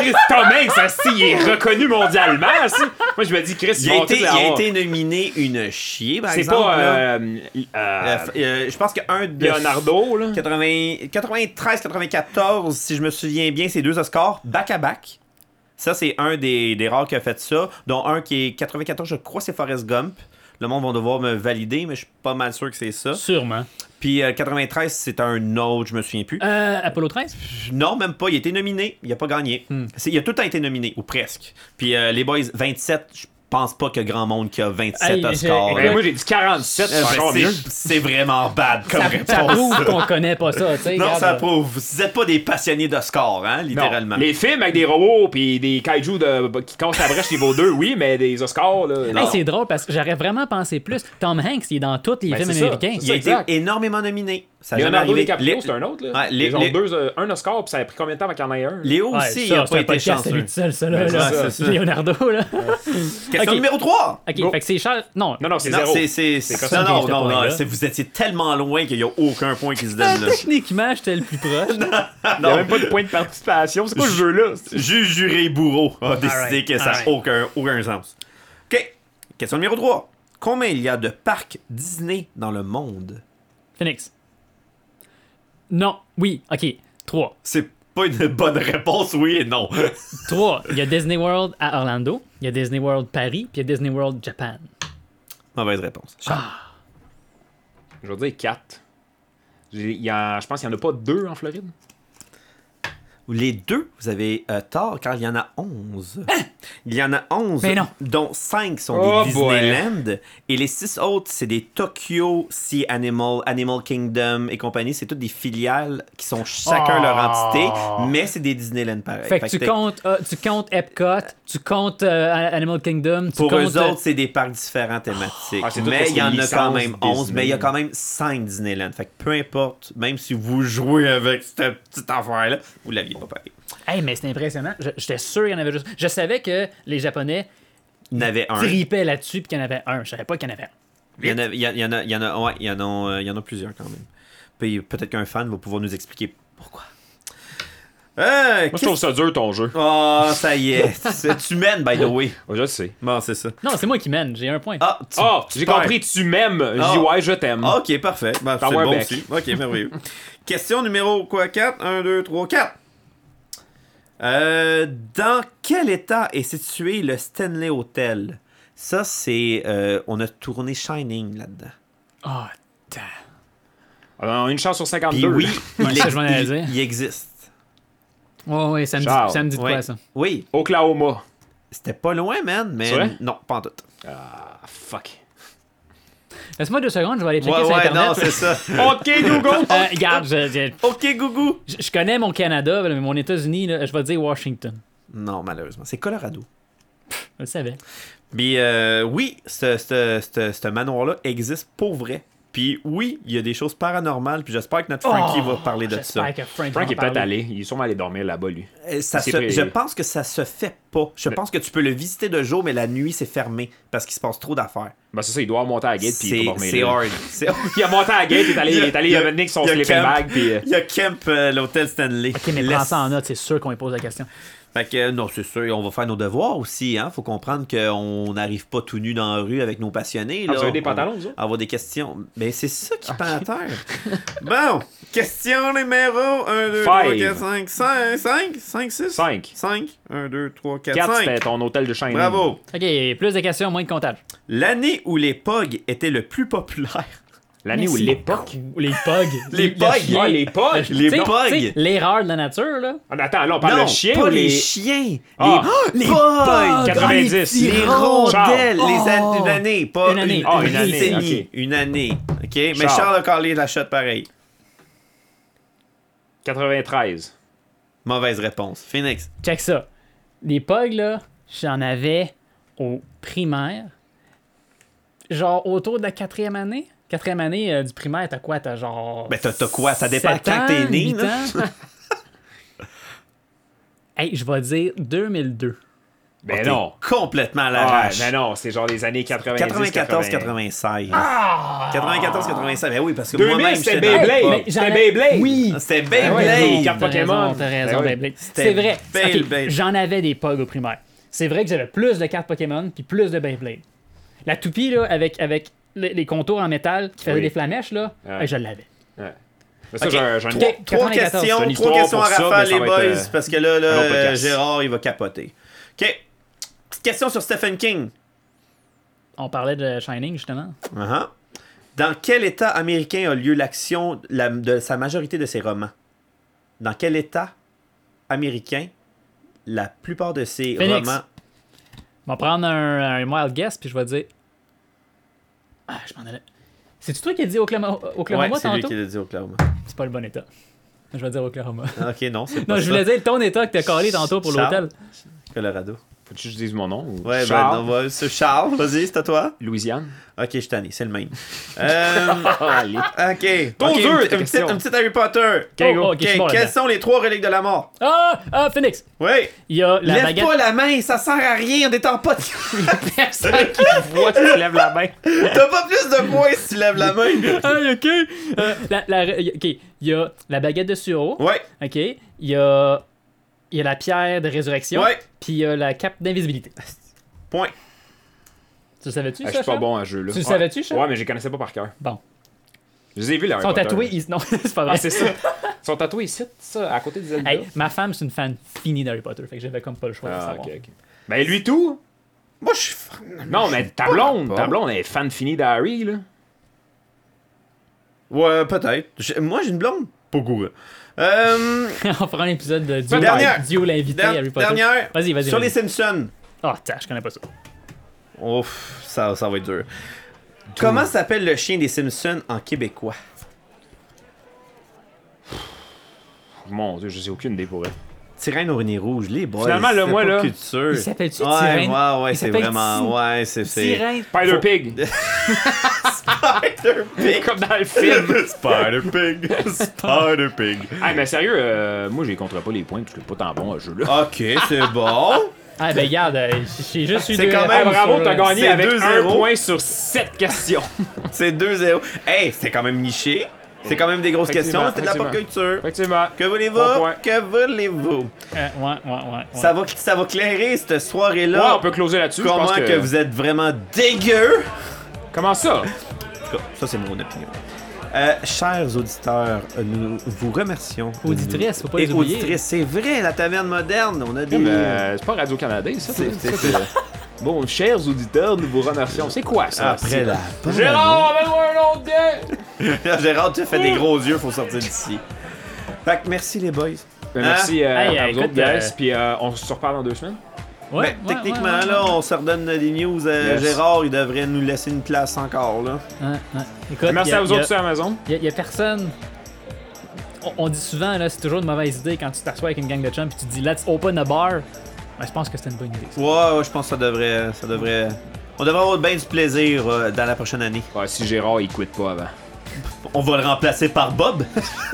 Chris Tom Hanks, asti, il est reconnu mondialement. asti. Moi, je me dis, Chris,
Il
ils
a,
vont
été,
tous
il a
l'avoir.
été nominé une chier, par
C'est
exemple.
pas.
là.
euh, euh,
Euh, f- euh, je pense qu'un de.
Leonardo, là.
80 93-94, si je me souviens bien, c'est deux Oscars back-à-back. Ça, c'est un des, des rares qui a fait ça, dont un qui est 94, je crois, c'est Forrest Gump. Le monde va devoir me valider, mais je suis pas mal sûr que c'est ça.
Sûrement.
Puis euh, 93, c'est un autre, je me souviens plus.
Euh, Apollo 13?
Non, même pas. Il a été nominé. Il a pas gagné.
Hmm.
C'est- Il a tout le temps été nominé, ou presque. Puis euh, les Boys, 27, je pense pas que grand monde qui a 27
Hey, j'ai-
Oscars.
Ben, moi, j'ai dit 47,
Euh,
c'est encore
ben,
mieux.
c'est- c'est vraiment bad comme
Ça, ça
réponse.
prouve qu'on connaît pas ça, tu sais.
Ah, Non,
regarde,
ça
euh,
prouve. Vous êtes pas des passionnés de score, hein,
Non.
littéralement.
Les films avec des robots puis des kaiju de, qui cassent la brèche niveau 2, oui, mais des Oscars, là.
Hey,
non.
c'est drôle parce que j'aurais vraiment pensé plus. Tom Hanks, il est dans tous les
Ben,
films
c'est ça,
américains.
c'est
Il a été
exact.
énormément nominé. Ça a jamais
Leonardo
arrivé.
DiCaprio,
Lé-
c'est un autre, là.
Ouais, les-
Genre
les-
deux, euh, un Oscar, puis ça a pris combien de temps avant qu'il y en ait un?
Léo
Ouais,
aussi,
ça,
il a
c'est
pas
un
été
podcast à lui
chanceux.
tout seul, ça, là,
Ben,
là.
c'est ça.
Leonardo, là.
Question
Ok.
numéro 3!
Ok,
Go.
fait que c'est Charles. Non,
Non, non, c'est
Non,
zéro.
c'est- c'est-
comme
ça
non,
que
non,
j'étais
non,
pas
non,
là.
c'est- vous étiez tellement loin qu'il n'y a aucun point qui se
(laughs)
donne là.
Techniquement, j'étais le plus proche.
Il
(laughs)
n'y a même pas de point de participation. C'est quoi ce jeu-là?
Juge, juré, bourreau a décidé
Alright,
que ça n'a
alright.
aucun, aucun sens. OK. Question numéro 3. Combien il y a de parcs Disney dans le monde?
Phoenix. Non, oui, ok. 3.
C'est pas une (laughs) bonne réponse, oui et non. (laughs)
3. Il y a Disney World à Orlando, il y a Disney World Paris, puis il y a Disney World Japan.
Mauvaise réponse.
Ah.
Je vais dire 4. Je pense qu'il n'y en a pas deux en Floride.
Les deux, vous avez euh, tort, car il y en a 11. Il y en a 11,
Hein? Mais non.
dont 5 sont
Oh
des
boy.
Disneyland, et les 6 autres, c'est des Tokyo Sea Animal, Animal Kingdom et compagnie. C'est toutes des filiales qui sont chacun
Oh.
leur
Ah.
entité, mais c'est des Disneyland pareil.
Fait que tu
t'es-
comptes, euh, tu comptes Epcot, tu comptes euh, Animal Kingdom, tu
Pour
comptes. euh,
eux autres, c'est des parcs différents thématiques.
Ah, c'est tout
mais
ce
il
qui
y
est
en a
licence
quand même 11,
Disney.
mais il y a quand même 5 Disneyland. Fait que peu importe, même si vous jouez avec cette petite affaire-là, vous l'aviez pas pareil.
Hey, mais c'est impressionnant. Je- J'étais sûr qu'il y en avait juste. Je savais que les Japonais
Il y en avait un.
tripaient là-dessus, puis qu'il y en avait un. Je savais pas qu'il y en avait un.
Il y en a, il y en a- il y en a, il y en a, ouais, il y en a, euh, il y en a plusieurs quand même. Puis peut-être qu'un fan va pouvoir nous expliquer pourquoi. Euh,
Moi,
qu'est-ce-
je trouve ça dur, ton jeu.
Oh, ça
(laughs)
y est. tu mènes, by the way.
je le sais.
Bon, c'est ça.
Non, c'est moi qui mène, j'ai un point.
Ah, tu-
Oh,
tu
j'ai
perds.
compris, tu m'aimes. Je dis
Ah.
ouais, je
Mm.
t'aime.
Ah, Ok, parfait. Ben, c'est
T'envoies un
bon
bec.
aussi. Ok,
(laughs)
merveilleux. Question numéro quoi 4 1, 2, 3, 4. Euh, dans quel état est situé le Stanley Hotel? Ça, c'est. euh, on a tourné Shining là-dedans.
Ah, damn.
Alors, une chance sur
Puis
52.
oui, il,
Ouais, ça, je m'en allais
il-
dire.
il existe.
Ouais, ouais, ça me
Charles,
dit, ça me dit de
Ouais.
quoi, ça?
Oui,
Oklahoma.
c'était pas loin, man, mais
C'est vrai?
non, pas en tout.
Ah, fuck.
Laisse-moi deux secondes, je vais aller checker
Ouais,
sur
ouais, non,
Internet.
c'est ça.
OK,
(laughs)
Google.
(laughs) Euh, regarde, je, je-
ok, Gougou.
je connais mon Canada, mais mon États-Unis, là, je vais dire Washington.
Non, malheureusement, c'est Colorado.
Je le savais.
Puis euh, oui, ce, ce- ce- ce manoir-là existe pour vrai. Puis oui, il y a des choses paranormales, puis j'espère que notre Frankie
Oh,
va parler de ça.
J'espère que Frank,
Frank
va
est
en
peut-être
parler.
allé. Il est sûrement allé dormir là-bas, lui.
Euh, ça
C'est
se-
pré-
je pense que ça se fait pas. Je pense que tu peux le visiter de jour, mais la nuit, c'est fermé parce qu'il se passe trop d'affaires.
Ben, c'est ça, il doit monter à la gate, puis il
C'est
est pas dormir
c'est
là.
hard. C'est hard.
(laughs) Il a monté à la gate, il est allé, il est allé, il a mené son
il y a
sleeping
Kemp.
bag, puis...
(laughs)
euh,
Il y a Kemp, euh, l'hôtel Stanley.
Ok, mais prends
Laisse-
ça en note, c'est sûr qu'on lui pose la question.
Fait que euh, non, c'est sûr, on va faire nos devoirs aussi. Hein? Faut comprendre qu'on n'arrive pas tout nu dans la rue avec nos passionnés.
Ah,
Là.
vous avez des
On-
pantalons, vous autres?
Avoir des questions. Mais c'est ça
Ah,
qui pend à terre.
(laughs)
bon, question numéro 1, 2, 3,
Five.
4, 5, 5, 5, 5, 6.
Cinq.
5, 1, 2, 3, 4,
Quatre,
5.
c'était ton hôtel de chaîne.
Bravo.
Ok, plus de questions, moins de comptage.
L'année où les POG étaient le plus populaires.
L'année où
Mais c'est
l'époque...
Ou Les pugs.
(laughs) Les
le
pugs.
chien.
Ah, les pogs!
Le-
Les
tu sais-
pugs.
tu sais, L'erreur de la nature, là.
Ah, Attends, là, on parle
non,
de chien
pas
ou
les...
les...
chiens.
Ah.
les, les
POG. Ah,
POG.
90.
les
Les
petits
ronds.
rondelles,
Charles.
les an-
Oh.
une année, pas
Une
une
année.
année.
Ah, une année, ok.
Une année. OK? Mais
Charles.
Charles a collé la shot pareil.
93.
Mauvaise réponse. Phoenix.
Check ça. Les pugs, là, j'en avais au primaire, genre autour de la quatrième année. Quatrième année euh, du primaire, t'as quoi? T'as genre.
Ben, t'as- t'as quoi? Ça dépend
sept
quand
ans,
t'es né,
huit
là.
ans. (laughs) hey, je vais dire 2002.
Ben
Ah, t'es
non.
Complètement à
Ah,
l'arrache.
ben non, c'est genre les années 90.
94,
80.
96. 94, 96. Ben oui, parce que
2000,
moi-même,
Ah! c'était
j'étais dans le
Beyblade.
pop.
Mais j'en
C'était
ai-
Beyblade.
Oui!
C'était
Ah ouais,
Beyblade.
les cartes
T'as raison,
Pokémon.
T'as raison,
Ben oui.
Beyblade.
C'était
C'est vrai.
Beyblade.
Ok, J'en avais des Pogs au primaire. C'est vrai que j'avais plus de cartes Pokémon puis plus de Beyblade. La toupie, là, avec, avec le- les contours en métal qui faisaient
Oui.
des flamèches, là,
Ouais.
hey, je l'avais.
Mais ça, j'ai un- j'ai un-
Ok. 94,
Trois
c'est
questions,
une
trois
histoire
questions à
pour ça,
rafale,
mais ça
les
va
boys,
être, euh,
parce que là, là
un long podcast.
euh, Gérard, il va capoter. OK. Petite question sur Stephen King.
On parlait de Shining, justement.
Uh-huh. Dans quel état américain a lieu l'action la- de sa majorité de ses romans? Dans quel état américain la plupart de ses
Phoenix.
romans...
On va prendre un, un wild guess, puis je vais dire. Ah, je m'en allais. C'est-tu toi qui as dit Oklahoma, Oklahoma
Ouais, c'est lui
tantôt
qui l'a
(laughs)
dit Oklahoma.
C'est pas le bon état. Je vais dire
(laughs)
Oklahoma.
OK, non, c'est
non,
pas ça.
je voulais dire ton état que t'as calé tantôt pour
Charles.
l'hôtel.
Colorado.
Faut-tu que je dise mon nom? ou
Ouais,
Charles,
ben, non, ouais, c'est Charles, vas-y, c'est à toi. (laughs)
Louisiane.
OK, je suis tanné, c'est le
(laughs)
même. Euh,
Allez.
OK.
Pose deux, tes
Ok, une- une, petite,
questions.
une petite Harry Potter.
Oh, Ok, go. Ok, je suis bon
Quelles
là-dedans.
sont les trois reliques de la mort?
Ah, ah, Phoenix
Oui.
Il y a la
Lève
baguette.
pas la main, ça sert à rien, on est en pote.
(laughs)
Personne qui te voit, tu te lèves la main.
(laughs) T'as pas plus de points si tu lèves la
(laughs)
main.
Hey, ok. Euh, la, la- y- ok, il y a la baguette de sureau.
Ouais,
Ok. Il y a, il y a la pierre de résurrection.
Ouais.
Puis il y a la cape d'invisibilité.
point.
Tu le savais-tu,
Ah,
ça,
Je suis pas
Charles?
bon à ce jeu, là.
Tu le
Ouais.
savais-tu, Charles?
Ouais, mais je les connaissais pas par cœur.
Bon.
Je les ai vus, là.
Ils sont tatoués. Ils... Non, (laughs) c'est pas vrai.
Ah, c'est ça. Ils sont tatoués ici, ça, à côté des Zelda.
Hey, ma femme, c'est une fan finie d'Harry Potter. Fait que j'avais comme pas le choix de
Ah,
savoir.
ok, ok. Ben, lui, tout.
Moi, je suis
Non, mais ta blonde,
rapport.
ta blonde, elle est fan finie d'Harry, là.
Ouais, peut-être. J'ai- Moi, j'ai une blonde. Pas cool. Euh,
(laughs) On fera un épisode de Duo,
Dernière.
Duo l'invité
der-
Harry Potter.
dernière.
Vas-y, vas-y.
Sur
vas-y.
les Simpsons.
Ah, tiens, je connais pas ça.
Ouf, ça, ça va être dur. Comment s'appelle le chien des Simpsons en québécois?
Mon dieu, je sais aucune idée pour elle.
Tyranne au nez rouge, les boys.
Finalement, le
c'est
moi,
pas
là,
Culture.
il s'appelle-tu
ouais,
Tyranne?
Ouais, ouais,
Il
c'est
s'appelle Ti-
vraiment. Ouais, c'est. c'est-
Sirène.
Spider Pig!
Spider Pig.
Comme dans le film! (laughs)
Spider Pig. Spider Pig.
Ah, mais sérieux, euh, moi, je les compterai pas les points parce que je suis pas tant bon à ce jeu-là.
Ok, c'est bon.
Ah, ben, regarde, euh, j'ai juste eu
C'est
deux
quand même- euh,
réponses
Ah, bravo,
sur-
t'as gagné
c'est
avec 1
2-0.
point sur 7 questions.
C'est 2-0. Hey, c'est quand même niché. C'est quand même des grosses
Effectivement,
questions. C'est de la pop culture.
Effectivement.
Que voulez-vous?
Bon point.
Que voulez-vous?
Euh, ouais, ouais, ouais. ouais.
Ça va, ça va clairer cette
Ouais,
soirée-là.
on peut closer là-dessus. je
Comment
pense
que... vous êtes vraiment dégueu.
Comment ça?
En tout cas, ça, c'est mon opinion. Euh, chers auditeurs, nous vous remercions. de
Auditrices,
nous-
faut pas les
Et
oublier.
Auditrices, c'est vrai, la taverne moderne, on a des...
Euh, c'est pas Radio-Canada, ça.
C'est-
ça,
c'est-
c'est- Bon, chers auditeurs, nous vous remercions. C'est quoi
Ah,
ça?
Après la...
Gérard, amène-moi un autre dé!
(laughs) Gérard, tu fais des gros yeux, faut sortir d'ici. Fait que merci les boys.
Ben, Merci euh,
Hey,
à
euh,
vous autres,
écoute, euh,
guys. Puis euh, on se reparle dans deux semaines.
Ouais,
Ben,
ouais,
techniquement,
ouais, ouais,
là, on se redonne des news. euh,
Yes.
Gérard, il devrait nous laisser une place encore, là.
Ouais, ouais. Écoute,
Merci
y a-
à vous
y a-
autres sur Amazon.
Il y, a personne. On, on dit souvent, là, c'est toujours une mauvaise idée quand tu t'assois avec une gang de chums et tu dis let's open a bar. Ben, je pense que c'est une bonne idée. ça.
Ouais, ouais, je pense que ça devrait, ça devrait... On devrait avoir bien du plaisir euh, dans la prochaine année.
Ouais, si Gérard, il quitte pas avant.
On va le remplacer par Bob.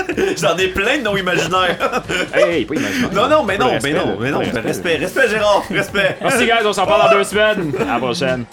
(laughs) J'en ai plein de noms imaginaires. (laughs)
Hey, hey, pas imaginaire.
non, non, mais
Faut
non,
le
mais
respect,
non, mais
là. Ah,
non.
Faut le
Respect, respect, Gérard, respect.
Merci, guys. On se reparle dans deux semaines. À la prochaine.